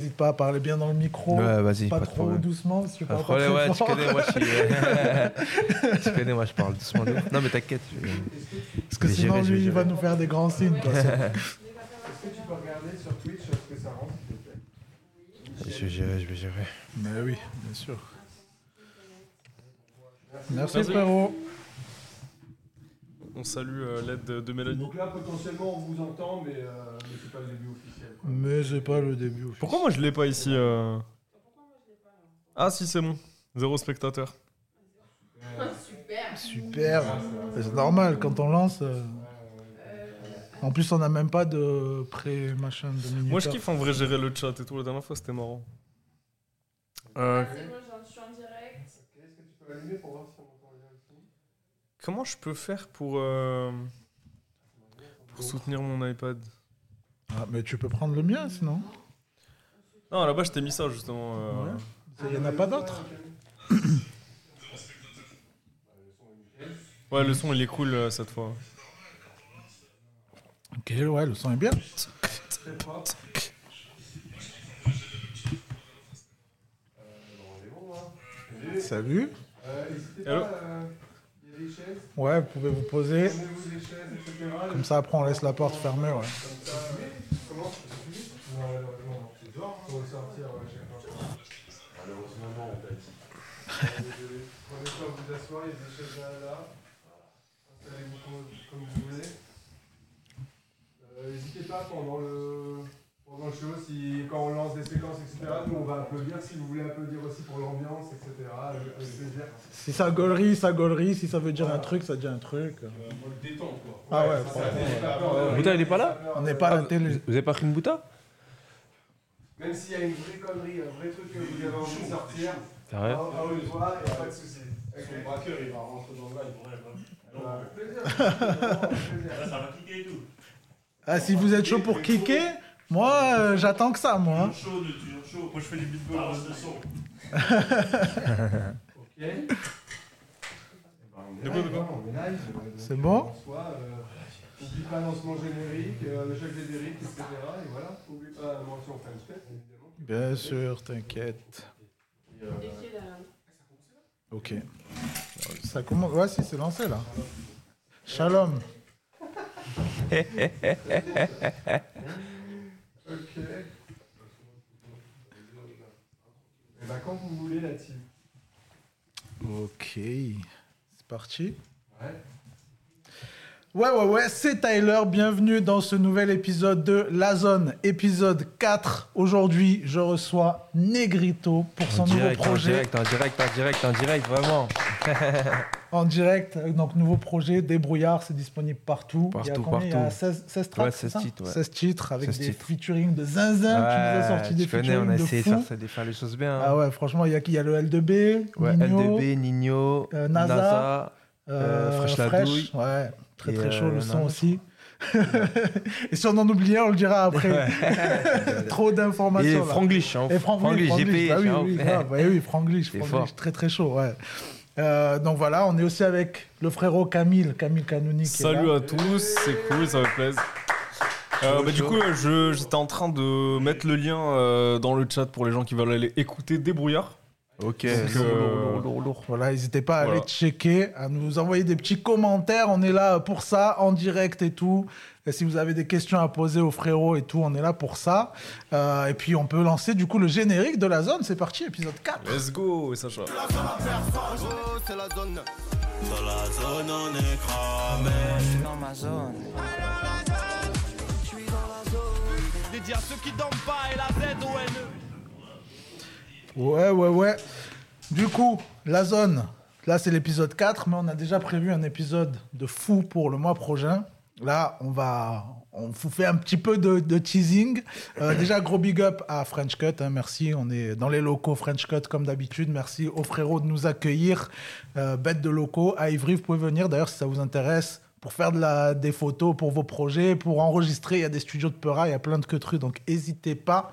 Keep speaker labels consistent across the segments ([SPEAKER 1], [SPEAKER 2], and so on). [SPEAKER 1] N'hésite pas à parler bien dans le micro.
[SPEAKER 2] Ouais, vas-y,
[SPEAKER 1] pas,
[SPEAKER 2] pas de
[SPEAKER 1] trop
[SPEAKER 2] problème.
[SPEAKER 1] doucement, si tu
[SPEAKER 2] Pas
[SPEAKER 1] parles
[SPEAKER 2] de
[SPEAKER 1] pas très
[SPEAKER 2] problème, ouais, tu
[SPEAKER 1] fort.
[SPEAKER 2] connais, moi je suis. ouais. tu connais, moi je parle doucement. de ouf. Non, mais t'inquiète. je-
[SPEAKER 1] Parce que
[SPEAKER 2] Mais
[SPEAKER 1] sinon,
[SPEAKER 2] j'irai, je
[SPEAKER 1] lui,
[SPEAKER 2] vais
[SPEAKER 1] il va
[SPEAKER 2] gérer.
[SPEAKER 1] nous faire des grands signes. de toute façon.
[SPEAKER 3] Est-ce que tu peux regarder sur Twitch euh, ce que ça rend, s'il te plaît
[SPEAKER 2] Je vais gérer, je vais gérer.
[SPEAKER 1] Mais oui, bien sûr. Merci, frérot.
[SPEAKER 4] On salue euh, l'aide de, de Mélanie.
[SPEAKER 3] Donc là, potentiellement, on vous entend, mais, euh, mais c'est pas le début officiel. quoi.
[SPEAKER 1] Mais c'est pas le début. au fait.
[SPEAKER 4] Pourquoi moi je l'ai pas ici euh Ah si c'est bon. Zéro spectateur.
[SPEAKER 1] Super. C'est normal, quand on lance. euh, En plus, on n'a même pas de pré-machin de minuteur.
[SPEAKER 4] Moi je kiffe en vrai gérer le chat et tout. La dernière fois c'était marrant.
[SPEAKER 1] Hein
[SPEAKER 4] Euh,
[SPEAKER 5] C'est bon,
[SPEAKER 6] Hein
[SPEAKER 5] genre, je suis en direct.
[SPEAKER 3] Ok, Est-ce que tu peux l'allumer pour voir si on entend bien aussi
[SPEAKER 4] comment je peux faire pour, euh, pour soutenir mon iPad
[SPEAKER 1] Ah, mais tu peux prendre le mien, sinon.
[SPEAKER 4] Non là-bas je t'ai mis ça justement. euh.
[SPEAKER 1] Ouais. Il n'y en a pas d'autres.
[SPEAKER 4] Ouais. le son il est cool euh, cette fois.
[SPEAKER 1] Ok, ouais, le son est bien. Salut.
[SPEAKER 3] Euh, N'hésitez
[SPEAKER 4] Allô
[SPEAKER 3] pas, euh, il y a des chaises,
[SPEAKER 1] Ouais, vous pouvez vous poser.
[SPEAKER 3] prenez-vous des chaises, etc.
[SPEAKER 1] Comme ça, après, on laisse la porte fermée, ouais.
[SPEAKER 3] Comment Non, non, non, c'est dehors. Faut sortir, ouais, je sais pas. Malheureusement, on t'a dit. Désolé. Prenez soin de vous asseoir, il y a des chaises là, là. Installez-vous comme, comme vous voulez. Euh, N'hésitez pas pendant le, pendant le show, si, quand on lance des séquences, etc. Nous, on va applaudir si vous voulez applaudir aussi pour l'ambiance, etc. Avec avec plaisir.
[SPEAKER 1] Si ça gaulerie, ça gaulerie. Si ça veut dire un truc, ça dit un truc. Ah ouais, franchement, ouais.
[SPEAKER 2] Bouta, il est pas là
[SPEAKER 1] on n'est pas à la télé.
[SPEAKER 2] Vous avez pas pris une bouta
[SPEAKER 3] Même s'il y a une vraie connerie, un vrai truc que vous avez envie de sortir,
[SPEAKER 2] Sérieux
[SPEAKER 3] on va vous le voir et pas de soucis. Ok.
[SPEAKER 6] Son braqueur, il va rentrer dans le live, ouais,
[SPEAKER 3] Bah, avec plaisir. Avec plaisir.
[SPEAKER 6] Là, ça va cliquer et tout.
[SPEAKER 1] Ah, si vous êtes chaud pour kicker, moi, euh, j'attends que ça, moi. hein.
[SPEAKER 6] Toujours chaud, de- toujours chaud. Moi, je fais du beatball. de son.
[SPEAKER 3] Ok.
[SPEAKER 6] Eh ben,
[SPEAKER 4] De quoi, de quoi
[SPEAKER 3] On est live, euh, donc,
[SPEAKER 1] C'est bon
[SPEAKER 3] en soi, euh, N'oublie pas lancement générique, euh, le chef des dérives, etc. Et voilà, n'oublie pas la mention French Fest, évidemment.
[SPEAKER 1] Bien sûr, t'inquiète.
[SPEAKER 3] Et, euh,
[SPEAKER 5] Et qui est derrière
[SPEAKER 1] Ok. Ça commence. Ouais, si, c'est lancé, là. Shalom.
[SPEAKER 3] Ok. Et bah, quand vous voulez, la team.
[SPEAKER 1] Ok. C'est parti.
[SPEAKER 3] Ouais.
[SPEAKER 1] Ouais, ouais, ouais, c'est Tyler. Bienvenue dans ce nouvel épisode de La Zone, épisode 4. Aujourd'hui, je reçois Negrito pour son
[SPEAKER 2] En
[SPEAKER 1] nouveau
[SPEAKER 2] direct, en
[SPEAKER 1] projet
[SPEAKER 2] direct, en direct, en direct, en direct, vraiment.
[SPEAKER 1] en direct. Donc, nouveau projet, Débrouillard, c'est disponible partout. Il y a
[SPEAKER 2] Partout,
[SPEAKER 1] combien Il y a
[SPEAKER 2] partout.
[SPEAKER 1] 16, 16 tracks.
[SPEAKER 2] Ouais,
[SPEAKER 1] c'est
[SPEAKER 2] 16
[SPEAKER 1] ça
[SPEAKER 2] titres, ouais.
[SPEAKER 1] 16 titres avec
[SPEAKER 2] 16
[SPEAKER 1] des
[SPEAKER 2] titres.
[SPEAKER 1] featuring de zinzin. tu nous as
[SPEAKER 2] Ouais,
[SPEAKER 1] sorti des
[SPEAKER 2] tu connais, on
[SPEAKER 1] featuring
[SPEAKER 2] a
[SPEAKER 1] de
[SPEAKER 2] essayé de faire,
[SPEAKER 1] fou.
[SPEAKER 2] ça- de faire les choses bien. hein.
[SPEAKER 1] Ah ouais, franchement, il y a, qui Il y a le L2B,
[SPEAKER 2] Ouais,
[SPEAKER 1] Nino,
[SPEAKER 2] LDB, Nino,
[SPEAKER 1] euh, NASA,
[SPEAKER 2] NASA,
[SPEAKER 1] euh,
[SPEAKER 2] Fresh La Douille.
[SPEAKER 1] Ouais, très
[SPEAKER 2] Et,
[SPEAKER 1] très chaud
[SPEAKER 2] euh,
[SPEAKER 1] le
[SPEAKER 2] il y en a
[SPEAKER 1] son
[SPEAKER 2] un autre,
[SPEAKER 1] aussi. Et si on en oubliait, on le dira après. Trop
[SPEAKER 2] et
[SPEAKER 1] d'informations. là.
[SPEAKER 2] Franglish. Hein,
[SPEAKER 1] Et Frank
[SPEAKER 2] Franglish,
[SPEAKER 1] Franglish,
[SPEAKER 2] GP,
[SPEAKER 1] bah oui,
[SPEAKER 2] hein,
[SPEAKER 1] oui, grave, bah oui, Franglish,
[SPEAKER 2] C'est
[SPEAKER 1] Franglish,
[SPEAKER 2] fort.
[SPEAKER 1] très très chaud, ouais. Euh, donc voilà, on est aussi avec le frérot Camille, Camille Canouni. qui est là.
[SPEAKER 4] Salut à tous, c'est cool, ça me plaise. Euh, bah, du coup, euh, je- j'étais en train de mettre le lien euh, dans le chat pour les gens qui veulent aller écouter Débrouillard.
[SPEAKER 2] Ok,
[SPEAKER 4] Donc,
[SPEAKER 2] lourd,
[SPEAKER 4] euh,
[SPEAKER 2] lourd, lourd, lourd.
[SPEAKER 1] Voilà, n'hésitez pas à
[SPEAKER 4] Voilà.
[SPEAKER 1] aller checker, à nous envoyer des petits commentaires. On est là pour ça, en direct et tout. Et si vous avez des questions à poser aux frérots et tout, on est là pour ça. Euh, et puis on peut lancer du coup le générique de la zone. C'est parti, épisode 4.
[SPEAKER 4] Let's go, Sacha.
[SPEAKER 7] Dans la zone on est cramé
[SPEAKER 8] dans ma zone.
[SPEAKER 7] Dédié à ceux qui dorment pas et la Z O N E.
[SPEAKER 1] Ouais, ouais, ouais. Du coup, la zone. Là, c'est l'épisode 4, mais on a déjà prévu un épisode de fou pour le mois prochain. Là, on va. On vous fait un petit peu de, de teasing. Euh, déjà, gros big up à French Cut. hein, merci. On est dans les locaux French Cut, comme d'habitude. Merci aux frérots de nous accueillir. Euh, bête de locaux. À Ivry, vous pouvez venir. D'ailleurs, si ça vous intéresse, pour faire de la, des photos pour vos projets, pour enregistrer. Il y a des studios de Peura, il y a plein de queutrues, donc n'hésitez pas.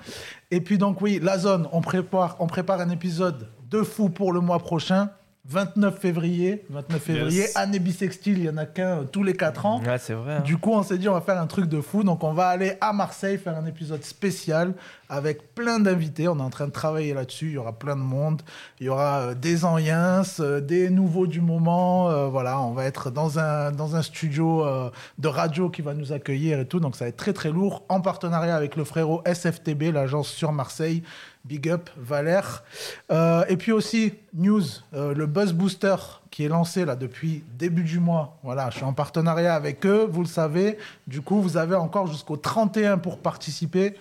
[SPEAKER 1] Et puis donc oui, la zone, on prépare, on prépare un épisode de fou pour le mois prochain. 29 février. 29 février,
[SPEAKER 3] Yes.
[SPEAKER 1] année bissextile, il y en a qu'un euh, tous les 4 ans.
[SPEAKER 2] Ouais, c'est vrai. hein.
[SPEAKER 1] Du coup, on s'est dit, on va faire un truc de fou. Donc, on va aller à Marseille faire un épisode spécial avec plein d'invités. On est en train de travailler là-dessus. Il y aura plein de monde. Il y aura euh, des anciens, euh, des nouveaux du moment. Euh, voilà, on va être dans un, dans un studio euh, de radio qui va nous accueillir et tout. Donc, ça va être très, très lourd en partenariat avec le frérot SFTB, l'agence sur Marseille. Big up, Valère. Euh, et puis aussi, news, euh, le Buzz Booster qui est lancé là depuis début du mois. Voilà, je suis en partenariat avec eux, vous le savez. Du coup, vous avez encore jusqu'au 31 pour participer.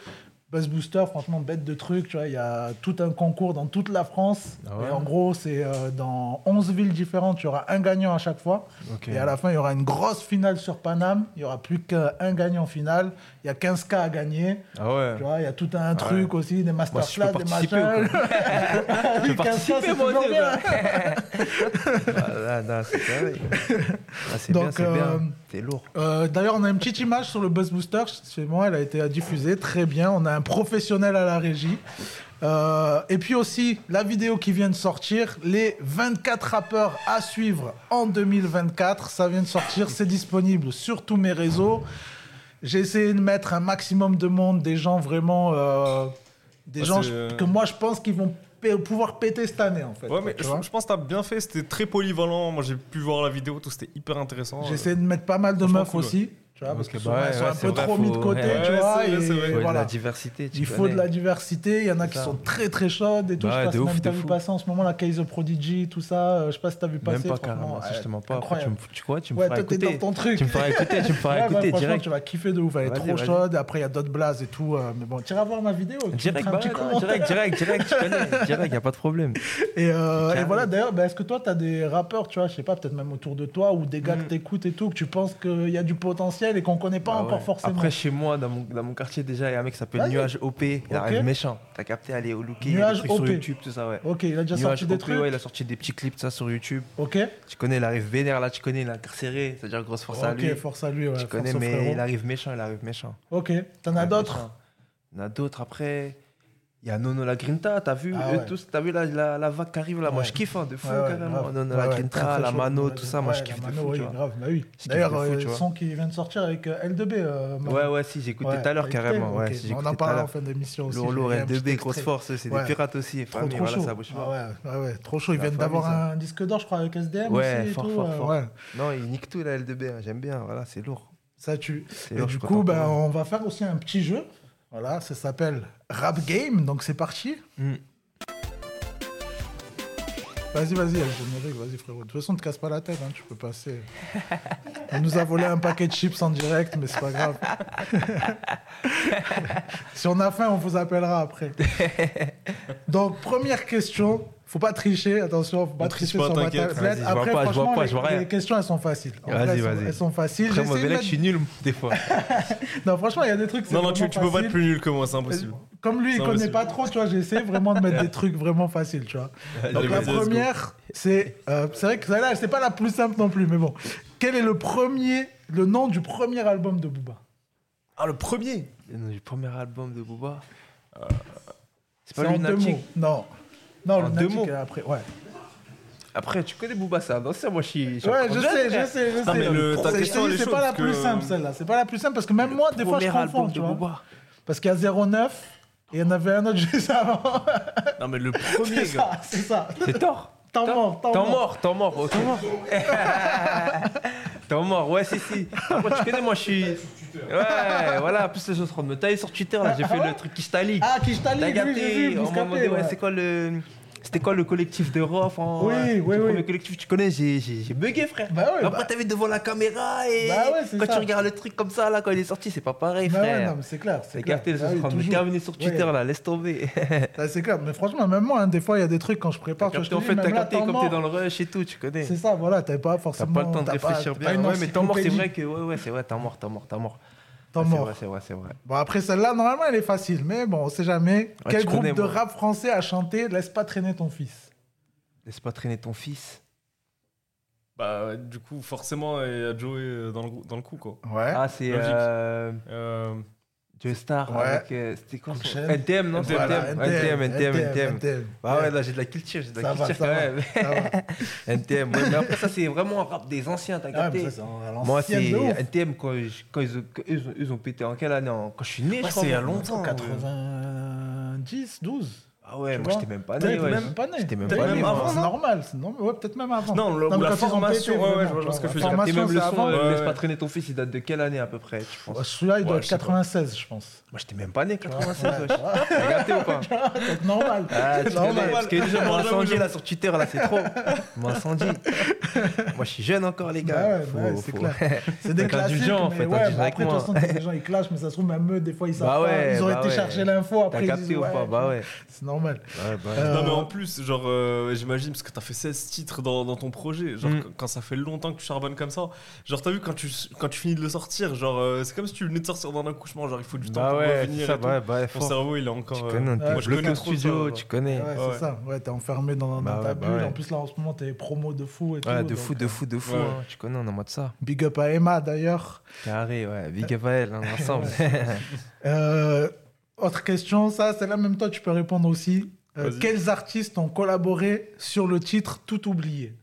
[SPEAKER 1] Buzz Booster, franchement, bête de truc. Tu vois, il y a tout un concours dans toute la France.
[SPEAKER 2] Ah ouais
[SPEAKER 1] Et en gros, c'est euh, dans 11 villes différentes. Il y aura un gagnant à chaque fois.
[SPEAKER 2] Ok.
[SPEAKER 1] Et à la fin, il y aura une grosse finale sur Paname. Il y aura plus qu'un gagnant final. Il y a 15 cas à gagner.
[SPEAKER 2] Ah ouais.
[SPEAKER 1] Tu vois, il y a tout un truc aussi, des masterclass,
[SPEAKER 2] Moi,
[SPEAKER 1] des
[SPEAKER 2] si je peux
[SPEAKER 1] machins. Oui, 15 ça, c'est toujours bien.
[SPEAKER 2] Ah, là, là, c'est carré. Ah, c'est
[SPEAKER 1] Donc,
[SPEAKER 2] bien, c'est
[SPEAKER 1] euh,
[SPEAKER 2] bien. T'es lourd.
[SPEAKER 1] Euh, D'ailleurs, on a une petite image sur le Buzz Booster. C'est moi, elle a été diffusée. Très bien. On a un professionnel à la régie. Euh, et puis aussi, la vidéo qui vient de sortir, les 24 rappeurs à suivre en 2024. Ça vient de sortir. C'est disponible sur tous mes réseaux. J'ai essayé de mettre un maximum de monde, des gens vraiment. euh, des
[SPEAKER 3] Ouais,
[SPEAKER 1] gens
[SPEAKER 3] c'est, euh,
[SPEAKER 1] que moi, je pense qu'ils vont pe- pouvoir péter cette année, en fait.
[SPEAKER 3] Ouais, mais
[SPEAKER 1] tu
[SPEAKER 3] je,
[SPEAKER 1] vois.
[SPEAKER 3] je pense que t'as bien fait, c'était très polyvalent. Moi, j'ai pu voir la vidéo, tout c'était hyper intéressant.
[SPEAKER 1] J'ai essayé de mettre pas mal de
[SPEAKER 3] franchement,
[SPEAKER 1] meufs
[SPEAKER 3] cool, ouais.
[SPEAKER 1] aussi. Tu vois, parce
[SPEAKER 2] Ok,
[SPEAKER 1] que
[SPEAKER 2] bah
[SPEAKER 1] souvent,
[SPEAKER 2] ouais,
[SPEAKER 1] elles sont
[SPEAKER 2] ouais,
[SPEAKER 1] un
[SPEAKER 2] c'est
[SPEAKER 1] peu
[SPEAKER 2] vrai,
[SPEAKER 1] trop mis de
[SPEAKER 2] faut-
[SPEAKER 1] côté,
[SPEAKER 2] ouais,
[SPEAKER 1] tu
[SPEAKER 3] ouais,
[SPEAKER 1] vois.
[SPEAKER 3] c'est vrai,
[SPEAKER 1] et
[SPEAKER 3] c'est vrai.
[SPEAKER 2] Il faut de la
[SPEAKER 1] voilà.
[SPEAKER 2] diversité. tu
[SPEAKER 1] Il faut de la
[SPEAKER 2] connais.
[SPEAKER 1] diversité. Il y en a
[SPEAKER 2] C'est
[SPEAKER 1] qui
[SPEAKER 2] ça.
[SPEAKER 1] sont très très chaudes et tout.
[SPEAKER 2] Bah ouais,
[SPEAKER 1] je sais
[SPEAKER 2] de
[SPEAKER 1] pas
[SPEAKER 2] ouf,
[SPEAKER 1] si
[SPEAKER 2] de
[SPEAKER 1] t'as vu
[SPEAKER 2] fou.
[SPEAKER 1] passer en ce moment la Case of Prodigy, tout ça. euh, Je sais pas si t'as vu passer.
[SPEAKER 2] Même pas
[SPEAKER 1] franchement,
[SPEAKER 2] carrément, ça,
[SPEAKER 1] ouais,
[SPEAKER 2] je te mens pas. Après, tu
[SPEAKER 1] incroyable.
[SPEAKER 2] me, tu vois, tu me
[SPEAKER 1] Ouais,
[SPEAKER 2] feras
[SPEAKER 1] toi t'es dans
[SPEAKER 2] écouter.
[SPEAKER 1] ton truc.
[SPEAKER 2] Tu me feras écouter, tu me feras
[SPEAKER 1] Ouais, bah,
[SPEAKER 2] écouter
[SPEAKER 1] franchement,
[SPEAKER 2] direct.
[SPEAKER 1] tu vas kiffer de ouf. Elle est
[SPEAKER 2] Vas-y,
[SPEAKER 1] trop
[SPEAKER 2] vas-y.
[SPEAKER 1] chaude. Après, il y a d'autres blazes et tout. euh, mais bon, tu iras voir ma vidéo. tu me
[SPEAKER 2] Direct,
[SPEAKER 1] feras un
[SPEAKER 2] bah
[SPEAKER 1] petit
[SPEAKER 2] ouais, non,
[SPEAKER 1] commentaire.
[SPEAKER 2] direct, direct, direct, tu connais. Direct, y a pas de problème.
[SPEAKER 1] Et, euh,
[SPEAKER 2] Carré.
[SPEAKER 1] et voilà, d'ailleurs, bah, est-ce que toi, tu as des rappeurs, tu vois, je sais pas, peut-être même autour de toi, ou des gars que t'écoutes et tout, que tu penses qu'il y a du potentiel et qu'on connaît pas
[SPEAKER 2] Bah
[SPEAKER 1] encore
[SPEAKER 2] ouais.
[SPEAKER 1] forcément
[SPEAKER 2] Après, chez moi, dans mon, dans mon quartier, déjà, il y a un mec qui s'appelle
[SPEAKER 1] Vas-y.
[SPEAKER 2] Nuage OP. Il
[SPEAKER 1] Ok.
[SPEAKER 2] arrive méchant. T'as capté, allez, au looker. il y a
[SPEAKER 1] Nuage
[SPEAKER 2] des trucs sur
[SPEAKER 1] OP.
[SPEAKER 2] YouTube, tout ça, ouais.
[SPEAKER 1] Ok, il a déjà
[SPEAKER 2] Nuage
[SPEAKER 1] sorti des
[SPEAKER 2] OP,
[SPEAKER 1] trucs.
[SPEAKER 2] ouais, il a sorti des petits clips, ça, sur YouTube.
[SPEAKER 1] Ok,
[SPEAKER 2] Tu connais, il arrive vénère, là, tu connais, il est incarcéré. C'est-à-dire, grosse force à
[SPEAKER 1] ok,
[SPEAKER 2] lui.
[SPEAKER 1] force à lui, ouais,
[SPEAKER 2] tu
[SPEAKER 1] force
[SPEAKER 2] connais,
[SPEAKER 1] au frérot.
[SPEAKER 2] mais il arrive méchant, il arrive méchant.
[SPEAKER 1] Ok, t'en as
[SPEAKER 2] Ouais,
[SPEAKER 1] d'autres
[SPEAKER 2] machin. Il y en a d'autres après. Il y a Nono la Grinta, t'as vu
[SPEAKER 1] Ah
[SPEAKER 2] eux
[SPEAKER 1] ouais.
[SPEAKER 2] tous, t'as vu la, la, la vague qui arrive là, moi
[SPEAKER 1] Ouais.
[SPEAKER 2] je kiffe hein, de fou
[SPEAKER 1] Ouais, ouais,
[SPEAKER 2] carrément.
[SPEAKER 1] grave.
[SPEAKER 2] Nono
[SPEAKER 1] Ouais,
[SPEAKER 2] la
[SPEAKER 1] ouais,
[SPEAKER 2] Grinta,
[SPEAKER 1] très, très
[SPEAKER 2] la
[SPEAKER 1] chaud.
[SPEAKER 2] Mano,
[SPEAKER 1] Ouais,
[SPEAKER 2] tout ça, moi
[SPEAKER 1] ouais,
[SPEAKER 2] je
[SPEAKER 1] la
[SPEAKER 2] kiffe de
[SPEAKER 1] Mano,
[SPEAKER 2] fou.
[SPEAKER 1] oui,
[SPEAKER 2] tu vois.
[SPEAKER 1] grave, bah oui.
[SPEAKER 2] kiffe de
[SPEAKER 1] D'ailleurs,
[SPEAKER 2] fou,
[SPEAKER 1] euh,
[SPEAKER 2] tu
[SPEAKER 1] le
[SPEAKER 2] vois.
[SPEAKER 1] son qui vient de sortir avec euh, L2B. euh, Mano.
[SPEAKER 2] Ouais, ouais, si, j'ai écouté
[SPEAKER 1] Ouais,
[SPEAKER 2] tout à l'heure
[SPEAKER 1] avec
[SPEAKER 2] carrément.
[SPEAKER 1] Tame,
[SPEAKER 2] Ouais,
[SPEAKER 1] ok.
[SPEAKER 2] si, j'ai
[SPEAKER 1] On
[SPEAKER 2] écouté
[SPEAKER 1] en
[SPEAKER 2] tout à
[SPEAKER 1] parlera en
[SPEAKER 2] l'heure.
[SPEAKER 1] fin d'émission aussi.
[SPEAKER 2] Lourd,
[SPEAKER 1] j'ai
[SPEAKER 2] lourd,
[SPEAKER 1] un petit
[SPEAKER 2] L2B, grosse
[SPEAKER 1] extrait.
[SPEAKER 2] force, c'est
[SPEAKER 1] Ouais.
[SPEAKER 2] des pirates aussi.
[SPEAKER 1] Trop,
[SPEAKER 2] famille,
[SPEAKER 1] trop
[SPEAKER 2] voilà,
[SPEAKER 1] chaud.
[SPEAKER 2] ça bouge
[SPEAKER 1] Ah
[SPEAKER 2] pas.
[SPEAKER 1] ouais, ouais, ouais, trop chaud. Ils
[SPEAKER 2] La
[SPEAKER 1] viennent
[SPEAKER 2] famille,
[SPEAKER 1] d'avoir
[SPEAKER 2] ça.
[SPEAKER 1] un disque d'or, je crois, avec SDM
[SPEAKER 2] Ouais,
[SPEAKER 1] aussi et
[SPEAKER 2] fort,
[SPEAKER 1] tout,
[SPEAKER 2] fort,
[SPEAKER 1] euh,
[SPEAKER 2] fort.
[SPEAKER 1] ouais.
[SPEAKER 2] Non, il nique tout la L2B, hein, j'aime bien, voilà, c'est lourd.
[SPEAKER 1] Ça tue.
[SPEAKER 2] C'est
[SPEAKER 1] Et
[SPEAKER 2] lourd,
[SPEAKER 1] du
[SPEAKER 2] je suis
[SPEAKER 1] coup,
[SPEAKER 2] content
[SPEAKER 1] ben,
[SPEAKER 2] pour
[SPEAKER 1] on va faire aussi un petit jeu. Voilà, ça s'appelle Rap Game, donc c'est parti.
[SPEAKER 2] Mm.
[SPEAKER 1] Vas-y, vas-y, avec le générique, vas-y frérot. De toute façon, te casse pas la tête, hein, tu peux passer. On nous a volé un paquet de chips en direct, mais c'est pas grave. si on a faim, on vous appellera après. Donc, première question. Faut pas tricher, attention, faut pas
[SPEAKER 3] On triche
[SPEAKER 1] tricher
[SPEAKER 3] pas,
[SPEAKER 1] sur ma
[SPEAKER 3] t'inquiète.
[SPEAKER 1] tablette.
[SPEAKER 2] Vas-y, je vois
[SPEAKER 1] Après,
[SPEAKER 2] pas, je vois
[SPEAKER 1] franchement,
[SPEAKER 2] pas,
[SPEAKER 1] les-
[SPEAKER 2] je vois rien.
[SPEAKER 1] les questions, elles sont faciles. En
[SPEAKER 2] Vas-y,
[SPEAKER 1] vrai, elles sont-
[SPEAKER 2] vas-y.
[SPEAKER 1] Elles sont faciles.
[SPEAKER 2] Après,
[SPEAKER 1] J'essaie de
[SPEAKER 2] mauvais là,
[SPEAKER 1] mettre-
[SPEAKER 2] je suis nul des fois.
[SPEAKER 1] non, franchement, il y a des trucs. c'est
[SPEAKER 3] Non, non, tu,
[SPEAKER 1] vraiment
[SPEAKER 3] tu peux pas être
[SPEAKER 1] facile.
[SPEAKER 3] plus nul que moi, c'est impossible.
[SPEAKER 1] Comme lui, il
[SPEAKER 3] Non,
[SPEAKER 1] connaît
[SPEAKER 3] vas-y.
[SPEAKER 1] pas trop, tu vois, j'essaie vraiment de mettre des trucs vraiment faciles, tu vois. Donc la
[SPEAKER 3] Allez, vas-y, let's go.
[SPEAKER 1] première, c'est. euh, c'est vrai que celle-là, c'est pas la plus simple non plus, mais bon. Quel est le premier. Le nom du premier album de Booba
[SPEAKER 3] Ah, le premier
[SPEAKER 2] Le nom du premier album de Booba. euh, C'est
[SPEAKER 1] C'est
[SPEAKER 2] pas
[SPEAKER 1] en deux
[SPEAKER 2] lunatique.
[SPEAKER 1] mots. Non. Non,
[SPEAKER 2] En
[SPEAKER 1] le
[SPEAKER 2] deux
[SPEAKER 1] Lunatic,
[SPEAKER 2] mots.
[SPEAKER 1] euh, après. Ouais,
[SPEAKER 2] Après, tu connais Booba, c'est un ancien, moi je suis. je suis
[SPEAKER 1] ouais
[SPEAKER 2] encore
[SPEAKER 1] je
[SPEAKER 2] jeune,
[SPEAKER 1] sais,
[SPEAKER 2] frère.
[SPEAKER 1] je sais, je sais.
[SPEAKER 3] Non, mais le- ta
[SPEAKER 1] C'est-
[SPEAKER 3] question, elle est
[SPEAKER 1] C'est
[SPEAKER 3] chaude,
[SPEAKER 1] pas la
[SPEAKER 3] parce
[SPEAKER 1] plus
[SPEAKER 3] que-
[SPEAKER 1] simple, celle-là. C'est pas la plus simple, parce que même moi, des fois, je
[SPEAKER 2] Premier
[SPEAKER 1] confonds,
[SPEAKER 2] album
[SPEAKER 1] tu
[SPEAKER 2] de
[SPEAKER 1] vois.
[SPEAKER 2] Booba.
[SPEAKER 1] Parce qu'il y a 09, et il y en avait un autre juste avant.
[SPEAKER 3] Non, mais le
[SPEAKER 1] C'est
[SPEAKER 3] premier, gars.
[SPEAKER 1] ça, c'est ça.
[SPEAKER 2] C'est tort.
[SPEAKER 1] T'en mort, t'en
[SPEAKER 2] T'en
[SPEAKER 1] mort.
[SPEAKER 2] mort, t'en mort, ok. T'en mort, ouais, si, si. Après, tu connais, moi, je suis. Ouais, voilà, en plus les gens sont en train de me tailler sur Twitter, là, j'ai fait le truc qui se talie.
[SPEAKER 1] Ah, qui je
[SPEAKER 2] T'as
[SPEAKER 1] t'allie, lui, j'ai
[SPEAKER 2] capté,
[SPEAKER 1] vu,
[SPEAKER 2] on m'a
[SPEAKER 1] Bouscapé,
[SPEAKER 2] demandé, ouais,
[SPEAKER 1] ouais.
[SPEAKER 2] c'est quoi le. C'était quoi le collectif de Rof en...
[SPEAKER 1] Oui,
[SPEAKER 2] Le
[SPEAKER 1] oui, oui.
[SPEAKER 2] premier collectif, tu connais, j'ai j'ai- j'ai bugué, frère.
[SPEAKER 1] Bah ouais,
[SPEAKER 2] Après,
[SPEAKER 1] bah-
[SPEAKER 2] t'as vu devant la caméra et.
[SPEAKER 1] Bah ouais, c'est
[SPEAKER 2] quand
[SPEAKER 1] ça.
[SPEAKER 2] tu regardes le truc comme ça, là, quand il est sorti, c'est pas pareil,
[SPEAKER 1] Bah ouais,
[SPEAKER 2] frère.
[SPEAKER 1] non, mais c'est clair.
[SPEAKER 2] T'as
[SPEAKER 1] C'est
[SPEAKER 2] capté, les
[SPEAKER 1] clair.
[SPEAKER 2] gens
[SPEAKER 1] Bah
[SPEAKER 2] sont en
[SPEAKER 1] oui,
[SPEAKER 2] train de me
[SPEAKER 1] toujours.
[SPEAKER 2] terminer sur Twitter,
[SPEAKER 1] Ouais.
[SPEAKER 2] là, laisse tomber.
[SPEAKER 1] Ah, c'est clair, mais franchement, même moi, hein, des fois, il y a des trucs quand je prépare.
[SPEAKER 2] T'as
[SPEAKER 1] tu vois, je
[SPEAKER 2] capté,
[SPEAKER 1] te dis,
[SPEAKER 2] en fait,
[SPEAKER 1] même
[SPEAKER 2] t'as
[SPEAKER 1] là,
[SPEAKER 2] capté
[SPEAKER 1] temps
[SPEAKER 2] comme
[SPEAKER 1] mort,
[SPEAKER 2] t'es dans le rush et tout, tu connais.
[SPEAKER 1] C'est ça, voilà, t'as pas
[SPEAKER 2] T'as
[SPEAKER 1] forcément.
[SPEAKER 2] pas le temps de
[SPEAKER 1] t'as pas-
[SPEAKER 2] réfléchir
[SPEAKER 1] t'as pas
[SPEAKER 2] bien.
[SPEAKER 1] une
[SPEAKER 2] Ouais, mais t'es mort, c'est
[SPEAKER 1] encyclopédie.
[SPEAKER 2] vrai que. Ouais, ouais, c'est vrai, t'es mort, t'es mort, t'es mort.
[SPEAKER 1] Temps
[SPEAKER 2] Ouais, c'est
[SPEAKER 1] mort.
[SPEAKER 2] vrai, c'est vrai, c'est vrai.
[SPEAKER 1] Bon, après, celle-là, normalement, elle est facile, mais bon, on sait jamais.
[SPEAKER 2] Ouais,
[SPEAKER 1] Quel
[SPEAKER 2] tu
[SPEAKER 1] groupe
[SPEAKER 2] connais,
[SPEAKER 1] de
[SPEAKER 2] moi.
[SPEAKER 1] rap français a chanté Laisse pas traîner ton fils
[SPEAKER 2] Laisse pas traîner ton fils.
[SPEAKER 3] Bah, ouais, du coup, forcément, il y a Joey euh, dans le, dans le coup, quoi.
[SPEAKER 1] Ouais.
[SPEAKER 2] Ah, c'est.
[SPEAKER 3] Logique.
[SPEAKER 2] Ah, euh,
[SPEAKER 3] Euh,
[SPEAKER 2] Joe Star
[SPEAKER 1] Ouais.
[SPEAKER 2] avec. euh, C'était quoi son-
[SPEAKER 1] Enchaîne.
[SPEAKER 2] NTM, non
[SPEAKER 1] Voilà,
[SPEAKER 2] NTM, NTM, NTM, NTM.
[SPEAKER 1] NTM.
[SPEAKER 2] Bah ouais, là j'ai de la culture, j'ai de la
[SPEAKER 1] Ça va,
[SPEAKER 2] culture
[SPEAKER 1] ça
[SPEAKER 2] quand
[SPEAKER 1] va.
[SPEAKER 2] même.
[SPEAKER 1] Ça va.
[SPEAKER 2] NTM, ouais, mais après ça c'est vraiment un rap des anciens, t'as
[SPEAKER 1] Ah, mais
[SPEAKER 2] capté
[SPEAKER 1] ça, c'est en- à
[SPEAKER 2] Moi
[SPEAKER 1] l'ancienne
[SPEAKER 2] c'est
[SPEAKER 1] de ouf.
[SPEAKER 2] NTM quand, je- quand ils, ont- quand ils ont, ils ont pété en quelle année en- Quand je suis né, je
[SPEAKER 3] Ouais,
[SPEAKER 2] crois.
[SPEAKER 3] c'est il y a
[SPEAKER 2] moi.
[SPEAKER 3] longtemps.
[SPEAKER 1] 90, 12
[SPEAKER 2] Ah ouais,
[SPEAKER 1] euh. Tu
[SPEAKER 2] moi
[SPEAKER 1] vois
[SPEAKER 2] j'étais même pas né.
[SPEAKER 1] Peut-être
[SPEAKER 2] ouais.
[SPEAKER 1] même pas né.
[SPEAKER 2] J'étais même
[SPEAKER 1] Peut-être
[SPEAKER 2] pas né.
[SPEAKER 1] même
[SPEAKER 2] moi.
[SPEAKER 1] avant, c'est normal. c'est normal. Ouais, peut-être même avant.
[SPEAKER 3] Non, le-
[SPEAKER 1] mais
[SPEAKER 3] la
[SPEAKER 1] quand ils ont
[SPEAKER 3] formation,
[SPEAKER 1] pété,
[SPEAKER 3] ouais, ouais,
[SPEAKER 1] vraiment,
[SPEAKER 3] je vois ce que
[SPEAKER 1] la
[SPEAKER 3] je veux dire.
[SPEAKER 2] Et
[SPEAKER 1] formation,
[SPEAKER 2] même
[SPEAKER 1] c'est
[SPEAKER 2] le son,
[SPEAKER 1] avant.
[SPEAKER 2] euh,
[SPEAKER 3] Ouais,
[SPEAKER 2] Laisse
[SPEAKER 3] ouais.
[SPEAKER 2] pas traîner ton fils, il date de quelle année à peu près, tu penses
[SPEAKER 1] Ouais, Celui-là, il doit
[SPEAKER 3] Ouais,
[SPEAKER 1] être
[SPEAKER 3] je sais pas.
[SPEAKER 1] 96, je pense.
[SPEAKER 2] Moi j'étais même pas né 96, ouais. T'as gâté ou pas
[SPEAKER 1] C'est normal.
[SPEAKER 2] Ah, tu
[SPEAKER 1] C'est
[SPEAKER 2] connais,
[SPEAKER 1] normal.
[SPEAKER 2] parce que déjà mon
[SPEAKER 3] J'avoue, j'avoue,
[SPEAKER 2] incendie
[SPEAKER 3] j'avoue.
[SPEAKER 2] là sur Twitter là c'est trop. Mon incendie. Moi je suis jeune encore les gars.
[SPEAKER 1] Bah ouais, bah ouais,
[SPEAKER 2] Faut-
[SPEAKER 1] c'est
[SPEAKER 2] faut-
[SPEAKER 1] clair. C'est des
[SPEAKER 2] Faut être
[SPEAKER 1] classiques,
[SPEAKER 2] indulgent, faut
[SPEAKER 1] mais
[SPEAKER 2] être
[SPEAKER 1] ouais,
[SPEAKER 2] indulgent
[SPEAKER 1] mais
[SPEAKER 2] avec
[SPEAKER 1] après, de toute
[SPEAKER 2] moi.
[SPEAKER 1] façon, t'as des gens, ils clashent, mais ça se trouve, même eux, des fois, ils savent
[SPEAKER 2] Bah ouais,
[SPEAKER 1] pas. Ils ont
[SPEAKER 2] bah
[SPEAKER 1] été
[SPEAKER 2] ouais.
[SPEAKER 1] chercher l'info,
[SPEAKER 2] T'as
[SPEAKER 1] après, ils
[SPEAKER 2] capté
[SPEAKER 1] disent,
[SPEAKER 2] ou pas
[SPEAKER 1] ouais,
[SPEAKER 2] Bah ouais.
[SPEAKER 1] c'est normal.
[SPEAKER 2] Ouais, bah ouais.
[SPEAKER 1] Euh,
[SPEAKER 3] Non, mais en plus, genre, euh, j'imagine, parce que t'as fait 16 titres dans, dans ton projet, genre,
[SPEAKER 2] Mm.
[SPEAKER 3] quand- quand ça fait longtemps que tu charbonnes comme ça, genre, t'as vu, quand tu, quand tu finis de le sortir, genre, euh, c'est comme si tu venais de sortir d'un accouchement, genre, il faut du temps
[SPEAKER 2] Bah
[SPEAKER 3] pour
[SPEAKER 2] ouais,
[SPEAKER 3] revenir.
[SPEAKER 2] ça,
[SPEAKER 3] et tout.
[SPEAKER 2] bah, bah,
[SPEAKER 3] Ton
[SPEAKER 2] fort.
[SPEAKER 3] cerveau, il est encore.
[SPEAKER 2] Tu
[SPEAKER 3] euh,
[SPEAKER 2] connais,
[SPEAKER 1] ouais,
[SPEAKER 2] t'es
[SPEAKER 3] moi, je
[SPEAKER 2] bloqué
[SPEAKER 3] connais
[SPEAKER 2] en
[SPEAKER 3] trop ça,
[SPEAKER 2] studio,
[SPEAKER 3] ouais.
[SPEAKER 2] tu connais.
[SPEAKER 1] Ouais, c'est
[SPEAKER 3] ouais.
[SPEAKER 1] ça. Ouais, t'es enfermé dans, dans
[SPEAKER 2] Bah
[SPEAKER 1] ta
[SPEAKER 2] ouais, bah
[SPEAKER 1] bulle.
[SPEAKER 2] ouais.
[SPEAKER 1] En plus, là, en ce moment, t'es promo de fou et tout.
[SPEAKER 2] Ouais, de
[SPEAKER 1] donc,
[SPEAKER 2] fou, de
[SPEAKER 1] euh,
[SPEAKER 2] fou, de fou,
[SPEAKER 3] Ouais.
[SPEAKER 2] hein, tu connais, on est en mode ça.
[SPEAKER 1] Big up à Emma, d'ailleurs.
[SPEAKER 2] Carré, ouais, big up à elle, hein, ensemble.
[SPEAKER 1] Euh, autre question, ça, c'est là même toi, tu peux répondre aussi. Euh,
[SPEAKER 3] Vas-y.
[SPEAKER 1] quels artistes ont collaboré sur le titre Tout oublié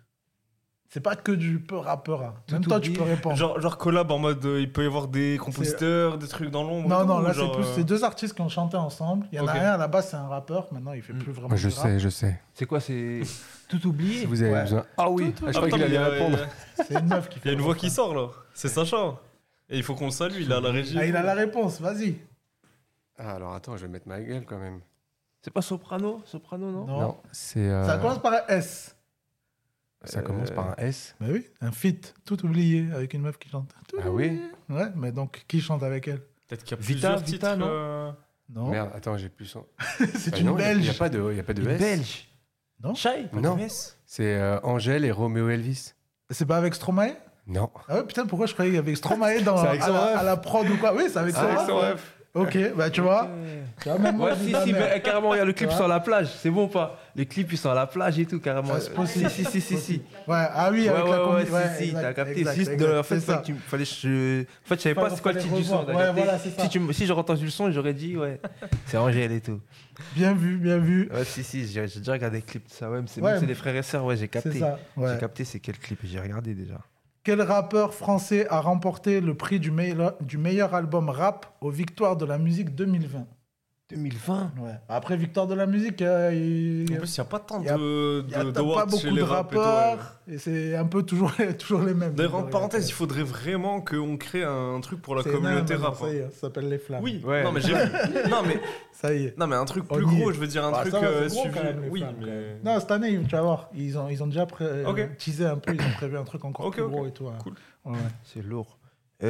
[SPEAKER 1] C'est pas que du peu rappeur. hein.
[SPEAKER 2] Tout
[SPEAKER 1] Même toi, tu
[SPEAKER 2] oublié.
[SPEAKER 1] peux répondre.
[SPEAKER 3] Genre, genre collab en mode euh, il peut y avoir des compositeurs, des trucs dans l'ombre. et
[SPEAKER 1] non,
[SPEAKER 3] tout,
[SPEAKER 1] non, là,
[SPEAKER 3] ou
[SPEAKER 1] c'est
[SPEAKER 3] genre,
[SPEAKER 1] plus
[SPEAKER 3] euh,
[SPEAKER 1] ces deux artistes qui ont chanté ensemble. Il y en
[SPEAKER 3] Ok.
[SPEAKER 1] a un, à la base, c'est un rappeur. Maintenant, il fait
[SPEAKER 2] Mm.
[SPEAKER 1] plus vraiment.
[SPEAKER 7] Moi, je
[SPEAKER 1] du rap.
[SPEAKER 7] sais, je sais.
[SPEAKER 2] C'est quoi, c'est tout oublié
[SPEAKER 7] Si vous avez
[SPEAKER 1] Ouais.
[SPEAKER 7] besoin. Ah oui,
[SPEAKER 1] Tout, tout.
[SPEAKER 7] Ah, je
[SPEAKER 3] attends,
[SPEAKER 7] crois qu'il
[SPEAKER 3] mais il y
[SPEAKER 7] allait
[SPEAKER 3] a-
[SPEAKER 7] répondre.
[SPEAKER 1] C'est une meuf qui fait.
[SPEAKER 3] Il y a une
[SPEAKER 1] le
[SPEAKER 3] voix
[SPEAKER 1] refrain.
[SPEAKER 3] qui sort là, c'est Sacha. Et il faut qu'on le salue, il a la régie.
[SPEAKER 1] Ah, il a la réponse, vas-y.
[SPEAKER 7] Ah, alors attends, je vais mettre ma gueule quand même.
[SPEAKER 2] C'est pas Soprano Soprano, non
[SPEAKER 1] Non.
[SPEAKER 7] Non, c'est. euh,
[SPEAKER 1] Ça commence par un S.
[SPEAKER 7] ça commence par un S.
[SPEAKER 1] Bah oui, un feat, tout oublié, avec une meuf qui chante. Tout
[SPEAKER 7] Ah oui
[SPEAKER 1] oublié. Ouais, mais donc, qui chante avec elle
[SPEAKER 3] Peut-être qu'il y a
[SPEAKER 2] Vita,
[SPEAKER 3] plusieurs
[SPEAKER 2] Vita,
[SPEAKER 3] titres.
[SPEAKER 2] non
[SPEAKER 3] euh,
[SPEAKER 1] Non,
[SPEAKER 7] Merde, attends, j'ai plus son.
[SPEAKER 1] c'est
[SPEAKER 7] Bah
[SPEAKER 1] une
[SPEAKER 7] non, y a-
[SPEAKER 1] belge.
[SPEAKER 7] Y a pas de, y a pas de
[SPEAKER 2] Une
[SPEAKER 7] S.
[SPEAKER 2] Belge
[SPEAKER 1] Non.
[SPEAKER 2] Chai pas
[SPEAKER 7] Non.
[SPEAKER 2] de S.
[SPEAKER 7] C'est euh, Angèle et Roméo Elvis.
[SPEAKER 1] C'est pas avec Stromae
[SPEAKER 7] Non.
[SPEAKER 1] Ah ouais, putain, pourquoi je croyais avec Stromae dans,
[SPEAKER 7] C'est avec
[SPEAKER 1] à,
[SPEAKER 7] son
[SPEAKER 1] la,
[SPEAKER 7] ref.
[SPEAKER 1] à la prod ou quoi Oui, c'est avec
[SPEAKER 7] C'est avec
[SPEAKER 1] Stromae.
[SPEAKER 7] son ref.
[SPEAKER 1] Ok, bah tu vois.
[SPEAKER 2] Euh,
[SPEAKER 1] Tu vois, même moi,
[SPEAKER 2] Ouais,
[SPEAKER 1] je dis
[SPEAKER 2] si,
[SPEAKER 1] de la
[SPEAKER 2] si,
[SPEAKER 1] merde.
[SPEAKER 2] mais, eh, carrément, il y a le clip
[SPEAKER 1] Ouais.
[SPEAKER 2] sur la plage, c'est bon ou pas Le clip, ils sont à la plage et tout, carrément.
[SPEAKER 1] Ah, c'est possible.
[SPEAKER 2] Si, si, si, si, si.
[SPEAKER 1] Ouais, ah oui,
[SPEAKER 2] Ouais, ouais,
[SPEAKER 1] avec la
[SPEAKER 2] ouais,
[SPEAKER 1] combi- ouais,
[SPEAKER 2] si, si,
[SPEAKER 1] exact,
[SPEAKER 2] t'as capté.
[SPEAKER 1] exact,
[SPEAKER 2] juste,
[SPEAKER 1] exact,
[SPEAKER 2] dans- en fait,
[SPEAKER 1] c'est
[SPEAKER 2] fallait
[SPEAKER 1] ça.
[SPEAKER 2] que tu me- fallait, je... En fait, je savais
[SPEAKER 1] Fallait
[SPEAKER 2] pas c'est quoi le
[SPEAKER 1] revoir.
[SPEAKER 2] titre du son. t'as
[SPEAKER 1] Ouais,
[SPEAKER 2] capté
[SPEAKER 1] voilà, c'est ça.
[SPEAKER 2] Si, tu me- si j'aurais entendu le son, j'aurais dit, ouais, c'est Angèle et tout.
[SPEAKER 1] Bien vu, bien vu.
[SPEAKER 2] Ouais, si, si, j'ai j'ai déjà regardé le clip de ça, ouais, mais c'est
[SPEAKER 1] Ouais.
[SPEAKER 2] même c'est les frères et sœurs, ouais, j'ai
[SPEAKER 1] C'est
[SPEAKER 2] capté.
[SPEAKER 1] ça. ouais.
[SPEAKER 2] J'ai capté c'est quel clip, j'ai regardé déjà.
[SPEAKER 1] Quel rappeur français a remporté le prix du meilleur, du meilleur album rap aux Victoires de la musique 2020
[SPEAKER 2] 2020
[SPEAKER 1] ouais. Après Victoire de la musique, euh, il
[SPEAKER 3] En plus, il n'y a pas tant
[SPEAKER 1] Il y a-
[SPEAKER 3] de,
[SPEAKER 1] il y a
[SPEAKER 3] de,
[SPEAKER 1] pas
[SPEAKER 3] d'awards chez
[SPEAKER 1] beaucoup de
[SPEAKER 3] les rap et tout, ouais.
[SPEAKER 1] rappeurs et c'est un peu toujours, toujours les mêmes.
[SPEAKER 3] D'ailleurs, en parenthèse, il faudrait vraiment qu'on crée un truc pour la
[SPEAKER 1] C'est
[SPEAKER 3] communauté
[SPEAKER 1] énorme,
[SPEAKER 3] rap.
[SPEAKER 1] Ça y est, ça s'appelle les
[SPEAKER 3] hein.
[SPEAKER 1] flammes.
[SPEAKER 3] Oui,
[SPEAKER 2] Ouais.
[SPEAKER 3] non, mais j'ai vu. non, mais,
[SPEAKER 1] Ça y est.
[SPEAKER 3] non, mais un truc
[SPEAKER 1] On
[SPEAKER 3] plus
[SPEAKER 1] y
[SPEAKER 3] gros,
[SPEAKER 1] est.
[SPEAKER 3] je veux dire un
[SPEAKER 1] Ah,
[SPEAKER 3] truc
[SPEAKER 1] ça va,
[SPEAKER 3] euh,
[SPEAKER 1] c'est gros,
[SPEAKER 3] suivi.
[SPEAKER 1] quand même, les
[SPEAKER 3] oui,
[SPEAKER 1] femmes, quand
[SPEAKER 3] mais. euh,
[SPEAKER 1] Non, cette année, tu vas voir, ils ont, ils ont déjà pré- euh,
[SPEAKER 3] Ok.
[SPEAKER 1] teasé un peu, ils ont prévu un truc encore
[SPEAKER 3] Ok,
[SPEAKER 1] plus
[SPEAKER 3] ok.
[SPEAKER 1] gros et tout. hein.
[SPEAKER 3] Cool.
[SPEAKER 1] Ouais,
[SPEAKER 2] C'est lourd.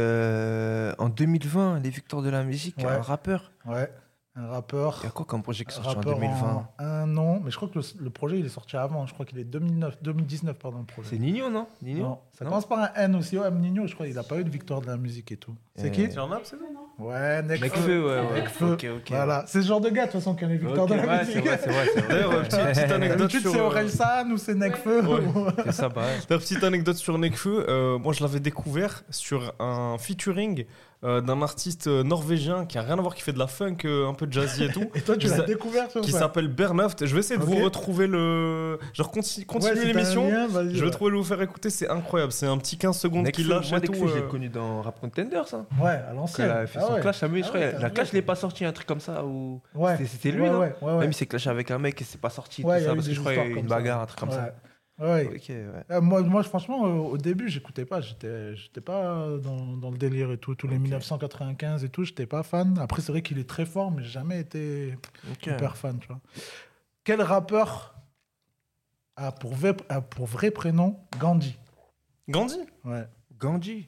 [SPEAKER 2] Euh, en 2020, les Victoires de la musique,
[SPEAKER 1] Ouais.
[SPEAKER 2] un rappeur.
[SPEAKER 1] ouais. Un rappeur.
[SPEAKER 2] Il y a quoi comme projet qui est sorti en
[SPEAKER 1] rappeur
[SPEAKER 2] 2020
[SPEAKER 1] en un an, mais je crois que le, le projet il est sorti avant, je crois qu'il est 2009, 2019 pardon le projet.
[SPEAKER 2] C'est Nino, non Nino
[SPEAKER 1] Non, ça
[SPEAKER 2] Non
[SPEAKER 1] commence par un N aussi, ouais, Nino, je crois, il a pas eu de victoire de la musique et tout. C'est
[SPEAKER 2] Euh,
[SPEAKER 1] qui
[SPEAKER 3] C'est un rap, c'est bon
[SPEAKER 1] Ouais,
[SPEAKER 2] Mec
[SPEAKER 1] Nekfeu.
[SPEAKER 2] feu, ouais, ouais.
[SPEAKER 1] Nekfeu.
[SPEAKER 2] Ok, ok.
[SPEAKER 1] Voilà, c'est ce genre de gars de toute façon qui a les
[SPEAKER 2] Ok,
[SPEAKER 1] victoires de la
[SPEAKER 2] ouais, c'est
[SPEAKER 1] musique.
[SPEAKER 2] vrai, c'est vrai, c'est vrai.
[SPEAKER 3] D'ailleurs, euh, petite, petite anecdote
[SPEAKER 1] D'habitude
[SPEAKER 3] sur.
[SPEAKER 1] c'est
[SPEAKER 3] euh,
[SPEAKER 1] Orelsan ou c'est Nekfeu.
[SPEAKER 3] Ouais.
[SPEAKER 2] C'est ça, bah ouais.
[SPEAKER 3] D'ailleurs, petite anecdote sur Nekfeu, euh, moi je l'avais découvert sur un featuring euh, d'un artiste euh, norvégien qui a rien à voir, qui fait de la funk, euh, un peu jazzy et tout,
[SPEAKER 1] Et toi tu
[SPEAKER 3] Qui
[SPEAKER 1] l'as
[SPEAKER 3] s'a-
[SPEAKER 1] découvert sur
[SPEAKER 3] qui
[SPEAKER 1] ça
[SPEAKER 3] s'appelle Bernaft. Je vais essayer de
[SPEAKER 1] Ok.
[SPEAKER 3] vous retrouver le. Genre, continue,
[SPEAKER 1] Ouais,
[SPEAKER 3] continue
[SPEAKER 1] si t'as un
[SPEAKER 3] l'émission.
[SPEAKER 1] lien, vas-y,
[SPEAKER 3] Je vais
[SPEAKER 1] ouais.
[SPEAKER 3] trouver le vous faire écouter, c'est incroyable. C'est un petit 15 secondes
[SPEAKER 2] Nekfeu,
[SPEAKER 3] qu'il lâche
[SPEAKER 2] moi,
[SPEAKER 3] et tout.
[SPEAKER 2] Nekfeu, je l'ai
[SPEAKER 3] euh,
[SPEAKER 2] connu dans Rap hein. Contender, ça.
[SPEAKER 1] Ouais, à
[SPEAKER 2] Quand
[SPEAKER 1] l'ancienne.
[SPEAKER 2] elle a fait
[SPEAKER 1] Ah
[SPEAKER 2] son
[SPEAKER 1] ouais.
[SPEAKER 2] clash, à Muse, je
[SPEAKER 1] Ah
[SPEAKER 2] crois.
[SPEAKER 1] ouais,
[SPEAKER 2] la
[SPEAKER 1] c'est
[SPEAKER 2] clash,
[SPEAKER 1] vrai.
[SPEAKER 2] je l'ai pas sorti, un truc comme ça. Où...
[SPEAKER 1] Ouais.
[SPEAKER 2] C'était- C'était lui,
[SPEAKER 1] ouais,
[SPEAKER 2] non
[SPEAKER 1] ouais, ouais, ouais.
[SPEAKER 2] Même il s'est clashé avec un mec et c'est pas sorti,
[SPEAKER 1] Ouais, il
[SPEAKER 2] tout
[SPEAKER 1] y a
[SPEAKER 2] ça,
[SPEAKER 1] eu
[SPEAKER 2] parce que
[SPEAKER 1] des
[SPEAKER 2] je croyais
[SPEAKER 1] histoires comme
[SPEAKER 2] une
[SPEAKER 1] ça.
[SPEAKER 2] bagarre, un truc comme ça.
[SPEAKER 1] Ouais. Ouais.
[SPEAKER 2] Ok, ouais.
[SPEAKER 1] Euh, moi, moi, franchement, euh, au début, j'écoutais pas. J'étais, j'étais pas dans, dans le délire et tout. Tous les 1995 et tout, j'étais pas fan. Après, c'est vrai qu'il est très fort, mais j'ai jamais été
[SPEAKER 2] Ok.
[SPEAKER 1] hyper fan, tu vois. Quel rappeur a pour vrai, a pour vrai prénom Gandhi
[SPEAKER 3] Gandhi
[SPEAKER 1] Ouais.
[SPEAKER 2] Gandhi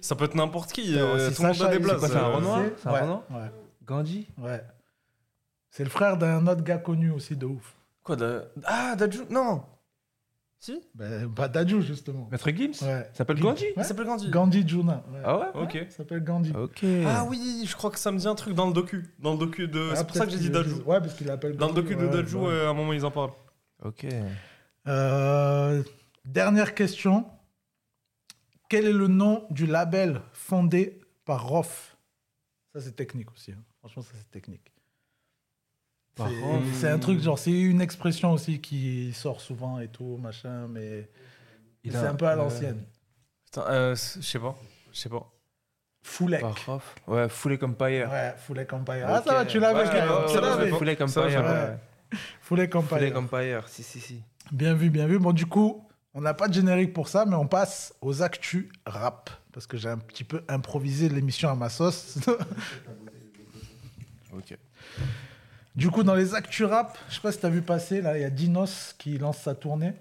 [SPEAKER 3] Ça peut être n'importe qui.
[SPEAKER 1] Ouais,
[SPEAKER 3] euh,
[SPEAKER 1] c'est
[SPEAKER 3] tout le monde
[SPEAKER 1] Sacha,
[SPEAKER 3] a des
[SPEAKER 1] il-
[SPEAKER 3] blagues.
[SPEAKER 2] c'est quoi, c'est un
[SPEAKER 3] euh,
[SPEAKER 2] Renoir
[SPEAKER 1] C'est-
[SPEAKER 2] C'est un
[SPEAKER 1] ouais,
[SPEAKER 2] Renoir
[SPEAKER 1] ouais,
[SPEAKER 2] Gandhi
[SPEAKER 1] ouais. C'est le frère d'un autre gars connu aussi de ouf.
[SPEAKER 3] Quoi de... Ah, Dadju Non Si
[SPEAKER 1] Ben, bah, Dadju, justement.
[SPEAKER 2] Maître Gims
[SPEAKER 1] Ouais.
[SPEAKER 2] Il s'appelle Gandhi
[SPEAKER 1] Ouais.
[SPEAKER 3] Il s'appelle Gandhi.
[SPEAKER 1] Gandhi Juna. ouais.
[SPEAKER 2] Ah ouais
[SPEAKER 3] Ok.
[SPEAKER 1] Il s'appelle Gandhi.
[SPEAKER 2] Ok.
[SPEAKER 3] Ah oui, je crois que ça me dit un truc dans le docu. Dans le docu de.
[SPEAKER 1] Ah,
[SPEAKER 3] c'est pour ça que j'ai
[SPEAKER 1] peut-être
[SPEAKER 3] dit
[SPEAKER 1] qu'il-
[SPEAKER 3] Dadju.
[SPEAKER 1] Ouais, parce qu'il l'appelle
[SPEAKER 3] Dans le
[SPEAKER 1] Gandhi,
[SPEAKER 3] docu de
[SPEAKER 1] ouais,
[SPEAKER 3] Dadju,
[SPEAKER 1] ouais.
[SPEAKER 3] euh, à un moment ils en parlent.
[SPEAKER 2] Ok.
[SPEAKER 1] Euh, dernière question. Quel est le nom du label fondé par Rof. Ça, c'est technique aussi. hein. Franchement, ça, c'est technique.
[SPEAKER 7] Par
[SPEAKER 1] C'est-
[SPEAKER 7] Rof.
[SPEAKER 1] C'est un truc, genre, c'est une expression aussi qui sort souvent et tout, machin, mais
[SPEAKER 3] Il
[SPEAKER 1] c'est
[SPEAKER 3] a-
[SPEAKER 1] un peu à
[SPEAKER 3] euh,
[SPEAKER 1] l'ancienne.
[SPEAKER 3] Putain, euh, c'est- je sais pas. Je sais pas.
[SPEAKER 1] Foulek.
[SPEAKER 3] Par off. Ouais, foulé comme pailleur.
[SPEAKER 1] Ouais, Foulek Empire. Ah, ça va, tu l'avais,
[SPEAKER 3] Ouais,
[SPEAKER 1] quand même,
[SPEAKER 3] ouais,
[SPEAKER 1] tu
[SPEAKER 3] ouais,
[SPEAKER 1] l'avais.
[SPEAKER 3] ouais, Foulé comme
[SPEAKER 1] Ça,
[SPEAKER 3] pailleur.
[SPEAKER 1] j'avais.
[SPEAKER 3] ouais.
[SPEAKER 1] Foulek Empire.
[SPEAKER 2] Foulé comme pailleur, si, si, si.
[SPEAKER 1] Bien vu, bien vu. Bon, du coup, on n'a pas de générique pour ça, mais on passe aux actus rap. Parce que j'ai un petit peu improvisé l'émission à ma sauce.
[SPEAKER 3] Ok.
[SPEAKER 1] du coup, dans les actus rap, je sais pas si t'as vu passer, là, il y a Dinos qui lance sa tournée.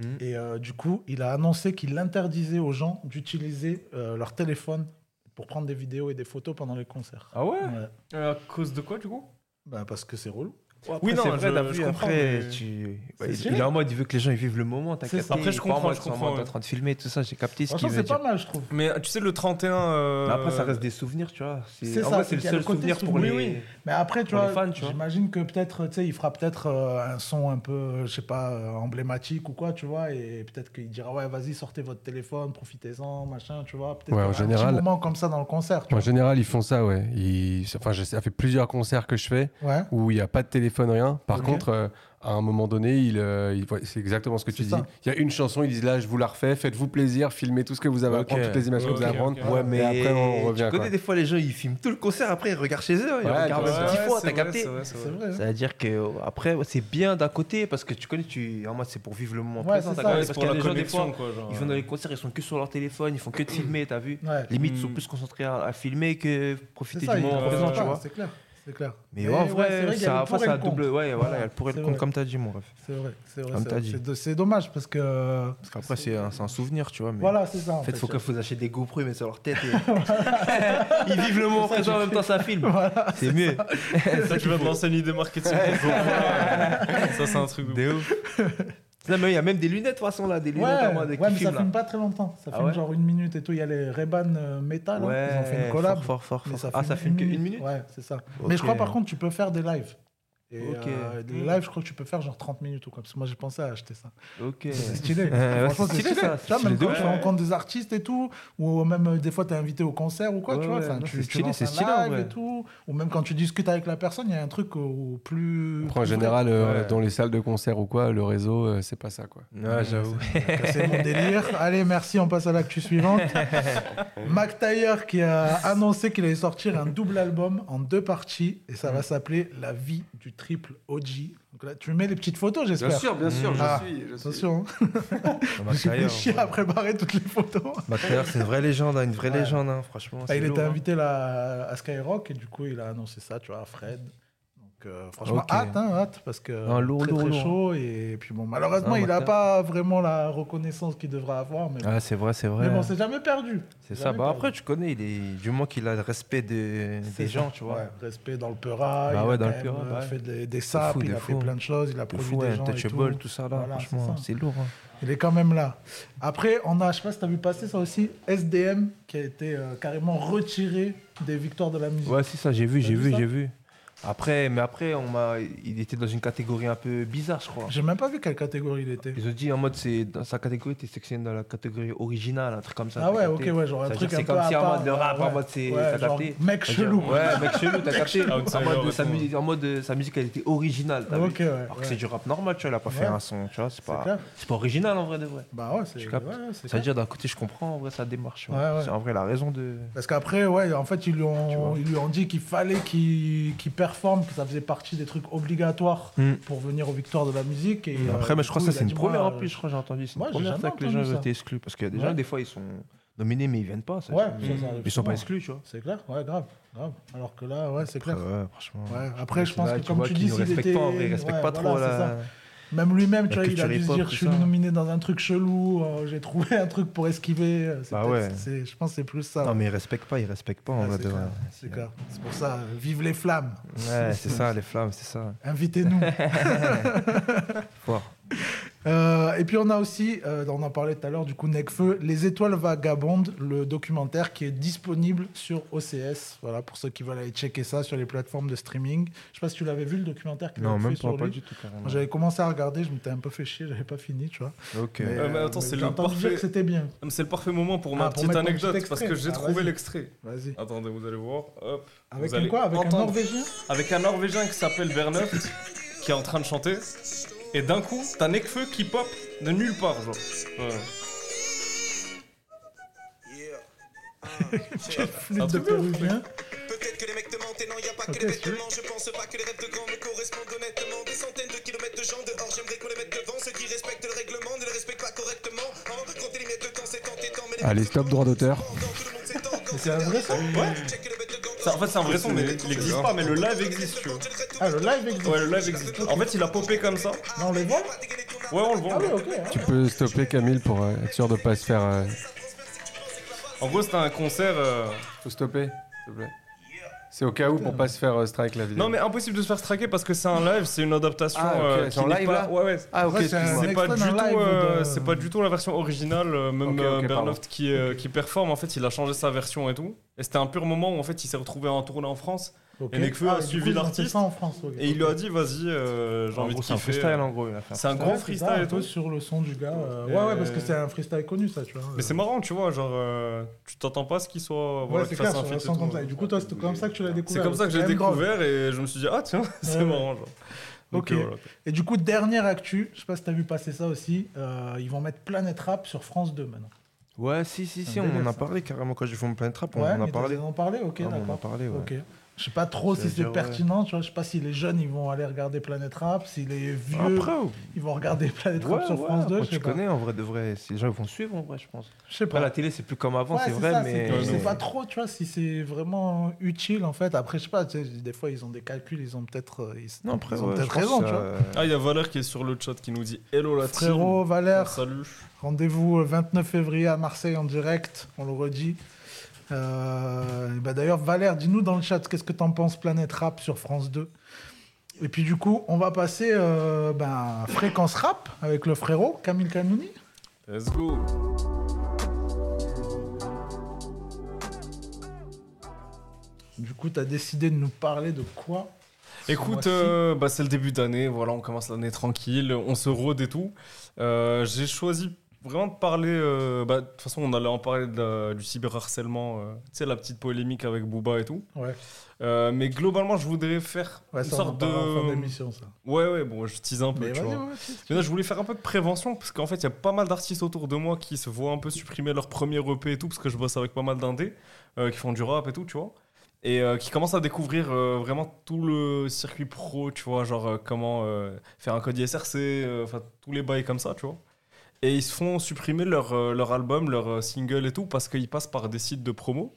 [SPEAKER 3] Mhm.
[SPEAKER 1] Et euh, du coup, il a annoncé qu'il interdisait aux gens d'utiliser euh, leur téléphone pour prendre des vidéos et des photos pendant les concerts.
[SPEAKER 3] Ah ouais
[SPEAKER 1] Ouais.
[SPEAKER 3] Euh, À cause de quoi, du coup
[SPEAKER 1] Bah, parce que c'est relou.
[SPEAKER 3] Oui, non,
[SPEAKER 2] c'est vrai,
[SPEAKER 3] je-
[SPEAKER 2] t'as
[SPEAKER 3] je
[SPEAKER 2] vu,
[SPEAKER 3] comprends,
[SPEAKER 2] après,
[SPEAKER 3] mais-
[SPEAKER 2] tu... bah,
[SPEAKER 1] C'est
[SPEAKER 2] il,
[SPEAKER 1] stylé.
[SPEAKER 2] il est en mode, il veut que les gens ils vivent le moment,
[SPEAKER 1] C'est
[SPEAKER 2] t'inquiète.
[SPEAKER 1] ça.
[SPEAKER 2] pas,
[SPEAKER 3] Après,
[SPEAKER 2] il est
[SPEAKER 3] je
[SPEAKER 2] pas en
[SPEAKER 3] comprends,
[SPEAKER 2] mode,
[SPEAKER 3] je
[SPEAKER 2] c'est en
[SPEAKER 3] comprends,
[SPEAKER 2] mode,
[SPEAKER 3] ouais.
[SPEAKER 2] en train de filmer, tout ça, j'ai capté ce qu'il
[SPEAKER 1] Franchement,
[SPEAKER 2] veut
[SPEAKER 1] c'est pas
[SPEAKER 2] dire.
[SPEAKER 1] mal, je trouve.
[SPEAKER 3] Mais tu sais, le 31. euh,
[SPEAKER 2] Mais Après, ça reste des souvenirs, tu vois.
[SPEAKER 1] C'est
[SPEAKER 2] en
[SPEAKER 1] ça,
[SPEAKER 2] vrai, c'est le
[SPEAKER 1] il y a
[SPEAKER 2] seul
[SPEAKER 1] le côté
[SPEAKER 2] souvenir pour
[SPEAKER 1] souvenir.
[SPEAKER 2] les.
[SPEAKER 1] Oui, Mais après, tu
[SPEAKER 2] Pour les
[SPEAKER 1] vois,
[SPEAKER 2] fans, tu vois.
[SPEAKER 1] j'imagine que peut-être, tu sais, il fera peut-être euh, un son un peu, euh, je sais pas, euh, emblématique ou quoi, tu vois, et peut-être qu'il dira, ouais, vas-y, sortez votre téléphone, profitez-en, machin, tu vois. Peut-être
[SPEAKER 7] Ouais, en
[SPEAKER 1] un
[SPEAKER 7] général-
[SPEAKER 1] petit moment comme ça dans le concert, tu
[SPEAKER 7] En général, ils font ça, ouais. Ils- Enfin, je sais- ça fait plusieurs concerts que je fais
[SPEAKER 1] vois. Ouais.
[SPEAKER 7] où il n'y a pas de téléphone, rien. Par
[SPEAKER 1] Ok.
[SPEAKER 7] contre, euh, à un moment donné, il, euh, il- ouais, c'est exactement ce que tu
[SPEAKER 1] C'est
[SPEAKER 7] dis.
[SPEAKER 1] ça.
[SPEAKER 7] Il y a une chanson, ils disent là, je vous la refais, faites-vous plaisir, filmez tout ce que vous avez à
[SPEAKER 3] Ok.
[SPEAKER 7] prendre, toutes les images que vous
[SPEAKER 3] Ok,
[SPEAKER 7] avez à prendre.
[SPEAKER 3] ok.
[SPEAKER 2] Ouais, mais
[SPEAKER 7] Et après, on revient.
[SPEAKER 2] tu connais
[SPEAKER 7] quoi.
[SPEAKER 2] des fois les gens, ils filment tout le concert, après ils regardent chez eux, ils
[SPEAKER 7] Ouais,
[SPEAKER 2] regardent
[SPEAKER 7] ouais,
[SPEAKER 2] même dix
[SPEAKER 3] ouais,
[SPEAKER 2] fois,
[SPEAKER 3] c'est
[SPEAKER 2] t'as
[SPEAKER 3] vrai,
[SPEAKER 2] capté.
[SPEAKER 3] c'est vrai, c'est
[SPEAKER 1] C'est
[SPEAKER 3] vrai.
[SPEAKER 1] vrai. hein.
[SPEAKER 2] Ça veut dire que euh, après ouais, c'est bien d'un côté parce que tu connais, tu en mode c'est pour vivre le moment
[SPEAKER 1] Ouais,
[SPEAKER 2] présent,
[SPEAKER 1] c'est
[SPEAKER 2] t'as
[SPEAKER 1] ça.
[SPEAKER 3] Ouais,
[SPEAKER 2] capté,
[SPEAKER 3] c'est
[SPEAKER 2] parce
[SPEAKER 3] pour
[SPEAKER 2] qu'il y a
[SPEAKER 3] la
[SPEAKER 2] des gens des
[SPEAKER 3] connexion,
[SPEAKER 2] fois,
[SPEAKER 3] quoi. genre.
[SPEAKER 2] ils vont dans les concerts, ils sont que sur leur téléphone, ils font que de filmer, t'as vu.
[SPEAKER 1] Ouais.
[SPEAKER 2] Limite, ils sont
[SPEAKER 3] Hmm.
[SPEAKER 2] plus concentrés à, à filmer que
[SPEAKER 1] Mm. C'est
[SPEAKER 2] profiter
[SPEAKER 1] ça,
[SPEAKER 2] du
[SPEAKER 1] il
[SPEAKER 2] moment
[SPEAKER 1] il-
[SPEAKER 2] présent,
[SPEAKER 1] c'est
[SPEAKER 2] tu
[SPEAKER 1] ça,
[SPEAKER 2] vois.
[SPEAKER 1] C'est clair, c'est clair.
[SPEAKER 2] Mais ouais, en vrai,
[SPEAKER 1] ouais, c'est vrai qu'il y a
[SPEAKER 2] ça,
[SPEAKER 1] le
[SPEAKER 2] après,
[SPEAKER 1] pour et
[SPEAKER 2] ça a
[SPEAKER 1] le contre.
[SPEAKER 2] double. Ouais, voilà, il y a le pour et le
[SPEAKER 1] C'est
[SPEAKER 2] contre,
[SPEAKER 1] vrai.
[SPEAKER 2] comme t'as dit, mon ref.
[SPEAKER 1] C'est vrai, c'est vrai.
[SPEAKER 2] Comme
[SPEAKER 1] c'est-
[SPEAKER 2] t'as dit.
[SPEAKER 1] c'est do- C'est dommage parce que. euh,
[SPEAKER 2] Parce qu'après, c'est un, c'est un souvenir, tu vois. Mais...
[SPEAKER 1] Voilà, c'est ça. En
[SPEAKER 2] En fait,
[SPEAKER 1] fait,
[SPEAKER 2] faut que vous achetez des GoPro, ils mettent sur leur tête et. ils vivent le moment présent en même temps, ça filme.
[SPEAKER 1] Voilà,
[SPEAKER 2] C'est mieux.
[SPEAKER 3] Ça, tu vas te lancer une idée marketing. Ça, c'est un truc de.
[SPEAKER 2] Des ouf. Non, mais il y a même des lunettes, de toute façon, là, des
[SPEAKER 1] Ouais,
[SPEAKER 2] lunettes en mode
[SPEAKER 1] ouais,
[SPEAKER 2] qui
[SPEAKER 1] mais ça
[SPEAKER 2] filment, là.
[SPEAKER 1] filme pas très longtemps. Ça
[SPEAKER 2] Ah
[SPEAKER 1] filme
[SPEAKER 2] ouais
[SPEAKER 1] genre une minute et tout. Il y a les Ray-Ban euh, Meta, là.
[SPEAKER 2] Ouais,
[SPEAKER 1] Ils ont fait une collab.
[SPEAKER 2] Fort, fort,
[SPEAKER 1] Mais
[SPEAKER 2] fort, fort. Ah, ça filme
[SPEAKER 1] une
[SPEAKER 2] que une minute
[SPEAKER 1] Ouais, c'est ça.
[SPEAKER 2] Ok.
[SPEAKER 1] Mais je crois par contre, tu peux faire des lives. Et
[SPEAKER 2] Ok.
[SPEAKER 1] euh, des lives, je crois que tu peux faire genre 30 minutes ou quoi. Parce que moi, j'ai pensé à acheter ça.
[SPEAKER 2] Ok.
[SPEAKER 1] C'est stylé.
[SPEAKER 2] Euh,
[SPEAKER 1] Franchement,
[SPEAKER 2] c'est
[SPEAKER 1] c'est
[SPEAKER 2] stylé,
[SPEAKER 1] stylé.
[SPEAKER 2] ça.
[SPEAKER 1] Tu vois,
[SPEAKER 2] C'est
[SPEAKER 1] même
[SPEAKER 2] stylé de
[SPEAKER 1] quand
[SPEAKER 2] ouf.
[SPEAKER 1] tu rencontres des artistes et tout, ou même euh, des fois, tu es invité au concert ou quoi,
[SPEAKER 2] Ouais,
[SPEAKER 1] tu vois.
[SPEAKER 2] ouais,
[SPEAKER 1] Enfin,
[SPEAKER 2] non,
[SPEAKER 1] tu,
[SPEAKER 2] c'est
[SPEAKER 1] tu
[SPEAKER 2] stylé,
[SPEAKER 1] lances
[SPEAKER 2] c'est
[SPEAKER 1] un
[SPEAKER 2] stylé, en
[SPEAKER 1] live
[SPEAKER 2] vrai.
[SPEAKER 1] et tout. Ou même quand tu discutes avec la personne, il y a un truc euh, au plus.
[SPEAKER 7] Après, en général, euh,
[SPEAKER 2] Ouais.
[SPEAKER 7] dans les salles de concert ou quoi, le réseau, euh, c'est pas ça, quoi.
[SPEAKER 2] Ouais, j'avoue.
[SPEAKER 1] C'est mon délire. Allez, merci, on passe à l'actu suivante. Mac Taylor qui a annoncé qu'il allait sortir un double album en deux parties et ça va
[SPEAKER 2] Mm.
[SPEAKER 1] s'appeler La vie du triple OG. Donc là, tu mets les petites photos, j'espère.
[SPEAKER 7] bien sûr,
[SPEAKER 1] je Ah. Attention, hein. j'ai fait chier à préparer toutes les photos.
[SPEAKER 2] Bactérieur, c'est une vraie légende, hein, une vraie
[SPEAKER 1] Ouais.
[SPEAKER 2] légende, hein, franchement.
[SPEAKER 1] Ah,
[SPEAKER 2] Ah, c'est
[SPEAKER 1] il
[SPEAKER 2] lourd,
[SPEAKER 1] était
[SPEAKER 2] hein.
[SPEAKER 1] invité là, à Skyrock et du coup, il a annoncé ça, tu vois, à Fred. Donc, euh, franchement,
[SPEAKER 2] Ok.
[SPEAKER 1] hâte, hein, hâte, parce que
[SPEAKER 2] Ah, lourd,
[SPEAKER 1] très,
[SPEAKER 2] lourd,
[SPEAKER 1] très
[SPEAKER 2] lourd.
[SPEAKER 1] chaud. Et puis bon, malheureusement,
[SPEAKER 2] Ah,
[SPEAKER 1] il n'a
[SPEAKER 2] Mac Taylor.
[SPEAKER 1] pas vraiment la reconnaissance qu'il devrait avoir. Mais,
[SPEAKER 2] Ah, c'est vrai, c'est vrai.
[SPEAKER 1] mais bon, c'est jamais perdu.
[SPEAKER 2] c'est ça.
[SPEAKER 1] jamais
[SPEAKER 2] Bah,
[SPEAKER 1] perdu.
[SPEAKER 2] après, tu connais, il est... du moins qu'il a le respect de-
[SPEAKER 1] C'est
[SPEAKER 2] des
[SPEAKER 1] ça.
[SPEAKER 2] gens, tu vois.
[SPEAKER 1] Ouais, respect dans le Peura.
[SPEAKER 2] Bah
[SPEAKER 1] il
[SPEAKER 2] ouais,
[SPEAKER 1] a
[SPEAKER 2] dans
[SPEAKER 1] quand
[SPEAKER 2] le Peura,
[SPEAKER 1] même, euh,
[SPEAKER 2] bah ouais.
[SPEAKER 1] fait des, des saps,
[SPEAKER 2] fou,
[SPEAKER 1] il
[SPEAKER 2] de
[SPEAKER 1] a
[SPEAKER 2] fou.
[SPEAKER 1] fait plein de choses, il a
[SPEAKER 2] Le
[SPEAKER 1] produit
[SPEAKER 2] fou,
[SPEAKER 1] des
[SPEAKER 2] ouais,
[SPEAKER 1] gens. et
[SPEAKER 2] touchable,
[SPEAKER 1] tout.
[SPEAKER 2] tout ça, là,
[SPEAKER 1] Voilà, c'est
[SPEAKER 2] franchement,
[SPEAKER 1] ça.
[SPEAKER 2] c'est lourd. hein.
[SPEAKER 1] Il est quand même là. Après, on a, je sais pas si t'as vu passer ça aussi, SDM qui a été euh, carrément retiré des victoires de la musique.
[SPEAKER 2] Ouais, c'est ça, j'ai vu,
[SPEAKER 1] T'as
[SPEAKER 2] j'ai
[SPEAKER 1] vu
[SPEAKER 2] vu,
[SPEAKER 1] ça
[SPEAKER 2] j'ai vu. Après, mais après, on m'a, il était dans une catégorie un peu bizarre, je crois.
[SPEAKER 1] J'ai même pas vu quelle catégorie il était.
[SPEAKER 2] Ils ont dit en mode, c'est dans sa catégorie, t'es sectionné dans la catégorie originale, un truc comme ça.
[SPEAKER 1] Ah
[SPEAKER 2] t'as
[SPEAKER 1] ouais, ok,
[SPEAKER 2] capté
[SPEAKER 1] ouais, genre un
[SPEAKER 2] Ça veut
[SPEAKER 1] truc
[SPEAKER 2] dire,
[SPEAKER 1] un
[SPEAKER 2] c'est
[SPEAKER 1] peu
[SPEAKER 2] comme
[SPEAKER 1] à
[SPEAKER 2] si en
[SPEAKER 1] part,
[SPEAKER 2] mode le rap,
[SPEAKER 1] ouais.
[SPEAKER 2] en mode c'est,
[SPEAKER 1] Ouais,
[SPEAKER 2] t'as
[SPEAKER 1] genre,
[SPEAKER 2] capté
[SPEAKER 1] Mec
[SPEAKER 2] Ça veut dire,
[SPEAKER 1] chelou.
[SPEAKER 2] Ouais, mec chelou, t'as capté en
[SPEAKER 3] Outsider
[SPEAKER 2] mode,
[SPEAKER 3] et
[SPEAKER 2] sa
[SPEAKER 3] tout.
[SPEAKER 2] musique, en mode, euh, sa musique, elle était originale, t'as
[SPEAKER 1] Ok,
[SPEAKER 2] vu
[SPEAKER 1] ouais.
[SPEAKER 2] Alors que
[SPEAKER 1] ouais.
[SPEAKER 2] c'est du rap normal, tu vois, il a pas
[SPEAKER 1] Ouais.
[SPEAKER 2] fait un son, tu vois, c'est
[SPEAKER 1] C'est
[SPEAKER 2] pas,
[SPEAKER 1] clair.
[SPEAKER 2] c'est pas original en vrai de vrai.
[SPEAKER 1] Bah ouais, c'est
[SPEAKER 2] Tu
[SPEAKER 1] ouais,
[SPEAKER 2] captes.
[SPEAKER 1] ouais, c'est
[SPEAKER 2] Ça
[SPEAKER 1] clair.
[SPEAKER 2] veut dire, d'un côté, je comprends en vrai sa démarche. tu vois.
[SPEAKER 1] Ouais, ouais.
[SPEAKER 2] C'est en vrai la raison de.
[SPEAKER 1] Parce qu'après, ouais, en fait, ils lui
[SPEAKER 2] Tu
[SPEAKER 1] ont,
[SPEAKER 2] vois.
[SPEAKER 1] ils lui ont dit qu'il fallait qu'il qu'il performe, que ça faisait partie des trucs obligatoires
[SPEAKER 2] Hmm.
[SPEAKER 1] pour venir aux victoires de la musique. Et, euh,
[SPEAKER 2] Après, mais je
[SPEAKER 1] du
[SPEAKER 2] crois
[SPEAKER 1] coup,
[SPEAKER 2] que
[SPEAKER 1] il a
[SPEAKER 2] ça, c'est
[SPEAKER 1] dit,
[SPEAKER 2] une première
[SPEAKER 1] moi,
[SPEAKER 2] en plus, je crois, j'ai entendu. C'est une
[SPEAKER 1] moi, j'ai
[SPEAKER 2] première
[SPEAKER 1] jamais
[SPEAKER 2] fois que les
[SPEAKER 1] entendu
[SPEAKER 2] gens
[SPEAKER 1] ça.
[SPEAKER 2] étaient exclus. Parce qu'il y a des
[SPEAKER 1] Ouais.
[SPEAKER 2] gens, des fois, ils sont nominés, mais ils viennent pas. ça,
[SPEAKER 1] Ouais,
[SPEAKER 2] tu
[SPEAKER 1] ça,
[SPEAKER 2] vois, mais
[SPEAKER 1] ça arrive
[SPEAKER 2] ils sont
[SPEAKER 1] souvent.
[SPEAKER 2] pas exclus, tu vois.
[SPEAKER 1] C'est clair, ouais, grave, grave. Alors que là, ouais, c'est clair.
[SPEAKER 2] Ouais, franchement.
[SPEAKER 1] Ouais, après, je pense
[SPEAKER 2] Là,
[SPEAKER 1] que comme
[SPEAKER 2] vois
[SPEAKER 1] tu
[SPEAKER 2] qu'ils
[SPEAKER 1] dis,
[SPEAKER 2] nous
[SPEAKER 1] s'il
[SPEAKER 2] respectent
[SPEAKER 1] était...
[SPEAKER 2] pas, en vrai, ils respectent
[SPEAKER 1] ouais,
[SPEAKER 2] pas
[SPEAKER 1] voilà,
[SPEAKER 2] trop
[SPEAKER 1] c'est ça.
[SPEAKER 2] là.
[SPEAKER 1] Même lui-même, tu
[SPEAKER 2] la
[SPEAKER 1] vois, il a
[SPEAKER 2] culture
[SPEAKER 1] dû se
[SPEAKER 2] hip-hop,
[SPEAKER 1] dire,
[SPEAKER 2] tout
[SPEAKER 1] je suis
[SPEAKER 2] ça.
[SPEAKER 1] nominé dans un truc chelou, euh, j'ai trouvé un truc pour esquiver. euh, c'est
[SPEAKER 2] Bah
[SPEAKER 1] peut-être-
[SPEAKER 2] ouais.
[SPEAKER 1] c'est- Je pense que c'est plus ça.
[SPEAKER 2] Non, mais ils respectent pas, ils respectent pas, en
[SPEAKER 1] Ouais,
[SPEAKER 2] vrai.
[SPEAKER 1] c'est
[SPEAKER 2] de
[SPEAKER 1] clair,
[SPEAKER 2] vrai.
[SPEAKER 1] c'est clair. C'est pour ça, euh, vive les flammes,
[SPEAKER 2] Ouais, c'est ça, les flammes, c'est ça.
[SPEAKER 1] invitez-nous.
[SPEAKER 2] Fort.
[SPEAKER 1] Euh, et puis on a aussi, euh, on en parlait tout à l'heure, du coup, Necfeu, Les Étoiles Vagabondes, le documentaire qui est disponible sur OCS. Voilà, pour ceux qui veulent aller checker ça sur les plateformes de streaming. Je sais pas si tu l'avais vu le documentaire qu'il
[SPEAKER 2] Non,
[SPEAKER 1] avait fait
[SPEAKER 2] même pas,
[SPEAKER 1] sur
[SPEAKER 2] pas
[SPEAKER 1] lui.
[SPEAKER 2] du tout, carrément.
[SPEAKER 1] Quand J'avais commencé à regarder, je m'étais un peu fait chier, j'avais pas fini, tu vois.
[SPEAKER 2] Ok.
[SPEAKER 3] Euh, mais attends,
[SPEAKER 1] euh, j'ai
[SPEAKER 3] c'est le
[SPEAKER 1] entendu dire
[SPEAKER 3] parfait-
[SPEAKER 1] que c'était bien.
[SPEAKER 3] Ah, mais C'est le parfait moment pour
[SPEAKER 1] Ah,
[SPEAKER 3] ma
[SPEAKER 1] pour
[SPEAKER 3] petite
[SPEAKER 1] mettre mon petit
[SPEAKER 3] anecdote parce
[SPEAKER 1] extrait.
[SPEAKER 3] que j'ai
[SPEAKER 1] Ah,
[SPEAKER 3] trouvé
[SPEAKER 1] vas-y.
[SPEAKER 3] l'extrait.
[SPEAKER 1] Vas-y.
[SPEAKER 3] Attendez, vous allez voir. Hop.
[SPEAKER 1] Avec
[SPEAKER 3] Ah, Vous
[SPEAKER 1] un
[SPEAKER 3] allez
[SPEAKER 1] quoi Avec un
[SPEAKER 3] entendre.
[SPEAKER 1] Norvégien
[SPEAKER 3] Avec un Norvégien qui s'appelle Bernhoft qui est en train de chanter. Et d'un coup, t'as Nekfeu qui pop de nulle part, genre. Ouais.
[SPEAKER 1] Quelle
[SPEAKER 3] un
[SPEAKER 1] flûte de
[SPEAKER 3] truc de ouf,
[SPEAKER 1] péruvien.
[SPEAKER 9] Peut-être que les mecs te mentent et non, y a pas que
[SPEAKER 1] Ok,
[SPEAKER 9] les
[SPEAKER 1] si tu veux.
[SPEAKER 9] vêtements. Je pense pas que les rêves de grand me correspondent honnêtement. Des centaines de kilomètres de gens dehors, j'aimerais qu'on les mette devant. Ceux qui respectent le règlement ne le respectent pas correctement. Hein, comptez les miettes de temps, c'est tentant, mais les
[SPEAKER 7] Allez,
[SPEAKER 9] mecs de
[SPEAKER 7] stop,
[SPEAKER 9] gants,
[SPEAKER 7] droit d'auteur.
[SPEAKER 9] pendant que le monde s'étend, quand
[SPEAKER 1] Mais C'est un vrai son
[SPEAKER 3] Ouais.
[SPEAKER 9] c'est- check les mecs de gants,
[SPEAKER 3] Ça, en fait, c'est un vrai son, mais il existe pas, mais le live existe, tu vois.
[SPEAKER 9] je le regrette tout.
[SPEAKER 1] Ah, le live existe.
[SPEAKER 3] Ouais, le live existe. En fait, il a popé comme ça.
[SPEAKER 1] Non, on les voit
[SPEAKER 3] Ouais, on le voit.
[SPEAKER 1] Ah oui, ok. hein.
[SPEAKER 7] Tu peux stopper Camille pour euh, être sûr de pas se faire. euh,
[SPEAKER 3] En gros, c'était un concert. euh,
[SPEAKER 7] Faut stopper, s'il te plaît. C'est au cas où pour pas se faire euh, strike la vidéo.
[SPEAKER 3] Non, mais impossible de se faire traquer parce que c'est un live, c'est une adaptation.
[SPEAKER 7] Ah, ok,
[SPEAKER 3] euh,
[SPEAKER 7] c'est
[SPEAKER 3] qui
[SPEAKER 7] en
[SPEAKER 3] n'est
[SPEAKER 7] live,
[SPEAKER 3] pas-
[SPEAKER 7] là
[SPEAKER 3] Ouais, ouais.
[SPEAKER 7] Ah, ok,
[SPEAKER 1] Ouais, c'est un-
[SPEAKER 7] excuse-moi.
[SPEAKER 3] C'est pas,
[SPEAKER 1] extrait
[SPEAKER 3] du
[SPEAKER 1] d'un
[SPEAKER 3] tout,
[SPEAKER 1] live
[SPEAKER 3] euh,
[SPEAKER 1] de-
[SPEAKER 3] c'est pas du tout la version originale, euh, même
[SPEAKER 7] Ok, ok,
[SPEAKER 3] euh,
[SPEAKER 7] pardon.
[SPEAKER 3] Bernhoft qui, euh, qui performe, en fait, il a changé sa version et tout. Et c'était un pur moment où en fait il s'est retrouvé en tournée en France
[SPEAKER 1] Ok.
[SPEAKER 3] Et Nekfeu
[SPEAKER 1] Ah,
[SPEAKER 3] a
[SPEAKER 1] du
[SPEAKER 3] suivi
[SPEAKER 1] coup, ils ont fait
[SPEAKER 3] l'artiste.
[SPEAKER 1] ça en France. ok.
[SPEAKER 3] et il lui a dit vas-y, euh, j'ai
[SPEAKER 10] En
[SPEAKER 3] envie
[SPEAKER 10] gros,
[SPEAKER 3] de
[SPEAKER 10] c'est un
[SPEAKER 3] kiffer.
[SPEAKER 7] hein.
[SPEAKER 10] freestyle en gros, il a fait. un-
[SPEAKER 3] C'est un
[SPEAKER 1] Ouais,
[SPEAKER 3] gros
[SPEAKER 1] c'est
[SPEAKER 3] freestyle
[SPEAKER 1] ça, un
[SPEAKER 3] et
[SPEAKER 1] peu
[SPEAKER 3] tout.
[SPEAKER 1] sur le son du gars. euh,
[SPEAKER 3] Et-
[SPEAKER 1] Ouais, ouais, parce que c'est un freestyle connu, ça, tu vois.
[SPEAKER 3] Mais c'est marrant, tu vois, genre euh, tu t'attends pas à ce qu'il soit voilà,
[SPEAKER 1] ouais, c'est
[SPEAKER 3] qu'il
[SPEAKER 1] clair,
[SPEAKER 3] fasse
[SPEAKER 1] sur
[SPEAKER 3] un
[SPEAKER 1] un
[SPEAKER 3] feat et
[SPEAKER 1] son
[SPEAKER 3] tout.
[SPEAKER 1] comme ça. Et du coup, toi, c'est comme ça que tu l'as découvert.
[SPEAKER 3] C'est comme ça que
[SPEAKER 1] C'est
[SPEAKER 3] j'ai
[SPEAKER 1] quand même drôle.
[SPEAKER 3] découvert et je me suis dit ah tiens, c'est
[SPEAKER 1] Ouais.
[SPEAKER 3] marrant genre. Donc,
[SPEAKER 1] Ok.
[SPEAKER 3] euh, voilà.
[SPEAKER 1] Et du coup, dernière actu, je sais pas si t'as vu passer ça aussi, euh, ils vont mettre Planète Rap sur France 2 maintenant.
[SPEAKER 2] Ouais, si, si, si,
[SPEAKER 1] Un
[SPEAKER 2] on en
[SPEAKER 1] délire,
[SPEAKER 2] a
[SPEAKER 1] ça.
[SPEAKER 2] parlé carrément quand j'ai fait mon plein de trap, on
[SPEAKER 1] ouais,
[SPEAKER 2] en a
[SPEAKER 1] mais
[SPEAKER 2] parlé.
[SPEAKER 1] Ils en ont parlé, ok,
[SPEAKER 2] Ah, on en a
[SPEAKER 1] d'accord.
[SPEAKER 2] parlé, ouais.
[SPEAKER 1] Ok. Je sais pas trop si c'est
[SPEAKER 2] C'est-à-dire,
[SPEAKER 1] pertinent, tu vois. Je sais pas si les jeunes ils vont aller regarder Planète Rap, si les vieux
[SPEAKER 2] Après, ouais,
[SPEAKER 1] ils vont regarder Planète Rap sur
[SPEAKER 2] ouais,
[SPEAKER 1] France 2,
[SPEAKER 2] quand
[SPEAKER 1] je sais
[SPEAKER 2] tu
[SPEAKER 1] pas.
[SPEAKER 2] connais en vrai de vrai, si les gens vont suivre en vrai, je pense.
[SPEAKER 1] Je sais
[SPEAKER 2] Après,
[SPEAKER 1] pas.
[SPEAKER 2] la télé, c'est plus comme avant,
[SPEAKER 1] Ouais,
[SPEAKER 2] c'est vrai,
[SPEAKER 1] ça,
[SPEAKER 2] mais.
[SPEAKER 1] que Je sais
[SPEAKER 3] Ouais,
[SPEAKER 1] pas trop, tu vois, si c'est vraiment utile en fait. Après, je sais pas, tu sais, des fois ils ont des calculs, ils ont peut-être euh, ils,
[SPEAKER 2] Non, après,
[SPEAKER 1] ils ont
[SPEAKER 2] ouais, je
[SPEAKER 1] peut-être
[SPEAKER 2] pense,
[SPEAKER 1] raison, tu vois.
[SPEAKER 2] euh,
[SPEAKER 3] Ah, il y a Valère qui est sur le chat qui nous dit hello la team. Ah,
[SPEAKER 1] Frérot, Valère,
[SPEAKER 3] Salut.
[SPEAKER 1] Rendez-vous le 29 février à Marseille en direct, on le redit. Euh, et bah D'ailleurs, Valère, dis-nous dans le chat qu'est-ce que t'en penses Planète Rap sur France 2. Et puis du coup, on va passer euh, ben, Fréquence Rap avec le frérot Camille Canouni.
[SPEAKER 3] Let's go.
[SPEAKER 1] Du coup, t'as décidé de nous parler de quoi
[SPEAKER 3] Écoute,
[SPEAKER 1] mois-ci
[SPEAKER 3] euh, bah, c'est le début d'année, voilà, on commence l'année tranquille, on se rôde et tout. Euh, J'ai choisi vraiment de parler, euh, bah, de toute façon on allait en parler de la- du cyberharcèlement, euh, tu sais la petite polémique avec Booba et tout.
[SPEAKER 1] Ouais,
[SPEAKER 3] Euh, mais globalement je voudrais faire
[SPEAKER 1] ouais
[SPEAKER 3] une
[SPEAKER 1] ça, on en
[SPEAKER 3] sorte de...
[SPEAKER 1] parlera en fin d'émission, ça.
[SPEAKER 3] ouais ouais, bon je tease un peu,
[SPEAKER 1] Mais
[SPEAKER 3] tu
[SPEAKER 1] vas-y,
[SPEAKER 3] vois.
[SPEAKER 1] ouais, ouais, si, si.
[SPEAKER 3] Mais là, je voulais faire un peu de prévention parce qu'en fait, il y a pas mal d'artistes autour de moi qui se voient un peu supprimer leur premier EP et tout parce que je bosse avec pas mal d'indés euh, qui font du rap et tout, tu vois. Et euh, qui commencent à découvrir euh, vraiment tout le circuit pro, tu vois, genre euh, comment euh, faire un code ISRC, euh, enfin tous les bails comme ça, tu vois. Et ils se font supprimer leur, euh, leur album, leur euh, single et tout parce qu'ils passent par des sites de promo.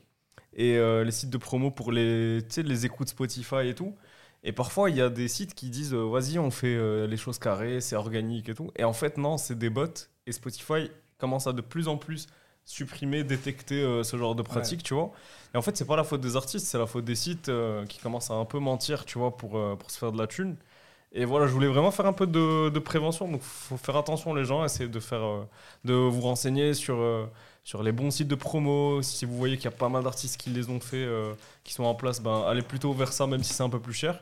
[SPEAKER 3] Et euh, les sites de promo pour les, tu sais, les écoutes Spotify et tout. Et parfois, il y a des sites qui disent euh, vas-y, on fait euh, les choses carrées, c'est organique et tout. Et en fait, non, c'est des bots. Et Spotify commence à de plus en plus supprimer, détecter euh, ce genre de pratique, tu vois. Et en fait, c'est pas la faute des artistes, c'est la faute des sites euh, qui commencent à un peu mentir, tu vois, pour, euh, pour se faire de la thune. Et voilà, je voulais vraiment faire un peu de, de prévention. Donc, faut faire attention, les gens, essayez de, faire, euh, de vous renseigner sur, euh, sur les bons sites de promo. Si vous voyez qu'il y a pas mal d'artistes qui les ont fait, euh, qui sont en place, ben, allez plutôt vers ça, même si c'est un peu plus cher.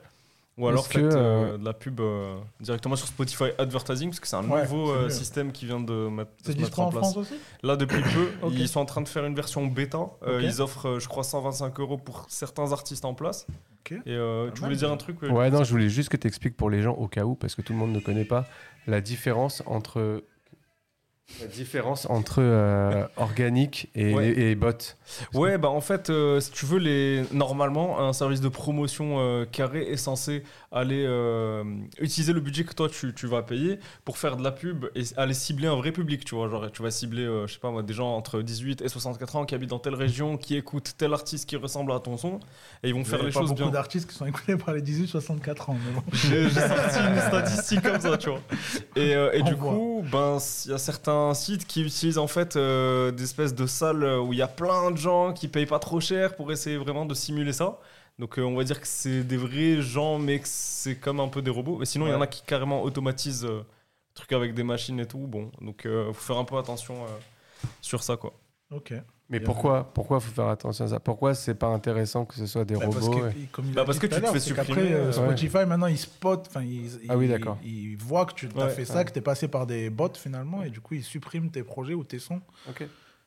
[SPEAKER 3] Ou alors
[SPEAKER 7] Est-ce que,
[SPEAKER 3] faites euh,
[SPEAKER 7] euh,
[SPEAKER 3] de la pub euh, directement sur Spotify Advertising, parce que c'est un
[SPEAKER 1] Ouais,
[SPEAKER 3] nouveau
[SPEAKER 1] c'est
[SPEAKER 3] euh,
[SPEAKER 1] mieux.
[SPEAKER 3] système qui vient de, mettre- de
[SPEAKER 1] C'est
[SPEAKER 3] se mettre
[SPEAKER 1] dispo
[SPEAKER 3] en
[SPEAKER 1] en
[SPEAKER 3] place.
[SPEAKER 1] France aussi
[SPEAKER 3] Là, depuis peu,
[SPEAKER 1] Ok.
[SPEAKER 3] ils sont en train de faire une version bêta. Euh,
[SPEAKER 1] Ok.
[SPEAKER 3] Ils offrent, euh, je crois, 125 euros pour certains artistes en place.
[SPEAKER 1] Ok.
[SPEAKER 3] Et euh,
[SPEAKER 1] Pas
[SPEAKER 3] tu
[SPEAKER 1] mal,
[SPEAKER 3] voulais dire
[SPEAKER 1] ça.
[SPEAKER 3] un truc
[SPEAKER 7] Ouais, non, je voulais juste que tu expliques pour les gens au cas où, parce que tout le monde ne connaît pas la différence entre. La différence entre euh, organique et,
[SPEAKER 3] Ouais.
[SPEAKER 7] et bot.
[SPEAKER 3] Ouais, bah en fait, euh, si tu veux, les... normalement, un service de promotion euh, carré est censé aller euh, utiliser le budget que toi tu, tu vas payer pour faire de la pub et aller cibler un vrai public, tu vois. Genre, tu vas cibler, euh, je sais pas moi, des gens entre 18 et 64 ans qui habitent dans telle région, qui écoutent tel artiste qui ressemble à ton son, et ils vont faire
[SPEAKER 1] Il y a
[SPEAKER 3] les
[SPEAKER 1] pas
[SPEAKER 3] choses
[SPEAKER 1] beaucoup
[SPEAKER 3] bien.
[SPEAKER 1] d'artistes qui sont écoutés par les 18-64 ans. mais bon.
[SPEAKER 3] J'ai j'ai sorti une statistique comme ça, tu vois. Et, euh, et
[SPEAKER 1] Au
[SPEAKER 3] du
[SPEAKER 1] revoir.
[SPEAKER 3] coup, ben, il y a certains sites qui utilisent en fait euh, des espèces de salles où il y a plein de gens qui payent pas trop cher pour essayer vraiment de simuler ça. Donc euh, on va dire que c'est des vrais gens, mais que c'est comme un peu des robots. Mais sinon, il y en a qui carrément automatisent euh, trucs avec des machines et tout. Bon, donc euh, faut faire un peu attention euh, sur ça, quoi.
[SPEAKER 1] Ok.
[SPEAKER 7] Mais
[SPEAKER 1] Bien.
[SPEAKER 7] pourquoi Pourquoi faut faire attention à ça Pourquoi c'est pas intéressant que ce soit des
[SPEAKER 1] Bah, parce
[SPEAKER 7] robots
[SPEAKER 1] que,
[SPEAKER 7] ouais.
[SPEAKER 1] comme il
[SPEAKER 3] Bah,
[SPEAKER 1] a
[SPEAKER 3] parce
[SPEAKER 1] dit
[SPEAKER 3] que
[SPEAKER 1] tout
[SPEAKER 3] tu
[SPEAKER 1] à
[SPEAKER 3] te
[SPEAKER 1] l'heure,
[SPEAKER 3] fais
[SPEAKER 1] c'est qu'après,
[SPEAKER 3] supprimer,
[SPEAKER 1] euh,
[SPEAKER 3] ouais.
[SPEAKER 1] Spotify, maintenant, ils spotent. Enfin, ils,
[SPEAKER 7] Ah oui,
[SPEAKER 1] ils-
[SPEAKER 7] d'accord.
[SPEAKER 1] Ils voient que tu as
[SPEAKER 3] Ouais.
[SPEAKER 1] fait ça, que t'es passé par des bots finalement, et du coup, ils suppriment tes projets ou tes sons.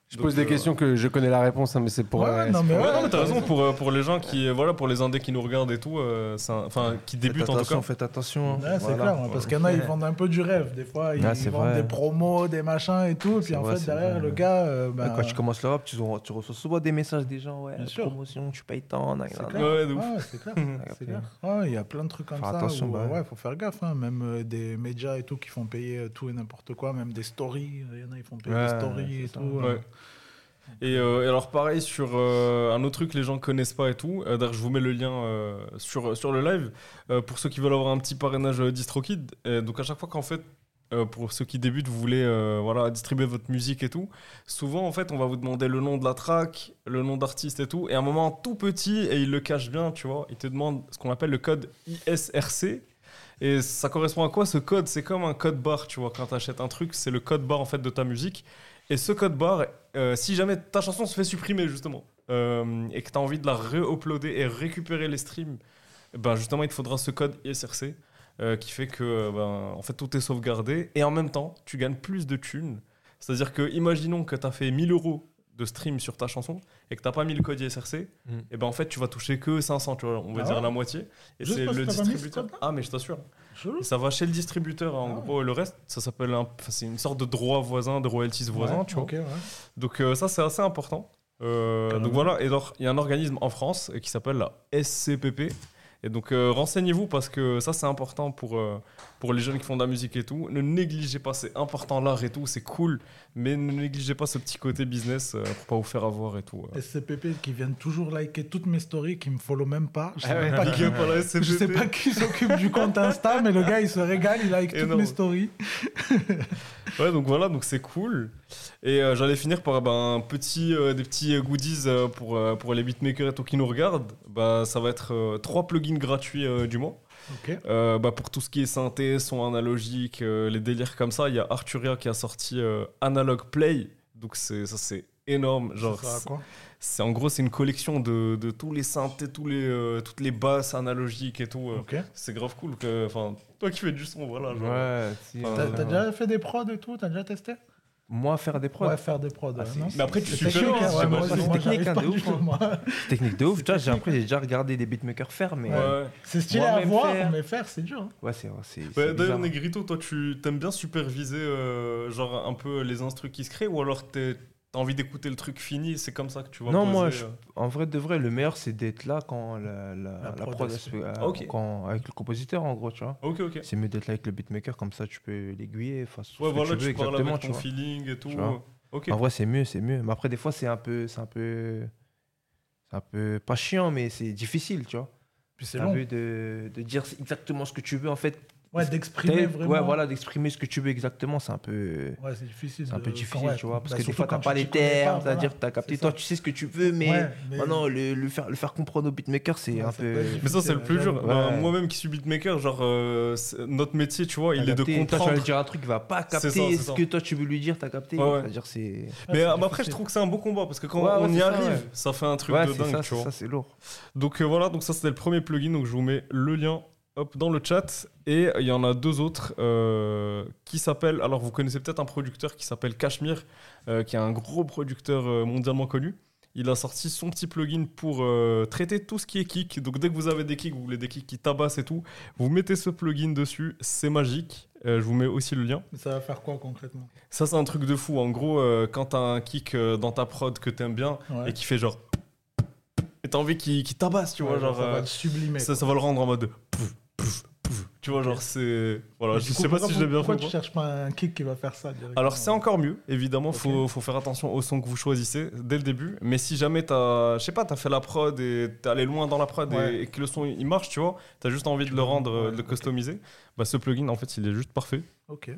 [SPEAKER 7] Je
[SPEAKER 3] Donc,
[SPEAKER 7] pose des
[SPEAKER 3] euh,
[SPEAKER 7] questions que je connais la réponse, hein, mais c'est pour.
[SPEAKER 1] Ouais,
[SPEAKER 7] euh,
[SPEAKER 1] non,
[SPEAKER 7] c'est
[SPEAKER 1] mais
[SPEAKER 7] pour-
[SPEAKER 3] Ouais, non, mais t'as raison pour, euh, pour les gens qui, euh, voilà, pour les indés qui nous regardent et tout, euh, c'est un- enfin, qui débutent
[SPEAKER 2] Faites
[SPEAKER 3] en tout
[SPEAKER 2] attention,
[SPEAKER 3] cas.
[SPEAKER 2] faites attention. hein.
[SPEAKER 1] Ouais, c'est
[SPEAKER 2] Voilà.
[SPEAKER 1] clair, hein, parce qu'il y en a, ils vendent un peu du rêve. Des fois, ils
[SPEAKER 2] Ah, c'est
[SPEAKER 1] vendent
[SPEAKER 2] vrai.
[SPEAKER 1] des promos, des machins et tout. Et puis
[SPEAKER 2] C'est
[SPEAKER 1] en
[SPEAKER 2] vrai,
[SPEAKER 1] fait,
[SPEAKER 2] c'est
[SPEAKER 1] derrière,
[SPEAKER 2] vrai.
[SPEAKER 1] le gars. euh,
[SPEAKER 2] Ouais,
[SPEAKER 1] bah,
[SPEAKER 2] Quand tu commences le rap, tu, tu reçois souvent des messages des gens, ouais,
[SPEAKER 1] Bien sûr.
[SPEAKER 2] promotion, tu payes tant, nan, nan,
[SPEAKER 1] clair.
[SPEAKER 2] nan.
[SPEAKER 3] Ouais, de ouf.
[SPEAKER 1] ouais, c'est clair. c'est clair. Ouais, il y a plein de trucs comme
[SPEAKER 2] Faire
[SPEAKER 1] ça.
[SPEAKER 2] attention,
[SPEAKER 1] où,
[SPEAKER 2] bah
[SPEAKER 1] euh,
[SPEAKER 2] ouais.
[SPEAKER 1] ouais, faut faire gaffe. hein, Même euh, des médias et tout qui font payer euh, tout et n'importe quoi, même des stories. Il y en a, ils font payer
[SPEAKER 2] Ouais,
[SPEAKER 1] des stories et
[SPEAKER 2] c'est
[SPEAKER 1] tout.
[SPEAKER 2] ça.
[SPEAKER 1] euh.
[SPEAKER 3] Ouais. Et, euh, et alors pareil sur euh, un autre truc les gens connaissent pas et tout. Euh, D'ailleurs je vous mets le lien euh, sur, sur le live Euh, pour ceux qui veulent avoir un petit parrainage euh, DistroKid. euh, donc à chaque fois qu'en fait euh, pour ceux qui débutent vous voulez euh, voilà distribuer votre musique et tout, souvent en fait on va vous demander le nom de la track, le nom d'artiste et tout. Et à un moment tout petit et ils le cachent bien tu vois, ils te demandent ce qu'on appelle le code ISRC. Et ça correspond à quoi ce code C'est comme un code barre tu vois. Quand t'achètes un truc c'est le code barre en fait de ta musique. Et ce code barre, euh, si jamais ta chanson se fait supprimer, justement, euh, et que tu as envie de la re-uploader et récupérer les streams, ben justement, il te faudra ce code ISRC euh, qui fait que euh, ben, en fait, tout est sauvegardé et en même temps, tu gagnes plus de thunes. C'est-à-dire que, imaginons que tu as fait 1000 euros de stream sur ta chanson et que tu pas mis le code ISRC,
[SPEAKER 7] Mm.
[SPEAKER 3] et ben en fait, tu vas toucher que 500, tu vois, on va
[SPEAKER 1] Ah
[SPEAKER 3] dire
[SPEAKER 1] ouais
[SPEAKER 3] la moitié. Et
[SPEAKER 1] Juste
[SPEAKER 3] c'est
[SPEAKER 1] parce
[SPEAKER 3] le
[SPEAKER 1] que t'as pas mis ce
[SPEAKER 3] distributeur.
[SPEAKER 1] code-là
[SPEAKER 3] Ah, mais je t'assure.
[SPEAKER 1] Chelou.
[SPEAKER 3] Et ça va chez le distributeur, hein. en
[SPEAKER 1] Ah ouais.
[SPEAKER 3] gros, et le reste, ça s'appelle un, enfin, c'est une sorte de droit voisin, de royalties voisin,
[SPEAKER 1] Ouais,
[SPEAKER 3] tu vois.
[SPEAKER 1] ok, ouais.
[SPEAKER 3] Donc euh, ça, c'est assez important. Euh,
[SPEAKER 1] Carrément.
[SPEAKER 3] donc voilà, et alors, il y a un organisme en France euh, qui s'appelle la SCPP. Et donc euh, renseignez-vous parce que ça, c'est important pour, euh, pour les jeunes qui font de la musique et tout. Ne négligez pas, c'est important l'art et tout, c'est cool, mais ne négligez pas ce petit côté business euh, pour pas vous faire avoir et tout. euh.
[SPEAKER 1] SCPP qui viennent toujours liker toutes mes stories, qui me follow même pas. Je sais,
[SPEAKER 7] Ah ouais.
[SPEAKER 1] même pas,
[SPEAKER 3] Big
[SPEAKER 1] qui,
[SPEAKER 3] up à la SCPP.
[SPEAKER 1] je sais pas qui s'occupe du compte Insta, mais le gars il se régale, il like toutes
[SPEAKER 3] Énorme.
[SPEAKER 1] mes stories.
[SPEAKER 3] Ouais, donc voilà, donc c'est cool. Et euh, j'allais finir par ben, un petit, euh, des petits euh, goodies euh, pour, euh, pour les beatmakers et tout qui nous regardent. Bah, ça va être euh, trois plugins gratuits euh, du mois.
[SPEAKER 1] Ok.
[SPEAKER 3] Euh, bah, pour tout ce qui est synthé, son analogique, euh, les délires comme ça, il y a Arturia qui a sorti euh, Analog Play. Donc c'est ça c'est énorme. Genre
[SPEAKER 1] Ça sert à
[SPEAKER 3] c'est-
[SPEAKER 1] quoi
[SPEAKER 3] c'est en gros c'est une collection de, de tous les synthés, tous les euh, toutes les basses analogiques et tout. euh.
[SPEAKER 1] Ok.
[SPEAKER 3] C'est grave cool que enfin toi qui fais du son voilà. genre.
[SPEAKER 2] Ouais, si,
[SPEAKER 3] Enfin,
[SPEAKER 1] T'as
[SPEAKER 2] euh,
[SPEAKER 1] t'as déjà fait des prods et tout T'as déjà testé
[SPEAKER 2] Moi, faire des prods.
[SPEAKER 1] Ouais, faire des prods.
[SPEAKER 2] Ah,
[SPEAKER 1] ouais,
[SPEAKER 2] c'est-
[SPEAKER 1] non
[SPEAKER 3] Mais après tu
[SPEAKER 1] C'est
[SPEAKER 3] suis
[SPEAKER 1] technique,
[SPEAKER 3] chaud,
[SPEAKER 1] hein,
[SPEAKER 3] hein,
[SPEAKER 1] ouais,
[SPEAKER 3] c'est
[SPEAKER 1] moi
[SPEAKER 3] pas-
[SPEAKER 1] aussi,
[SPEAKER 2] c'est
[SPEAKER 1] moi, j'arrive
[SPEAKER 2] technique, hein,
[SPEAKER 1] pas
[SPEAKER 2] de
[SPEAKER 1] du
[SPEAKER 2] ouf,
[SPEAKER 1] tout,
[SPEAKER 2] hein.
[SPEAKER 1] moi.
[SPEAKER 2] Technique de ouf, tu vois, j'ai après, j'ai déjà regardé des beatmakers faire, mais. euh,
[SPEAKER 3] Ouais.
[SPEAKER 1] C'est stylé à
[SPEAKER 2] Moi-même
[SPEAKER 1] voir,
[SPEAKER 2] faire.
[SPEAKER 1] mais faire c'est dur. hein.
[SPEAKER 2] Ouais, c'est. c'est- c'est
[SPEAKER 3] Ouais, D'ailleurs
[SPEAKER 2] bizarre.
[SPEAKER 3] Bah,
[SPEAKER 2] hein.
[SPEAKER 3] Negrito, toi tu t'aimes bien superviser euh, genre un peu les instrus qui se créent ou alors t'es- t'as envie d'écouter le truc fini, c'est comme ça que tu vas
[SPEAKER 2] Non,
[SPEAKER 3] poser,
[SPEAKER 2] moi,
[SPEAKER 3] euh.
[SPEAKER 2] je- En vrai, de vrai, le meilleur, c'est d'être là quand la, la, la
[SPEAKER 1] prod,
[SPEAKER 2] prod,
[SPEAKER 1] elle
[SPEAKER 2] elle
[SPEAKER 1] se
[SPEAKER 2] se fait, euh,
[SPEAKER 3] Ok.
[SPEAKER 2] quand- avec le compositeur, en gros, tu vois.
[SPEAKER 3] Ok, ok.
[SPEAKER 2] C'est mieux d'être là avec le beatmaker, comme ça, tu peux l'aiguiller, enfin, ce
[SPEAKER 3] Ouais,
[SPEAKER 2] que
[SPEAKER 3] voilà,
[SPEAKER 2] tu
[SPEAKER 3] tu,
[SPEAKER 2] veux
[SPEAKER 3] parles
[SPEAKER 2] exactement,
[SPEAKER 3] avec
[SPEAKER 2] tu
[SPEAKER 3] ton
[SPEAKER 2] vois.
[SPEAKER 3] feeling et tout. euh,
[SPEAKER 2] Tu vois.
[SPEAKER 3] Ok.
[SPEAKER 2] En vrai, c'est mieux, c'est mieux. Mais après, des fois, c'est un peu. C'est un peu. C'est un peu. Pas chiant, mais c'est difficile, tu vois.
[SPEAKER 1] Puis c'est
[SPEAKER 2] T'as
[SPEAKER 1] long.
[SPEAKER 2] vu de, de dire exactement ce que tu veux, en fait.
[SPEAKER 1] Ouais, d'exprimer
[SPEAKER 2] T'as-
[SPEAKER 1] vraiment.
[SPEAKER 2] Ouais, voilà, d'exprimer ce que tu veux exactement, c'est un peu.
[SPEAKER 1] Ouais, c'est difficile.
[SPEAKER 2] C'est un peu
[SPEAKER 1] de-
[SPEAKER 2] difficile,
[SPEAKER 1] ouais,
[SPEAKER 2] tu vois. Parce
[SPEAKER 1] bah,
[SPEAKER 2] que des
[SPEAKER 1] surtout
[SPEAKER 2] fois, t'as
[SPEAKER 1] quand
[SPEAKER 2] pas
[SPEAKER 1] tu
[SPEAKER 2] les
[SPEAKER 1] t'y connais
[SPEAKER 2] termes,
[SPEAKER 1] pas,
[SPEAKER 2] c'est-à-dire que
[SPEAKER 1] voilà.
[SPEAKER 2] t'as capté.
[SPEAKER 1] C'est ça.
[SPEAKER 2] Toi, tu sais ce que tu veux, mais. oh
[SPEAKER 1] Ouais, mais-
[SPEAKER 2] Maintenant, Ah le, le faire, le faire comprendre au beatmaker, c'est
[SPEAKER 1] Ouais,
[SPEAKER 2] un
[SPEAKER 1] ça peut
[SPEAKER 2] peu.
[SPEAKER 1] être
[SPEAKER 3] Mais ça, c'est le plus dur.
[SPEAKER 2] Ouais.
[SPEAKER 3] Bah, Moi-même qui suis beatmaker, genre, euh, c'est- notre métier, tu vois, il est de
[SPEAKER 2] Adapté, Toi, tu vas lui
[SPEAKER 3] comprendre.
[SPEAKER 2] dire un truc, il va pas
[SPEAKER 3] C'est ça,
[SPEAKER 2] capter
[SPEAKER 3] c'est
[SPEAKER 2] ce
[SPEAKER 3] ça.
[SPEAKER 2] que toi tu veux lui dire, t'as capté.
[SPEAKER 3] Ouais, ouais.
[SPEAKER 2] C'est-à-dire, c'est.
[SPEAKER 3] Mais
[SPEAKER 1] c'est
[SPEAKER 3] euh, après,
[SPEAKER 1] difficile.
[SPEAKER 3] je trouve que c'est un beau combat parce que quand
[SPEAKER 2] Ouais, ouais,
[SPEAKER 3] on y
[SPEAKER 2] c'est ça,
[SPEAKER 3] arrive,
[SPEAKER 2] ouais.
[SPEAKER 3] ça fait un truc
[SPEAKER 2] Ouais,
[SPEAKER 3] de
[SPEAKER 2] c'est
[SPEAKER 3] dingue,
[SPEAKER 2] ça,
[SPEAKER 3] tu
[SPEAKER 2] c'est
[SPEAKER 3] vois.
[SPEAKER 2] ça, c'est lourd.
[SPEAKER 3] Donc euh, voilà, donc ça c'était le premier plugin, donc je vous mets le lien hop, dans le chat. Et il y en a deux autres euh, qui s'appellent, alors vous connaissez peut-être un producteur qui s'appelle Cashmere, euh, qui est un gros producteur euh, mondialement connu. Il a sorti son petit plugin pour euh, traiter tout ce qui est kick. Donc dès que vous avez des kicks, vous voulez des kicks qui tabassent et tout, vous mettez ce plugin dessus, c'est magique. Euh, je vous mets aussi le lien.
[SPEAKER 1] Mais ça va faire quoi concrètement
[SPEAKER 3] Ça c'est un truc de fou. En gros, euh, quand t'as un kick euh, dans ta prod que t'aimes bien
[SPEAKER 1] Ouais.
[SPEAKER 3] et qui fait genre... Et t'as envie qu'il qu'il tabasse, tu vois.
[SPEAKER 1] Ouais,
[SPEAKER 3] genre,
[SPEAKER 1] ça
[SPEAKER 3] euh,
[SPEAKER 1] va le sublimer.
[SPEAKER 3] ça, ça va le rendre en mode pouf, pouf, pouf. Tu vois, genre c'est. Voilà,
[SPEAKER 1] Mais
[SPEAKER 3] je
[SPEAKER 1] du coup,
[SPEAKER 3] sais pas
[SPEAKER 1] pourquoi-
[SPEAKER 3] si je l'ai bien fait.
[SPEAKER 1] Pourquoi
[SPEAKER 3] ou
[SPEAKER 1] tu
[SPEAKER 3] pas.
[SPEAKER 1] cherches pas un kick qui va faire ça directement
[SPEAKER 3] Alors c'est encore mieux, évidemment,
[SPEAKER 1] Ok.
[SPEAKER 3] faut, faut faire attention au son que vous choisissez dès le début. Mais si jamais t'as, je sais pas, t'as fait la prod et t'es allé loin dans la prod et-
[SPEAKER 1] Ouais.
[SPEAKER 3] et, que le son il marche, tu vois, t'as juste envie de le rendre, euh, de le customiser, bah ce plugin en fait il est juste parfait.
[SPEAKER 1] Ok.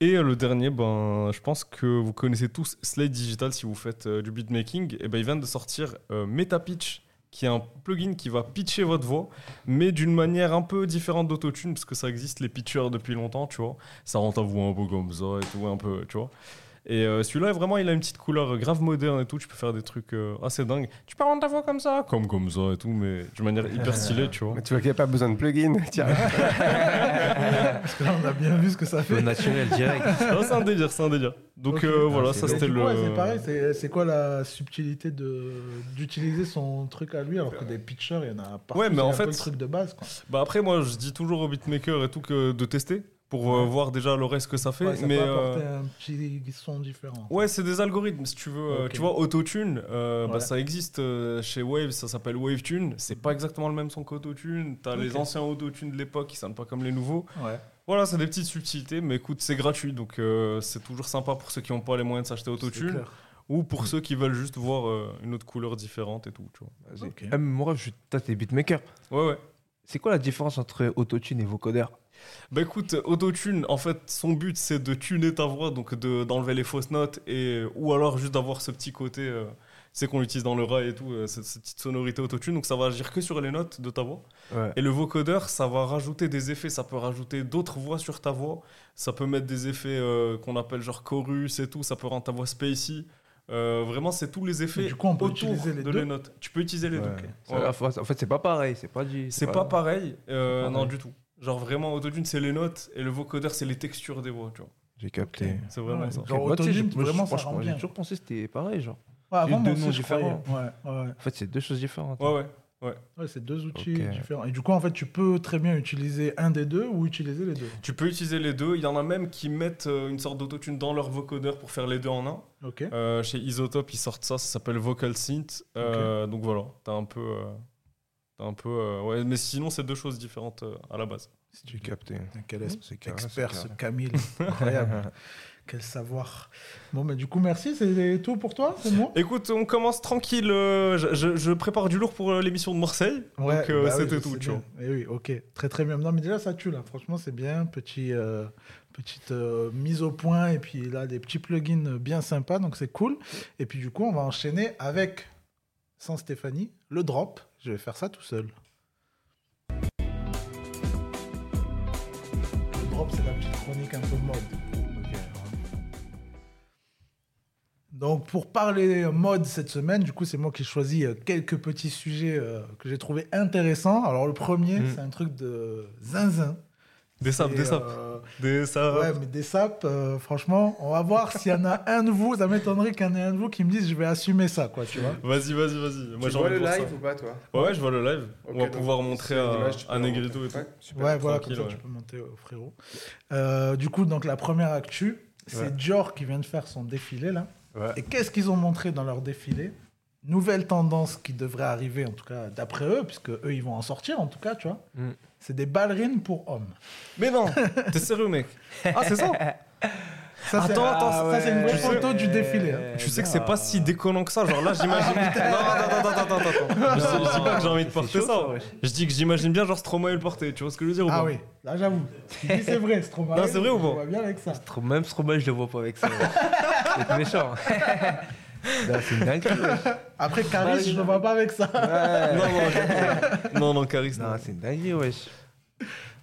[SPEAKER 3] Et euh, le dernier, ben, je pense que vous Eh connaissez tous Slate Digital si vous faites euh, du beatmaking. Et ben, ils viennent de sortir euh, MetaPitch qui est un plugin qui va pitcher votre voix, mais d'une manière un peu différente d'autotune, parce que ça existe les pitchers depuis longtemps, tu vois. Ça rend ta voix un peu comme ça et tout, un peu, tu vois. Et euh, celui-là, vraiment, il a une petite couleur euh, grave moderne et tout. Tu peux faire des trucs euh, assez dingues. Tu peux rendre ta voix comme ça, comme comme ça et tout, mais d'une manière hyper stylée, tu vois.
[SPEAKER 7] Mais tu vois qu'il n'y a pas besoin de plugin. Tiens.
[SPEAKER 1] Parce que là, on a bien vu ce que ça fait.
[SPEAKER 10] naturel direct.
[SPEAKER 3] Non, c'est un délire, c'est un délire. Donc
[SPEAKER 1] Ok.
[SPEAKER 3] euh, voilà,
[SPEAKER 10] Ah, c'est
[SPEAKER 3] ça
[SPEAKER 10] bon.
[SPEAKER 3] c'était
[SPEAKER 1] Et du
[SPEAKER 3] le.
[SPEAKER 1] coup, ouais, c'est pareil, c'est- c'est quoi la subtilité de d'utiliser son truc à lui alors que des pitchers, il y en a partout.
[SPEAKER 3] Ouais, mais
[SPEAKER 1] c'est
[SPEAKER 3] en
[SPEAKER 1] un peu
[SPEAKER 3] fait-
[SPEAKER 1] le truc de base quoi.
[SPEAKER 3] Bah après, moi, je dis toujours aux beatmakers et tout que de tester pour euh, voir déjà à l'oreille ce que ça fait.
[SPEAKER 1] Ouais, ça
[SPEAKER 3] mais
[SPEAKER 1] peut
[SPEAKER 3] euh,
[SPEAKER 1] apporter un petit son différent.
[SPEAKER 3] ouais, c'est des algorithmes. Si tu veux, euh,
[SPEAKER 1] Ok.
[SPEAKER 3] tu vois, autotune, euh, bah,
[SPEAKER 1] Ouais.
[SPEAKER 3] ça existe euh, chez Wave, ça s'appelle Wavetune. C'est pas exactement le même son qu'autotune. T'as les anciens autotunes de l'époque qui sonnent pas comme les nouveaux.
[SPEAKER 1] Ouais.
[SPEAKER 3] Voilà, c'est des petites subtilités, mais écoute, c'est gratuit, donc euh, c'est toujours sympa pour ceux qui n'ont pas les moyens de s'acheter
[SPEAKER 1] C'est
[SPEAKER 3] autotune
[SPEAKER 1] clair.
[SPEAKER 3] ou pour ceux qui veulent juste voir euh, une autre couleur différente et tout. Tu
[SPEAKER 2] Vas-y.
[SPEAKER 1] Ok.
[SPEAKER 2] Ah, mais mon rêve, je suis toi, t'es beatmaker.
[SPEAKER 3] vois. Ouais, ouais.
[SPEAKER 2] C'est quoi la différence entre autotune et vocodeur
[SPEAKER 3] Bah écoute, autotune, en fait, son but c'est de tuner ta voix, donc de- d'enlever les fausses notes, et, ou alors juste d'avoir ce petit côté, euh, c'est qu'on l'utilise dans le rail et tout, euh, cette, cette petite sonorité autotune, donc ça va agir que sur les notes de ta voix.
[SPEAKER 2] Ouais.
[SPEAKER 3] Et le vocodeur, ça va rajouter des effets, ça peut rajouter d'autres voix sur ta voix, ça peut mettre des effets euh, qu'on appelle genre chorus et tout, ça peut rendre ta voix spacey. Euh, vraiment, c'est tous les effets
[SPEAKER 1] du coup, on peut
[SPEAKER 3] autour
[SPEAKER 1] utiliser les
[SPEAKER 3] de
[SPEAKER 1] deux
[SPEAKER 3] les notes. Tu peux utiliser les deux.
[SPEAKER 2] C'est à la fois- En fait, c'est pas pareil. C'est pas du.
[SPEAKER 3] C'est pas pareil, euh,
[SPEAKER 2] pas
[SPEAKER 3] non
[SPEAKER 2] pareil.
[SPEAKER 3] du tout. Genre vraiment autotune c'est les notes et le vocodeur c'est les textures des voix, tu vois.
[SPEAKER 2] J'ai capté.
[SPEAKER 3] C'est vraiment
[SPEAKER 1] Ouais,
[SPEAKER 3] ça.
[SPEAKER 1] Genre
[SPEAKER 2] Moi, tu sais, j'ai-
[SPEAKER 1] autotune,
[SPEAKER 2] moi, je-
[SPEAKER 1] vraiment ça
[SPEAKER 2] franchement,
[SPEAKER 1] rend
[SPEAKER 2] J'ai
[SPEAKER 1] bien.
[SPEAKER 2] toujours pensé que c'était pareil, genre.
[SPEAKER 1] Ouais,
[SPEAKER 2] j'ai
[SPEAKER 1] avant,
[SPEAKER 2] deux
[SPEAKER 1] moi aussi,
[SPEAKER 2] noms
[SPEAKER 1] je croyais. Ouais, ouais, ouais.
[SPEAKER 2] En fait, c'est deux choses différentes.
[SPEAKER 3] Ouais ouais.
[SPEAKER 1] Ouais, c'est deux outils
[SPEAKER 2] Ok.
[SPEAKER 1] différents. Et du coup, en fait, tu peux très bien utiliser un des deux ou utiliser les deux.
[SPEAKER 3] Tu peux utiliser les deux, il y en a même qui mettent euh, une sorte d'autotune dans leur vocodeur pour faire les deux en un.
[SPEAKER 1] Ok.
[SPEAKER 3] Euh, chez Isotope, ils sortent ça, ça s'appelle Vocal Synth. Euh, Donc voilà, t'as un peu euh, t'as un peu euh, ouais, mais sinon c'est deux choses différentes euh, à la base.
[SPEAKER 2] J'ai capté.
[SPEAKER 1] Quel
[SPEAKER 2] C'est carré,
[SPEAKER 1] expert, ce
[SPEAKER 2] c'est carré.
[SPEAKER 1] Camille. Incroyable. Quel savoir. Bon, mais du coup, merci. C'est tout pour toi, c'est bon
[SPEAKER 3] Écoute, on commence tranquille, euh, je, je- je prépare du lourd pour euh, l'émission de Marseille. donc euh,
[SPEAKER 1] bah oui,
[SPEAKER 3] c'était
[SPEAKER 1] je
[SPEAKER 3] tout,
[SPEAKER 1] sais
[SPEAKER 3] tu vois.
[SPEAKER 1] bien. Eh oui, ok. Très, très bien. Non, mais déjà, ça tue, là. Franchement, c'est bien. Petit, euh, petite euh, mise au point. Et puis là, des petits plugins bien sympas. Donc, c'est cool. Et puis, du coup, on va enchaîner avec, sans Stéphanie, le drop. Je vais faire ça tout seul. Le drop, c'est la petite chronique un peu mode. Donc pour parler mode cette semaine, du coup c'est moi qui choisis euh, quelques petits sujets euh, que j'ai trouvé intéressants. Alors le premier,
[SPEAKER 3] Mm.
[SPEAKER 1] c'est un truc de zinzin.
[SPEAKER 3] Des sapes,
[SPEAKER 1] Et,
[SPEAKER 3] des sapes,
[SPEAKER 1] euh,
[SPEAKER 3] des sapes.
[SPEAKER 1] Ouais, mais des sapes, euh, franchement, on va voir s'il y en a un de vous, ça m'étonnerait qu'il y en ait un de vous qui me dise je vais assumer ça, quoi, tu vois.
[SPEAKER 3] Vas-y, vas-y, vas-y. Moi,
[SPEAKER 7] tu
[SPEAKER 3] j'ai
[SPEAKER 7] vois
[SPEAKER 3] envie
[SPEAKER 7] le
[SPEAKER 3] de voir ça.
[SPEAKER 7] live ou pas, toi
[SPEAKER 3] Ouais, ouais, je vois le live.
[SPEAKER 7] Ok,
[SPEAKER 3] On va
[SPEAKER 7] donc,
[SPEAKER 3] pouvoir
[SPEAKER 7] si
[SPEAKER 3] montrer
[SPEAKER 7] il y a
[SPEAKER 3] à,
[SPEAKER 7] une image, tu peux
[SPEAKER 3] à
[SPEAKER 7] la
[SPEAKER 3] Negrito et
[SPEAKER 7] montrer.
[SPEAKER 3] tout.
[SPEAKER 7] Ouais, super.
[SPEAKER 1] Ouais, voilà, comme
[SPEAKER 3] tranquille,
[SPEAKER 1] ça
[SPEAKER 3] ouais.
[SPEAKER 1] tu peux monter au frérot. Euh, du coup, donc la première actu, c'est
[SPEAKER 2] Ouais.
[SPEAKER 1] Dior qui vient de faire son défilé là.
[SPEAKER 2] Ouais.
[SPEAKER 1] Et qu'est-ce qu'ils ont montré dans leur défilé Nouvelle tendance qui devrait arriver, en tout cas d'après eux, puisque eux ils vont en sortir en tout cas, tu vois.
[SPEAKER 2] Mm.
[SPEAKER 1] C'est des ballerines pour hommes.
[SPEAKER 3] Mais non, t'es sérieux, mec. Ah, c'est ça
[SPEAKER 1] Ça, c'est- Ah,
[SPEAKER 3] Attends, attends, Ah,
[SPEAKER 1] ça, c'est une vraie photo du défilé. hein.
[SPEAKER 3] Tu sais que c'est pas si déconnant que ça. Genre là, j'imagine. non, attends, attends, attends, attends. attends. Je, sais- je dis pas que j'ai envie de porter ça. Je dis que j'imagine bien, genre Stromae le porter. Tu vois ce que je veux dire ou
[SPEAKER 1] Ah
[SPEAKER 3] pas
[SPEAKER 1] oui, là j'avoue. Tu dis c'est vrai, c'est trop
[SPEAKER 3] Non, c'est vrai ou pas
[SPEAKER 1] On va bien avec ça.
[SPEAKER 2] Trop- Même Stromae, je le vois pas avec ça. c'est méchant. Non, c'est une dinguerie. wesh.
[SPEAKER 1] Après Caris, je ne vois pas avec ça.
[SPEAKER 3] Non, non, je- non, non, Caris, non.
[SPEAKER 2] Non, c'est une dinguerie, wesh.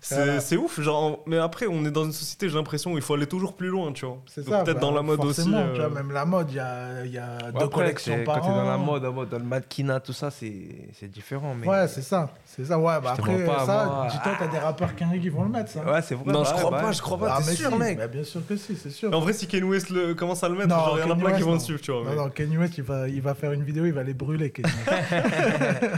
[SPEAKER 3] C'est
[SPEAKER 1] Voilà.
[SPEAKER 3] c'est ouf, genre. en- Mais après, on est dans une société, j'ai l'impression où il faut aller toujours plus loin, tu vois.
[SPEAKER 1] C'est
[SPEAKER 3] Donc
[SPEAKER 1] ça.
[SPEAKER 3] Peut-être
[SPEAKER 1] bah,
[SPEAKER 3] dans la mode aussi.
[SPEAKER 1] forcément, tu
[SPEAKER 3] euh,
[SPEAKER 1] vois, même la mode, il y a, il y a
[SPEAKER 2] Bon,
[SPEAKER 1] deux
[SPEAKER 2] après,
[SPEAKER 1] collections
[SPEAKER 2] c'est-
[SPEAKER 1] par
[SPEAKER 2] Quand t'es
[SPEAKER 1] an.
[SPEAKER 2] dans la mode, en mode, dans le mannequinat, tout ça, c'est c'est différent. Mais...
[SPEAKER 1] Ouais, c'est ça. C'est ça. Ouais, bah
[SPEAKER 2] te
[SPEAKER 1] après,
[SPEAKER 2] vois pas
[SPEAKER 1] ça,
[SPEAKER 2] avoir-
[SPEAKER 1] dis-toi, t'as des rappeurs Kenry qui vont le mettre, ça.
[SPEAKER 2] Ouais, c'est vrai.
[SPEAKER 3] Non,
[SPEAKER 2] bah
[SPEAKER 3] je
[SPEAKER 2] ouais,
[SPEAKER 3] crois
[SPEAKER 2] bah
[SPEAKER 3] pas,
[SPEAKER 2] ouais.
[SPEAKER 3] je crois pas.
[SPEAKER 1] Ah,
[SPEAKER 3] T'es
[SPEAKER 1] mais
[SPEAKER 3] sûr,
[SPEAKER 1] si,
[SPEAKER 3] mec
[SPEAKER 1] bah, bien sûr que si, c'est sûr.
[SPEAKER 3] En vrai, si Ken West le- commence à le mettre,
[SPEAKER 1] Non,
[SPEAKER 3] genre, il y en a
[SPEAKER 1] Kanye
[SPEAKER 3] plein qui
[SPEAKER 1] West,
[SPEAKER 3] vont
[SPEAKER 1] non.
[SPEAKER 3] le suivre, tu vois.
[SPEAKER 1] Non,
[SPEAKER 3] mais-
[SPEAKER 1] non, Kanye West, il va, il va faire une vidéo, il va les brûler, Kanye West.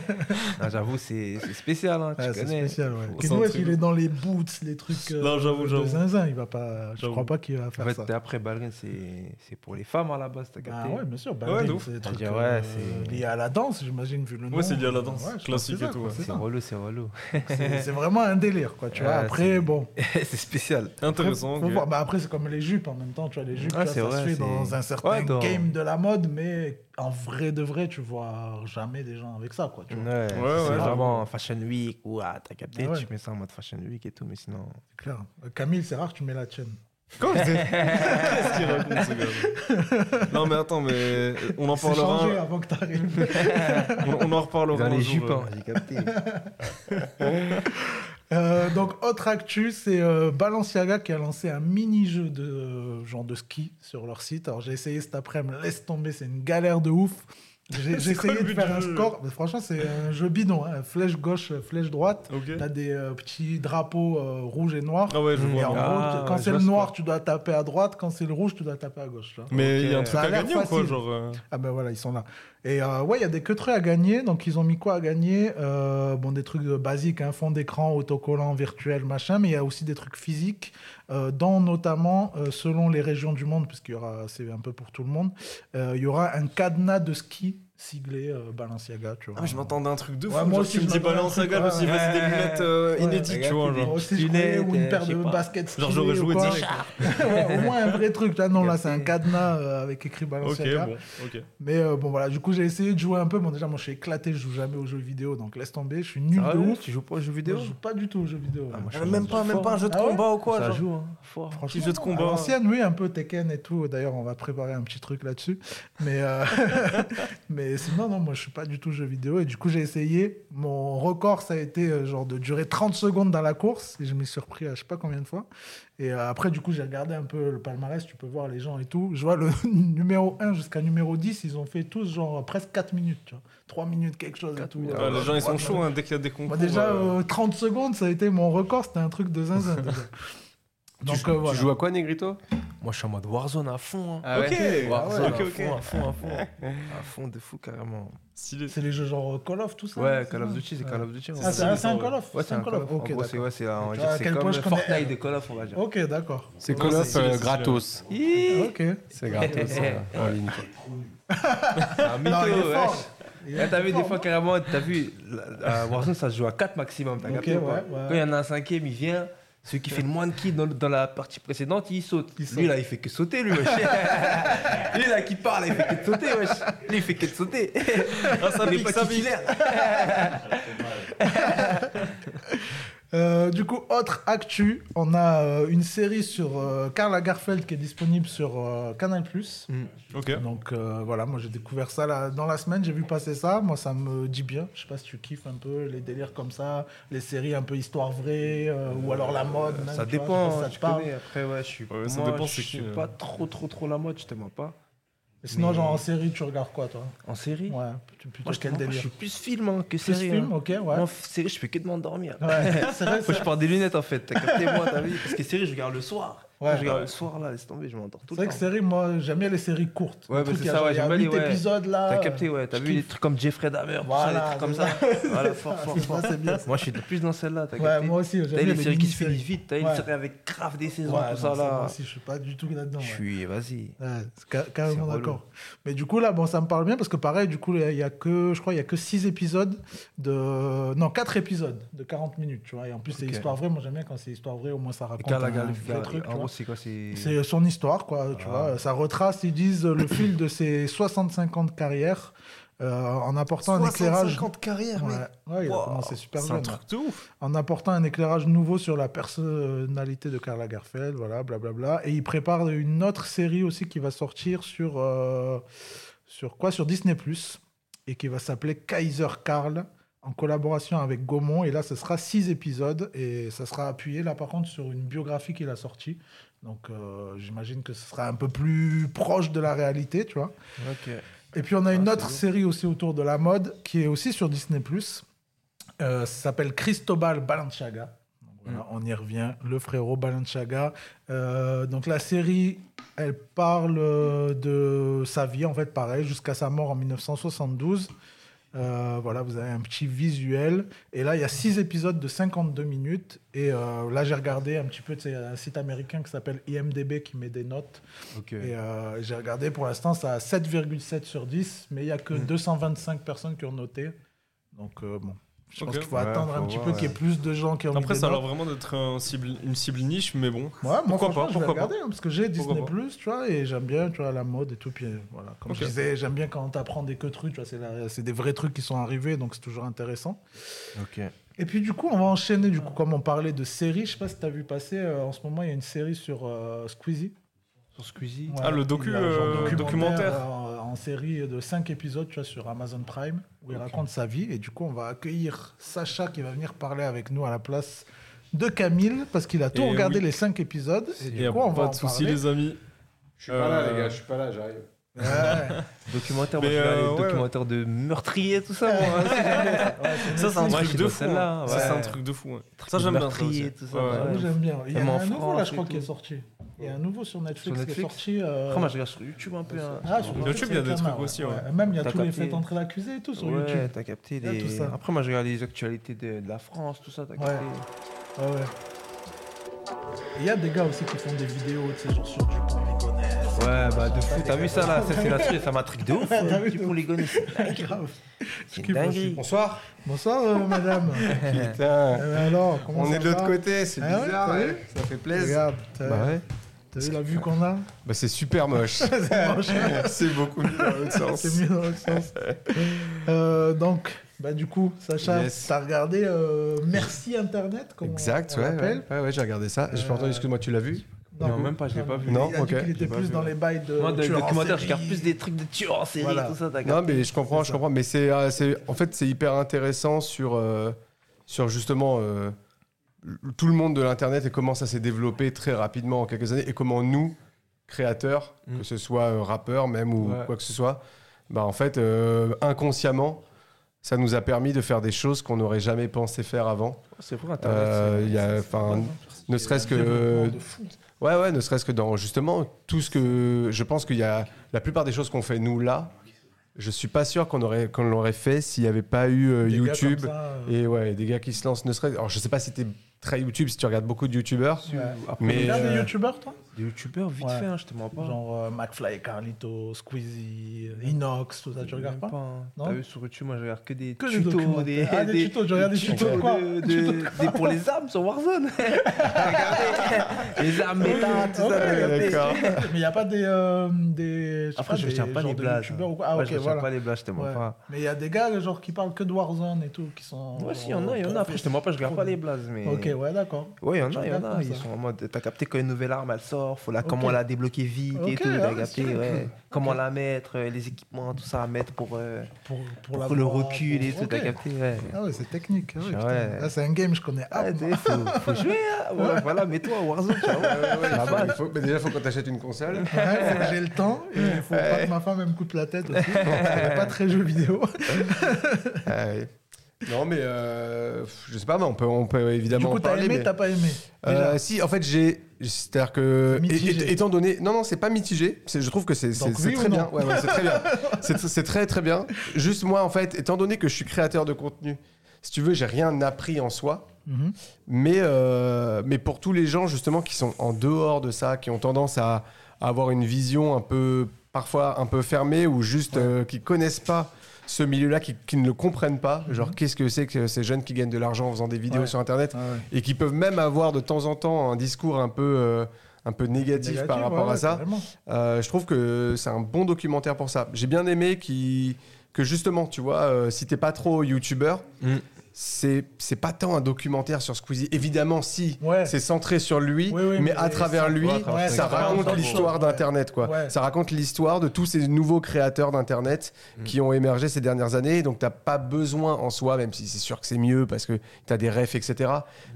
[SPEAKER 2] Non, J'avoue, c'est c'est spécial. Hein,
[SPEAKER 1] Ouais,
[SPEAKER 2] tu
[SPEAKER 1] c'est
[SPEAKER 2] connais.
[SPEAKER 1] spécial, ouais.
[SPEAKER 3] C'est un
[SPEAKER 1] Kanye West,
[SPEAKER 3] truc.
[SPEAKER 1] il est dans les boots, les trucs euh,
[SPEAKER 3] Non, j'avoue,
[SPEAKER 1] de
[SPEAKER 3] j'avoue.
[SPEAKER 1] zinzin, il va pas... Je
[SPEAKER 3] J'avoue.
[SPEAKER 1] crois pas qu'il va
[SPEAKER 2] En
[SPEAKER 1] faire ça.
[SPEAKER 2] fait, après, ballerine, c'est c'est pour les femmes à la base, t'as
[SPEAKER 1] Ah
[SPEAKER 2] capté
[SPEAKER 1] ouais, bien sûr. bah,
[SPEAKER 3] Ouais, de
[SPEAKER 1] oui,
[SPEAKER 3] ouf.
[SPEAKER 1] c'est des
[SPEAKER 2] T'as
[SPEAKER 1] trucs
[SPEAKER 2] dit, ouais,
[SPEAKER 1] euh,
[SPEAKER 2] c'est-
[SPEAKER 1] liés à la danse, j'imagine, vu le nom.
[SPEAKER 3] Ouais, c'est lié à la danse,
[SPEAKER 1] je pense que
[SPEAKER 3] classique
[SPEAKER 1] c'est
[SPEAKER 3] et
[SPEAKER 1] ça,
[SPEAKER 3] tout,
[SPEAKER 1] quoi,
[SPEAKER 3] ouais.
[SPEAKER 1] c'est
[SPEAKER 2] C'est
[SPEAKER 1] ça.
[SPEAKER 2] relou, c'est relou.
[SPEAKER 1] C'est c'est vraiment un délire, quoi, tu vois.
[SPEAKER 2] Ouais,
[SPEAKER 1] Après,
[SPEAKER 2] c'est-
[SPEAKER 1] bon...
[SPEAKER 2] c'est spécial.
[SPEAKER 3] Intéressant.
[SPEAKER 1] Faut
[SPEAKER 3] ok.
[SPEAKER 1] voir. Bah après, c'est comme les jupes en même temps. Tu vois, les jupes,
[SPEAKER 2] Ah,
[SPEAKER 1] tu vois, ça
[SPEAKER 2] c'est
[SPEAKER 1] se
[SPEAKER 2] vrai,
[SPEAKER 1] fait
[SPEAKER 2] c'est-
[SPEAKER 1] dans un certain
[SPEAKER 2] Ouais, dans-
[SPEAKER 1] game de la mode, mais en vrai de vrai, tu vois jamais des gens avec ça. Quoi, tu
[SPEAKER 2] Ouais,
[SPEAKER 1] vois.
[SPEAKER 2] ouais, c'est
[SPEAKER 3] ouais.
[SPEAKER 2] vraiment Fashion Week. Ouah, t'as capté,
[SPEAKER 1] Ah ouais.
[SPEAKER 2] tu mets ça en mode Fashion Week et tout, mais sinon.
[SPEAKER 1] C'est clair. Euh, Camille, c'est rare que tu mets la tienne.
[SPEAKER 3] Quand vous êtes- Qu'est-ce qu'il raconte ce gars Non mais attends, mais on en
[SPEAKER 1] C'est changé
[SPEAKER 3] parlera.
[SPEAKER 1] avant que t'arrives.
[SPEAKER 3] On, on en reparlera.
[SPEAKER 2] Dans
[SPEAKER 3] un
[SPEAKER 2] les
[SPEAKER 3] jour,
[SPEAKER 2] jupins,
[SPEAKER 3] euh.
[SPEAKER 2] j'ai capté.
[SPEAKER 1] Euh, donc, autre actu, c'est euh, Balenciaga qui a lancé un mini-jeu de euh, genre de ski sur leur site. Alors, j'ai essayé cet après-midi, laisse tomber, c'est une galère de ouf. J'ai j'ai
[SPEAKER 3] quoi le
[SPEAKER 1] essayé de
[SPEAKER 3] but
[SPEAKER 1] faire
[SPEAKER 3] du
[SPEAKER 1] un
[SPEAKER 3] jeu
[SPEAKER 1] score. Mais franchement, c'est un jeu bidon. hein. Flèche gauche, flèche droite.
[SPEAKER 3] Ok.
[SPEAKER 1] T'as des euh, petits drapeaux euh, rouges et noirs.
[SPEAKER 3] Ah ouais, je
[SPEAKER 1] Et en
[SPEAKER 3] vois.
[SPEAKER 1] gros,
[SPEAKER 10] Ah,
[SPEAKER 1] quand
[SPEAKER 10] je
[SPEAKER 1] c'est
[SPEAKER 10] vois
[SPEAKER 1] le
[SPEAKER 10] ce
[SPEAKER 1] noir, tu dois taper à droite. Quand c'est le rouge, tu dois taper à gauche. tu vois.
[SPEAKER 3] Mais il y a un truc
[SPEAKER 1] Ça a
[SPEAKER 3] à
[SPEAKER 1] l'air
[SPEAKER 3] gagner ou quoi,
[SPEAKER 1] facile.
[SPEAKER 3] genre euh,
[SPEAKER 1] Ah ben voilà, ils sont là. Et euh, ouais, il y a des que trucs à gagner. Donc ils ont mis quoi à gagner Euh, Bon, des trucs euh, basiques, hein, fond d'écran, autocollant, virtuel, machin. Mais il y a aussi des trucs physiques, euh, dont notamment, euh, selon les régions du monde, puisqu'il y aura, c'est un peu pour tout le monde, euh, il y aura un cadenas de ski siglé euh, Balenciaga, tu vois.
[SPEAKER 3] Ah, mais je m'entendais à un truc de fou.
[SPEAKER 1] Ouais, moi
[SPEAKER 3] moi
[SPEAKER 1] aussi,
[SPEAKER 3] aussi, tu me
[SPEAKER 1] je
[SPEAKER 3] dis
[SPEAKER 1] m'attendais à un
[SPEAKER 3] balance à
[SPEAKER 1] truc,
[SPEAKER 3] gars, je me suis dit,
[SPEAKER 1] ouais.
[SPEAKER 3] vas-y, des lunettes euh,
[SPEAKER 1] Ouais,
[SPEAKER 3] inédites, tu vois. genre.
[SPEAKER 1] Moi aussi, je
[SPEAKER 10] lunettes,
[SPEAKER 1] croyais, ou une
[SPEAKER 10] euh,
[SPEAKER 1] paire
[SPEAKER 10] je sais
[SPEAKER 1] de
[SPEAKER 10] pas.
[SPEAKER 1] baskets stylées
[SPEAKER 3] Genre, j'aurais
[SPEAKER 1] ou
[SPEAKER 3] joué
[SPEAKER 1] quoi.
[SPEAKER 3] direct.
[SPEAKER 1] Ouais, Au moins un vrai truc. Là, non, là, c'est un cadenas euh, avec écrit
[SPEAKER 3] Ok,
[SPEAKER 1] Balenciaga.
[SPEAKER 3] bon, ok.
[SPEAKER 1] Mais euh, bon, voilà, du coup, j'ai essayé de jouer un peu. Bon, déjà, moi, je suis éclaté, je joue jamais aux jeux vidéo, donc laisse tomber, je suis nul
[SPEAKER 2] Ah
[SPEAKER 1] de
[SPEAKER 2] ouais,
[SPEAKER 1] ouf.
[SPEAKER 2] tu joues pas aux jeux
[SPEAKER 1] Moi,
[SPEAKER 2] vidéo
[SPEAKER 1] je joue pas du tout aux jeux vidéo.
[SPEAKER 2] Ah, moi, je
[SPEAKER 3] Ah,
[SPEAKER 2] fais
[SPEAKER 3] Même
[SPEAKER 2] un
[SPEAKER 3] pas, même pas un jeu de
[SPEAKER 1] Ah ouais
[SPEAKER 3] combat ou quoi,
[SPEAKER 2] Ça
[SPEAKER 3] genre.
[SPEAKER 2] joue, hein. Fort.
[SPEAKER 1] Franchement,
[SPEAKER 3] jeu de combat.
[SPEAKER 1] à l'ancienne, Ah, oui, un peu Tekken et tout. D'ailleurs, on va préparer un petit truc là-dessus. Mais, euh, mais sinon, non, moi, je suis pas du tout jeu vidéo. Et du coup, j'ai essayé. Mon record, ça a été euh, genre de durer 30 secondes dans la course. Et je m'y suis surpris à je sais pas combien de fois. Et euh, après, du coup, j'ai regardé un peu le palmarès. Tu peux voir les gens et tout. Je vois le numéro 1 jusqu'à numéro 10. Ils ont fait tous genre presque 4 minutes. Tu vois. 3 minutes, quelque chose et tout.
[SPEAKER 3] Ah, les gens ils sont chauds hein, dès qu'il y a des concours.
[SPEAKER 1] Moi, déjà,
[SPEAKER 3] euh,
[SPEAKER 1] euh, 30 secondes, ça a été mon record. C'était un truc de zinzin. déjà. Donc, euh, voilà.
[SPEAKER 7] Tu joues à quoi, Negrito
[SPEAKER 2] Moi, je suis en mode Warzone à fond. hein.
[SPEAKER 7] Ah ouais.
[SPEAKER 3] Ok,
[SPEAKER 2] Warzone
[SPEAKER 3] ok,
[SPEAKER 2] à
[SPEAKER 3] ok.
[SPEAKER 2] fond, à fond, à fond. À fond de fou, carrément.
[SPEAKER 3] Stylé.
[SPEAKER 1] C'est les jeux genre euh, Call of, tout ça
[SPEAKER 2] Ouais,
[SPEAKER 1] c'est
[SPEAKER 2] Call of
[SPEAKER 1] ça
[SPEAKER 2] Duty, c'est
[SPEAKER 1] Ouais.
[SPEAKER 2] Call of Duty.
[SPEAKER 1] Ah, c'est un- c'est un
[SPEAKER 3] Ouais.
[SPEAKER 1] Call of
[SPEAKER 2] Ouais, c'est un Call of. En
[SPEAKER 1] Ok,
[SPEAKER 2] gros, c'est
[SPEAKER 1] d'accord.
[SPEAKER 2] ouais, c'est un- on va
[SPEAKER 1] Tu
[SPEAKER 2] dire
[SPEAKER 1] vois, à
[SPEAKER 2] c'est
[SPEAKER 1] quel
[SPEAKER 2] comme
[SPEAKER 1] point je
[SPEAKER 2] le
[SPEAKER 1] connais-
[SPEAKER 2] Fortnite de Call of, on va dire.
[SPEAKER 1] Ok, d'accord.
[SPEAKER 7] C'est
[SPEAKER 3] Non,
[SPEAKER 7] Call
[SPEAKER 3] c'est
[SPEAKER 7] of
[SPEAKER 3] stylé,
[SPEAKER 7] euh,
[SPEAKER 3] c'est stylé.
[SPEAKER 7] gratos.
[SPEAKER 1] Ok.
[SPEAKER 7] C'est gratos euh, en ligne. quoi.
[SPEAKER 2] Un mytho,
[SPEAKER 1] Non, il est
[SPEAKER 2] wesh.
[SPEAKER 1] fort. Il est
[SPEAKER 2] Eh, T'as vu
[SPEAKER 1] fort,
[SPEAKER 2] des fois carrément, t'as vu, à Warzone ça se joue à 4 maximum, t'as
[SPEAKER 1] Ok,
[SPEAKER 2] capté ou pas
[SPEAKER 1] ouais, ouais.
[SPEAKER 2] Quand il y en a un cinquième, il vient, celui qui fait le moins de kills dans, le- dans la partie précédente, il saute.
[SPEAKER 1] Il saute.
[SPEAKER 2] Lui là, il fait que sauter, lui, wesh. lui là qui parle, il fait que de sauter, wesh. Lui, il fait que de sauter.
[SPEAKER 3] Ah, ça
[SPEAKER 2] il est
[SPEAKER 3] pique,
[SPEAKER 2] pas
[SPEAKER 3] ça pique.
[SPEAKER 2] titulaire.
[SPEAKER 1] Euh, du coup, autre actu, on a euh, une série sur euh, Karl Lagerfeld qui est disponible sur euh, Canal+.
[SPEAKER 2] Mm.
[SPEAKER 3] Ok.
[SPEAKER 1] Donc euh, voilà, moi j'ai découvert ça là, dans la semaine, j'ai vu passer ça, moi ça me dit bien. Je sais pas si tu kiffes un peu les délires comme ça, les séries un peu histoire vraie, euh, ou alors la mode. même,
[SPEAKER 2] Ça
[SPEAKER 1] tu vois, je sais pas si
[SPEAKER 2] dépend,
[SPEAKER 1] ça te
[SPEAKER 2] tu
[SPEAKER 1] parle.
[SPEAKER 2] connais, après ouais, je suis,
[SPEAKER 3] Ouais, ça
[SPEAKER 2] moi,
[SPEAKER 3] dépend,
[SPEAKER 2] je
[SPEAKER 3] c'est
[SPEAKER 2] suis
[SPEAKER 3] qui, euh.
[SPEAKER 2] pas trop trop trop la mode, je te mens pas.
[SPEAKER 1] Et Sinon,
[SPEAKER 2] Mais-
[SPEAKER 1] genre en série, tu regardes quoi toi
[SPEAKER 2] En série
[SPEAKER 1] Ouais, plutôt plutôt
[SPEAKER 2] Moi je te
[SPEAKER 1] quel
[SPEAKER 2] mens pas, je
[SPEAKER 1] délire
[SPEAKER 2] suis plus film hein, que
[SPEAKER 1] Plus
[SPEAKER 2] série.
[SPEAKER 1] film,
[SPEAKER 2] hein.
[SPEAKER 1] ok, ouais.
[SPEAKER 2] Moi, en série, je fais que de m'endormir.
[SPEAKER 1] Ouais, c'est vrai,
[SPEAKER 2] Faut que je porte des lunettes en fait, t'as capté moi, t'as vu Parce que série, je regarde le soir.
[SPEAKER 1] Ouais.
[SPEAKER 2] je regarde le soir là, laisse tomber, je m'endors tout
[SPEAKER 1] C'est vrai
[SPEAKER 2] le
[SPEAKER 1] que
[SPEAKER 2] temps.
[SPEAKER 1] série, moi, j'aime bien les séries courtes.
[SPEAKER 2] Ouais,
[SPEAKER 1] Le
[SPEAKER 2] bah,
[SPEAKER 1] truc,
[SPEAKER 2] c'est
[SPEAKER 1] il y a
[SPEAKER 2] ça,
[SPEAKER 1] genre-
[SPEAKER 2] ouais,
[SPEAKER 1] il y a
[SPEAKER 2] j'aime bien
[SPEAKER 1] huit
[SPEAKER 2] les- ouais.
[SPEAKER 1] épisodes là.
[SPEAKER 2] T'as capté, ouais, t'as
[SPEAKER 1] je
[SPEAKER 2] vu les trucs comme Jeffrey Dahmer, tout ça, les
[SPEAKER 1] Voilà,
[SPEAKER 2] trucs comme
[SPEAKER 1] Ah, c'est
[SPEAKER 2] ça. Voilà, fort, fort, fort.
[SPEAKER 1] c'est bien.
[SPEAKER 2] Moi, je suis de plus dans celle-là, t'as
[SPEAKER 1] Ouais,
[SPEAKER 2] capté.
[SPEAKER 1] moi aussi, j'aime
[SPEAKER 2] T'as
[SPEAKER 1] bien
[SPEAKER 2] les séries qui se
[SPEAKER 1] mini-séries.
[SPEAKER 2] finissent vite, t'as une
[SPEAKER 1] Ouais.
[SPEAKER 2] série avec grave des saisons,
[SPEAKER 1] Ouais,
[SPEAKER 2] tout ça
[SPEAKER 1] non, c'est- Moi
[SPEAKER 2] là.
[SPEAKER 1] aussi, je suis pas du tout là-dedans.
[SPEAKER 2] Je
[SPEAKER 1] ouais.
[SPEAKER 2] suis, vas-y.
[SPEAKER 1] Ouais, c'est ca- carrément
[SPEAKER 2] C'est relou.
[SPEAKER 1] d'accord. Mais du coup, là, bon, ça me parle bien parce que pareil, du coup, il y a que, je crois, il y a que 6 épisodes de. Non, 4 épisodes de 40 minutes, tu vois. Et en plus, c'est
[SPEAKER 2] Ok. ah
[SPEAKER 1] histoire vraie. Moi, j'aime bien quand c'est histoire vraie, au moins ça raconte un vrai truc. tu
[SPEAKER 2] en
[SPEAKER 1] vois.
[SPEAKER 2] gros, c'est quoi C'est.
[SPEAKER 1] hein. C'est son histoire, quoi,
[SPEAKER 3] Ah.
[SPEAKER 1] tu vois. Ça retrace, ils disent, euh, le fil de ses 65 ans de carrière euh, en apportant un éclairage.
[SPEAKER 3] 50 carrières,
[SPEAKER 1] Ouais,
[SPEAKER 3] mec.
[SPEAKER 1] ouais, il a
[SPEAKER 3] Wow.
[SPEAKER 1] commencé super
[SPEAKER 3] C'est
[SPEAKER 1] jeune.
[SPEAKER 3] un truc de ouf.
[SPEAKER 1] En apportant un éclairage nouveau sur la personnalité de Karl Lagerfeld, voilà, blablabla. Et il prépare une autre série aussi qui va sortir sur, euh, sur quoi Sur Disney+, et qui va s'appeler Kaiser Karl, en collaboration avec Gaumont. Et là, ce sera six épisodes, et ça sera appuyé, là, par contre, sur une biographie qu'il a sortie. Donc, euh, j'imagine que ce sera un peu plus proche de la réalité, tu vois.
[SPEAKER 2] Ok.
[SPEAKER 1] Et puis on a une
[SPEAKER 2] Ah,
[SPEAKER 1] autre
[SPEAKER 2] c'est
[SPEAKER 1] série aussi autour de la mode qui est aussi sur Disney+. Euh, ça s'appelle Cristobal Balenciaga. Donc voilà,
[SPEAKER 2] Mm.
[SPEAKER 1] On y revient, le frérot Balenciaga. Euh, donc la série, elle parle euh, de sa vie, en fait, pareil, jusqu'à sa mort en 1972. Euh, voilà, vous avez un petit visuel. Et là, il y a six épisodes de 52 minutes. Et euh, là, j'ai regardé un petit peu, c'est un site américain qui s'appelle IMDB qui met des notes.
[SPEAKER 2] Ok.
[SPEAKER 1] Et euh, j'ai regardé, pour l'instant, ça a
[SPEAKER 3] Hmm.
[SPEAKER 1] 7,7 sur 10, mais il n'y a que 225 personnes qui ont noté. Donc, euh, bon, Je pense
[SPEAKER 3] Ok.
[SPEAKER 1] qu'il faut
[SPEAKER 11] Ouais,
[SPEAKER 1] attendre un
[SPEAKER 11] faut
[SPEAKER 1] petit
[SPEAKER 11] voir,
[SPEAKER 1] peu qu'il y ait
[SPEAKER 11] ouais.
[SPEAKER 1] plus de gens qui ont
[SPEAKER 3] Après,
[SPEAKER 1] mis des
[SPEAKER 3] ça a l'air
[SPEAKER 1] notes.
[SPEAKER 3] vraiment d'être un cible- une cible niche, mais bon.
[SPEAKER 1] Ouais, moi, franchement,
[SPEAKER 3] Pourquoi pas,
[SPEAKER 1] je vais
[SPEAKER 3] pourquoi pas.
[SPEAKER 1] regarder, hein, parce que j'ai Disney+,
[SPEAKER 3] Pourquoi pas.
[SPEAKER 1] tu vois, et j'aime bien, tu vois, la mode et tout, puis euh, voilà, comme je
[SPEAKER 3] Ok.
[SPEAKER 1] disais, j'aime bien quand on t'apprend des que trucs, tu vois, c'est la- c'est des vrais trucs qui sont arrivés, donc c'est toujours intéressant.
[SPEAKER 2] Ok.
[SPEAKER 1] Et puis, du coup, on va enchaîner, du coup, comme on parlait de séries, je sais pas si t'as vu passer, euh, en ce moment, il y a une série sur euh, Squeezie.
[SPEAKER 2] Sur Squeezie.
[SPEAKER 1] Ouais,
[SPEAKER 3] Ah, le docu,
[SPEAKER 1] il a un genre
[SPEAKER 3] euh, documentaire.
[SPEAKER 1] euh, en série de 5 épisodes, tu vois, sur Amazon Prime, où il raconte sa vie, et du coup, on va accueillir Sacha, qui va venir parler avec nous à la place de Camille, parce qu'il a tout
[SPEAKER 3] Et
[SPEAKER 1] regardé
[SPEAKER 3] oui.
[SPEAKER 1] les 5 épisodes, et
[SPEAKER 3] Il n'y
[SPEAKER 1] du
[SPEAKER 3] a
[SPEAKER 1] coup, on va
[SPEAKER 3] pas
[SPEAKER 1] en
[SPEAKER 3] de soucis,
[SPEAKER 1] parler.
[SPEAKER 3] les amis.
[SPEAKER 7] Je suis pas là,
[SPEAKER 3] Euh,
[SPEAKER 7] les gars, je suis pas là, j'arrive.
[SPEAKER 1] Ouais.
[SPEAKER 2] Documentaire,
[SPEAKER 3] Mais,
[SPEAKER 2] moi, je regarde
[SPEAKER 3] euh,
[SPEAKER 2] les
[SPEAKER 3] ouais, ouais.
[SPEAKER 2] documentaires de meurtrier, tout ça. moi. hein,
[SPEAKER 3] Ça, c'est un
[SPEAKER 2] Moi,
[SPEAKER 3] truc
[SPEAKER 2] je
[SPEAKER 3] de
[SPEAKER 2] vois
[SPEAKER 3] fou.
[SPEAKER 2] celle-là,
[SPEAKER 3] hein.
[SPEAKER 2] ouais.
[SPEAKER 3] Ça, c'est un truc de fou. ouais. Ça,
[SPEAKER 2] de
[SPEAKER 3] j'aime bien. ça
[SPEAKER 2] meurtrier,
[SPEAKER 3] aussi.
[SPEAKER 2] tout ça,
[SPEAKER 3] Ouais, ouais.
[SPEAKER 2] ouais.
[SPEAKER 1] Moi, j'aime bien. Il y a
[SPEAKER 2] Même en
[SPEAKER 1] un nouveau là,
[SPEAKER 2] France
[SPEAKER 1] je
[SPEAKER 2] et
[SPEAKER 1] crois, qui
[SPEAKER 2] tout.
[SPEAKER 1] est sorti. Il y a un nouveau sur Netflix,
[SPEAKER 2] Sur
[SPEAKER 1] qui est
[SPEAKER 2] Netflix
[SPEAKER 1] sorti. euh,
[SPEAKER 2] Après, moi, je regarde sur YouTube un peu. hein.
[SPEAKER 1] Ah, sur
[SPEAKER 3] YouTube,
[SPEAKER 1] Netflix,
[SPEAKER 3] il y a des
[SPEAKER 1] pas mal,
[SPEAKER 3] trucs aussi, ouais.
[SPEAKER 1] Même il y a
[SPEAKER 2] T'as
[SPEAKER 1] tous les
[SPEAKER 2] capté.
[SPEAKER 1] faits entre l'accusé et tout sur
[SPEAKER 2] ouais,
[SPEAKER 1] YouTube.
[SPEAKER 2] t'as capté
[SPEAKER 1] Il y a
[SPEAKER 2] les...
[SPEAKER 1] tout ça.
[SPEAKER 2] Après, moi, je regarde les actualités de, de la France, tout ça, t'as
[SPEAKER 1] Ouais.
[SPEAKER 2] capté.
[SPEAKER 1] Ouais, ouais. Il y a des gars aussi qui font des vidéos, tu sais, genre sur du
[SPEAKER 2] Ouais, bah de fou. T'as vu ça là Ça, c'est la truc, ça m'a truc de ouf.
[SPEAKER 1] Ouais, t'as vu,
[SPEAKER 2] Tu
[SPEAKER 1] de
[SPEAKER 2] pour les gonnes, c'est
[SPEAKER 1] grave.
[SPEAKER 2] c'est
[SPEAKER 1] kiffe aussi.
[SPEAKER 2] dingue.
[SPEAKER 7] Bonsoir.
[SPEAKER 1] Bonsoir, euh, madame.
[SPEAKER 7] Putain,
[SPEAKER 1] Euh, alors, comment
[SPEAKER 7] on
[SPEAKER 1] ça
[SPEAKER 7] est de l'autre
[SPEAKER 1] va
[SPEAKER 7] côté, c'est
[SPEAKER 1] Ah ouais,
[SPEAKER 7] bizarre,
[SPEAKER 1] t'as
[SPEAKER 7] ouais.
[SPEAKER 1] vu
[SPEAKER 7] ça fait plaisir.
[SPEAKER 1] Regarde, euh, t'as
[SPEAKER 11] Bah ouais.
[SPEAKER 1] t'as vu la vue qu'on a
[SPEAKER 7] Bah, c'est super moche.
[SPEAKER 1] C'est moche.
[SPEAKER 7] c'est beaucoup mieux dans l'autre sens.
[SPEAKER 1] C'est mieux dans l'autre sens. Euh, donc, bah, du coup, Sacha,
[SPEAKER 7] Yes.
[SPEAKER 1] t'as regardé euh, Merci Internet, comme on-
[SPEAKER 7] Exact,
[SPEAKER 1] on
[SPEAKER 7] ouais,
[SPEAKER 1] l'appelle.
[SPEAKER 7] ouais, ouais, ouais, j'ai regardé ça. J'ai
[SPEAKER 1] Euh,
[SPEAKER 7] pas entendu, excuse-moi, tu l'as vu
[SPEAKER 11] Non, même pas, je l'ai pas vu.
[SPEAKER 7] Non,
[SPEAKER 1] il a dit
[SPEAKER 7] ok.
[SPEAKER 1] qu'il
[SPEAKER 7] J'ai
[SPEAKER 1] était
[SPEAKER 7] pas
[SPEAKER 1] plus
[SPEAKER 7] vu,
[SPEAKER 1] dans
[SPEAKER 7] ouais.
[SPEAKER 1] les bails de.
[SPEAKER 2] Moi, dans les
[SPEAKER 1] tueurs en
[SPEAKER 2] documentaires, je
[SPEAKER 1] série.
[SPEAKER 2] regarde plus des trucs de tueurs en série,
[SPEAKER 1] Voilà.
[SPEAKER 2] tout ça, t'as
[SPEAKER 7] Non,
[SPEAKER 2] capté.
[SPEAKER 7] mais je comprends,
[SPEAKER 1] C'est
[SPEAKER 7] je
[SPEAKER 1] ça.
[SPEAKER 7] comprends. Mais c'est, euh, c'est- en fait, c'est hyper intéressant sur, euh, sur justement euh, l- tout le monde de l'internet et comment ça s'est développé très rapidement en quelques années et comment nous, créateurs,
[SPEAKER 11] Mm.
[SPEAKER 7] que ce soit euh, rappeurs même ou
[SPEAKER 11] Ouais.
[SPEAKER 7] quoi que ce soit, bah en fait, euh, inconsciemment. Ça nous a permis de faire des choses qu'on n'aurait jamais pensé faire avant.
[SPEAKER 2] C'est vrai,
[SPEAKER 7] Euh,
[SPEAKER 2] Internet.
[SPEAKER 7] il y a, enfin, ne serait-ce que euh,
[SPEAKER 1] De fou.
[SPEAKER 7] Ouais, ouais, ne serait-ce que dans justement tout ce que. Je pense qu'il y a. La plupart des choses qu'on fait nous là, je suis pas sûr qu'on aurait, qu'on l'aurait fait s'il n'y avait pas eu euh,
[SPEAKER 1] Des gars comme
[SPEAKER 7] YouTube.
[SPEAKER 1] ça, euh,
[SPEAKER 7] Et ouais, des gars qui se lancent, ne serait Alors je sais pas si t'es très YouTube, si tu regardes beaucoup de YouTubeurs.
[SPEAKER 1] ouais.
[SPEAKER 7] Mais,
[SPEAKER 1] Tu regardes
[SPEAKER 7] euh,
[SPEAKER 1] des youtubeurs, toi
[SPEAKER 2] Des youtubeurs, vite
[SPEAKER 1] Ouais.
[SPEAKER 2] fait, hein, je te mens pas.
[SPEAKER 1] Genre euh, McFly, Carlito, Squeezie, Inox, tout ça, tu regardes
[SPEAKER 2] Même
[SPEAKER 1] pas
[SPEAKER 2] hein.
[SPEAKER 1] Non
[SPEAKER 2] T'as vu sur YouTube, moi, je regarde que des
[SPEAKER 1] Que des
[SPEAKER 2] tutos.
[SPEAKER 1] documentaires. Ah, des tutos, je regarde des tutos de quoi
[SPEAKER 2] de- de- des- Pour les armes sur Warzone. Regardez. Les armes méta, tout ça, t'as capté.
[SPEAKER 1] Mais il a pas des. euh, des sais
[SPEAKER 2] Après, je retiens pas
[SPEAKER 1] genres
[SPEAKER 2] les
[SPEAKER 1] de
[SPEAKER 2] blagues.
[SPEAKER 1] youtubeurs ou quoi Ah,
[SPEAKER 2] Ouais,
[SPEAKER 1] ok,
[SPEAKER 2] je retiens
[SPEAKER 1] voilà.
[SPEAKER 2] pas les blagues, je te mens
[SPEAKER 1] Ouais.
[SPEAKER 2] pas.
[SPEAKER 1] Mais il y a des gars genre, qui parlent que de Warzone et tout, qui sont.
[SPEAKER 2] Ouais, si, y en a, y en a. Après, je te mens pas, je regarde pas les blagues, mais.
[SPEAKER 1] Ok, ouais, d'accord.
[SPEAKER 2] Ouais, y en
[SPEAKER 1] Tu
[SPEAKER 2] a, y en
[SPEAKER 1] regardes comme
[SPEAKER 2] a. Ils
[SPEAKER 1] ça.
[SPEAKER 2] sont en mode, t'as capté quand une nouvelle arme elle sort, faut la,
[SPEAKER 1] Ok.
[SPEAKER 2] comment la débloquer vite et
[SPEAKER 1] Ok,
[SPEAKER 2] tout,
[SPEAKER 1] ah,
[SPEAKER 2] t'as capté,
[SPEAKER 1] stylé.
[SPEAKER 2] ouais. Comment la mettre, euh, les équipements, tout ça à mettre pour, euh,
[SPEAKER 1] Pour,
[SPEAKER 2] pour,
[SPEAKER 1] la
[SPEAKER 2] le
[SPEAKER 1] voir,
[SPEAKER 2] recul et
[SPEAKER 1] pour-
[SPEAKER 2] tout, t'as
[SPEAKER 1] ok.
[SPEAKER 2] capté, ouais.
[SPEAKER 1] Ah ouais, c'est technique. Ah ouais,
[SPEAKER 2] Ouais.
[SPEAKER 1] putain. Là, c'est un game, je connais. Ah,
[SPEAKER 2] Ouais, t'es- faut, faut jouer, hein. Ouais, voilà, mets-toi à Warzone, tu vois.
[SPEAKER 7] Ah bah, il faut- mais déjà, faut qu'on t'achète une console.
[SPEAKER 1] Ouais, faut que j'ai le temps et il faut pas que ma femme elle me coupe la tête aussi. Elle est pas très jeu vidéo.
[SPEAKER 7] Ah Ouais. Non, mais euh, je sais pas, mais on peut, on peut
[SPEAKER 1] du
[SPEAKER 7] évidemment.
[SPEAKER 1] coup,
[SPEAKER 7] en
[SPEAKER 1] t'as
[SPEAKER 7] parler,
[SPEAKER 1] aimé,
[SPEAKER 7] mais-
[SPEAKER 1] t'as pas aimé.
[SPEAKER 7] Euh,
[SPEAKER 1] Déjà,
[SPEAKER 7] si, en fait, j'ai. C'est-à-dire que.
[SPEAKER 1] C'est mitigé.
[SPEAKER 7] et- et- Étant donné. Non, non, c'est pas mitigé. C'est- Je trouve que c'est c'est-
[SPEAKER 1] Donc
[SPEAKER 7] c'est
[SPEAKER 1] oui ou
[SPEAKER 7] très
[SPEAKER 1] non
[SPEAKER 7] bien. Ouais, ouais, c'est très bien. C'est tr- C'est très, très bien. Juste moi, en fait, étant donné que je suis créateur de contenu, si tu veux, j'ai rien appris en soi.
[SPEAKER 1] Mhm.
[SPEAKER 7] Mais, euh, mais pour tous les gens, justement, qui sont en dehors de ça, qui ont tendance à, à avoir une vision un peu. parfois un peu fermée ou juste. euh, qui connaissent pas ce milieu-là, qui, qui ne le comprennent pas. Genre, qu'est-ce que c'est que ces jeunes qui gagnent de l'argent en faisant des vidéos
[SPEAKER 1] Mhm. Ouais.
[SPEAKER 7] sur Internet
[SPEAKER 1] Ah ouais.
[SPEAKER 7] et qui peuvent même avoir de temps en temps un discours un peu, euh, un peu négatif,
[SPEAKER 1] Négatif,
[SPEAKER 7] par rapport
[SPEAKER 1] ouais,
[SPEAKER 7] à ça.
[SPEAKER 1] carrément.
[SPEAKER 7] Euh, je trouve que c'est un bon documentaire pour ça. J'ai bien aimé qui, que justement, tu vois, euh, si t'es pas trop youtubeur,
[SPEAKER 11] Mm.
[SPEAKER 7] c'est c'est pas tant un documentaire sur Squeezie. Évidemment, si.
[SPEAKER 1] Ouais.
[SPEAKER 7] C'est centré sur lui,
[SPEAKER 1] Oui, oui,
[SPEAKER 7] mais,
[SPEAKER 1] mais
[SPEAKER 7] à travers
[SPEAKER 1] ça-
[SPEAKER 7] lui,
[SPEAKER 1] ouais, à travers
[SPEAKER 7] ça
[SPEAKER 1] ça,
[SPEAKER 7] raconte
[SPEAKER 1] ça,
[SPEAKER 7] l'histoire
[SPEAKER 1] ouais.
[SPEAKER 7] d'Internet, quoi.
[SPEAKER 1] Ouais.
[SPEAKER 7] Ça raconte l'histoire de tous ces nouveaux créateurs d'Internet
[SPEAKER 1] Mm.
[SPEAKER 7] qui ont émergé ces dernières années. Donc, t'as pas besoin en soi, même si c'est sûr que c'est mieux parce que t'as des refs, etc.
[SPEAKER 1] Mm.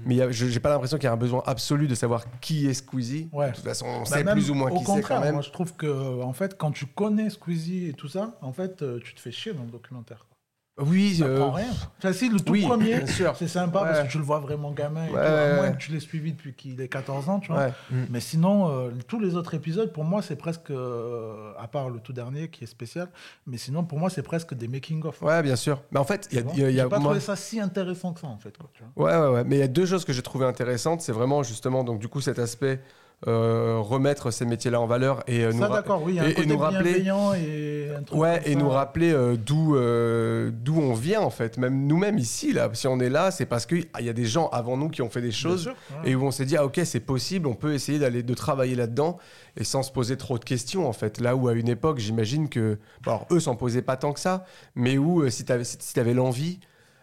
[SPEAKER 7] Mais y a- je- j'ai pas l'impression qu'il y a un besoin absolu de savoir qui est Squeezie.
[SPEAKER 1] Ouais.
[SPEAKER 7] De toute façon, on
[SPEAKER 1] Bah,
[SPEAKER 7] sait
[SPEAKER 1] même
[SPEAKER 7] plus ou moins
[SPEAKER 1] au
[SPEAKER 7] qui c'est
[SPEAKER 1] contraire,
[SPEAKER 7] quand même.
[SPEAKER 1] Moi, je trouve que euh, en fait, quand tu connais Squeezie et tout ça, en fait, euh, tu te fais chier dans le documentaire.
[SPEAKER 7] Oui,
[SPEAKER 1] Tu
[SPEAKER 7] euh,
[SPEAKER 1] apprends rien. Enfin, si, le tout
[SPEAKER 7] oui,
[SPEAKER 1] premier,
[SPEAKER 7] bien sûr.
[SPEAKER 1] c'est sympa
[SPEAKER 7] Ouais.
[SPEAKER 1] parce que tu le vois vraiment gamin. et
[SPEAKER 7] Ouais.
[SPEAKER 1] tout, à moins que tu l'aies suivi depuis qu'il est 14 ans, tu vois.
[SPEAKER 7] Ouais.
[SPEAKER 1] Mais sinon, euh, tous les autres épisodes, pour moi, c'est presque, euh, à part le tout dernier qui est spécial, mais sinon, pour moi, c'est presque des making-of.
[SPEAKER 7] Ouais, bien sûr. Mais en fait, il y a, il y a- il y a-
[SPEAKER 1] J'ai pas
[SPEAKER 7] moi-
[SPEAKER 1] trouvé ça si intéressant que ça, en fait. Quoi, tu vois.
[SPEAKER 7] Ouais, ouais, ouais. Mais il y a deux choses que j'ai trouvées intéressantes. C'est vraiment justement, donc, du coup, cet aspect euh, remettre ces métiers-là en valeur et euh, nous
[SPEAKER 1] Ça,
[SPEAKER 7] ra-
[SPEAKER 1] d'accord, oui, il y a un
[SPEAKER 7] et- et
[SPEAKER 1] côté
[SPEAKER 7] nous rappeler-
[SPEAKER 1] bienveillant et un truc
[SPEAKER 7] Ouais,
[SPEAKER 1] comme
[SPEAKER 7] et
[SPEAKER 1] ça. Ah
[SPEAKER 7] nous rappeler euh, d'où euh, d'où on vient en fait. Même nous-mêmes ici, là, si on est là, c'est parce qu'il y a des gens avant nous qui ont fait des choses
[SPEAKER 1] Bien sûr, ouais.
[SPEAKER 7] et où on s'est dit ah ok c'est possible, on peut essayer d'aller de travailler là-dedans et sans se poser trop de questions en fait. Là où à une époque j'imagine que bon, alors eux s'en posaient pas tant que ça, mais où euh, si t'avais si si t'avais l'envie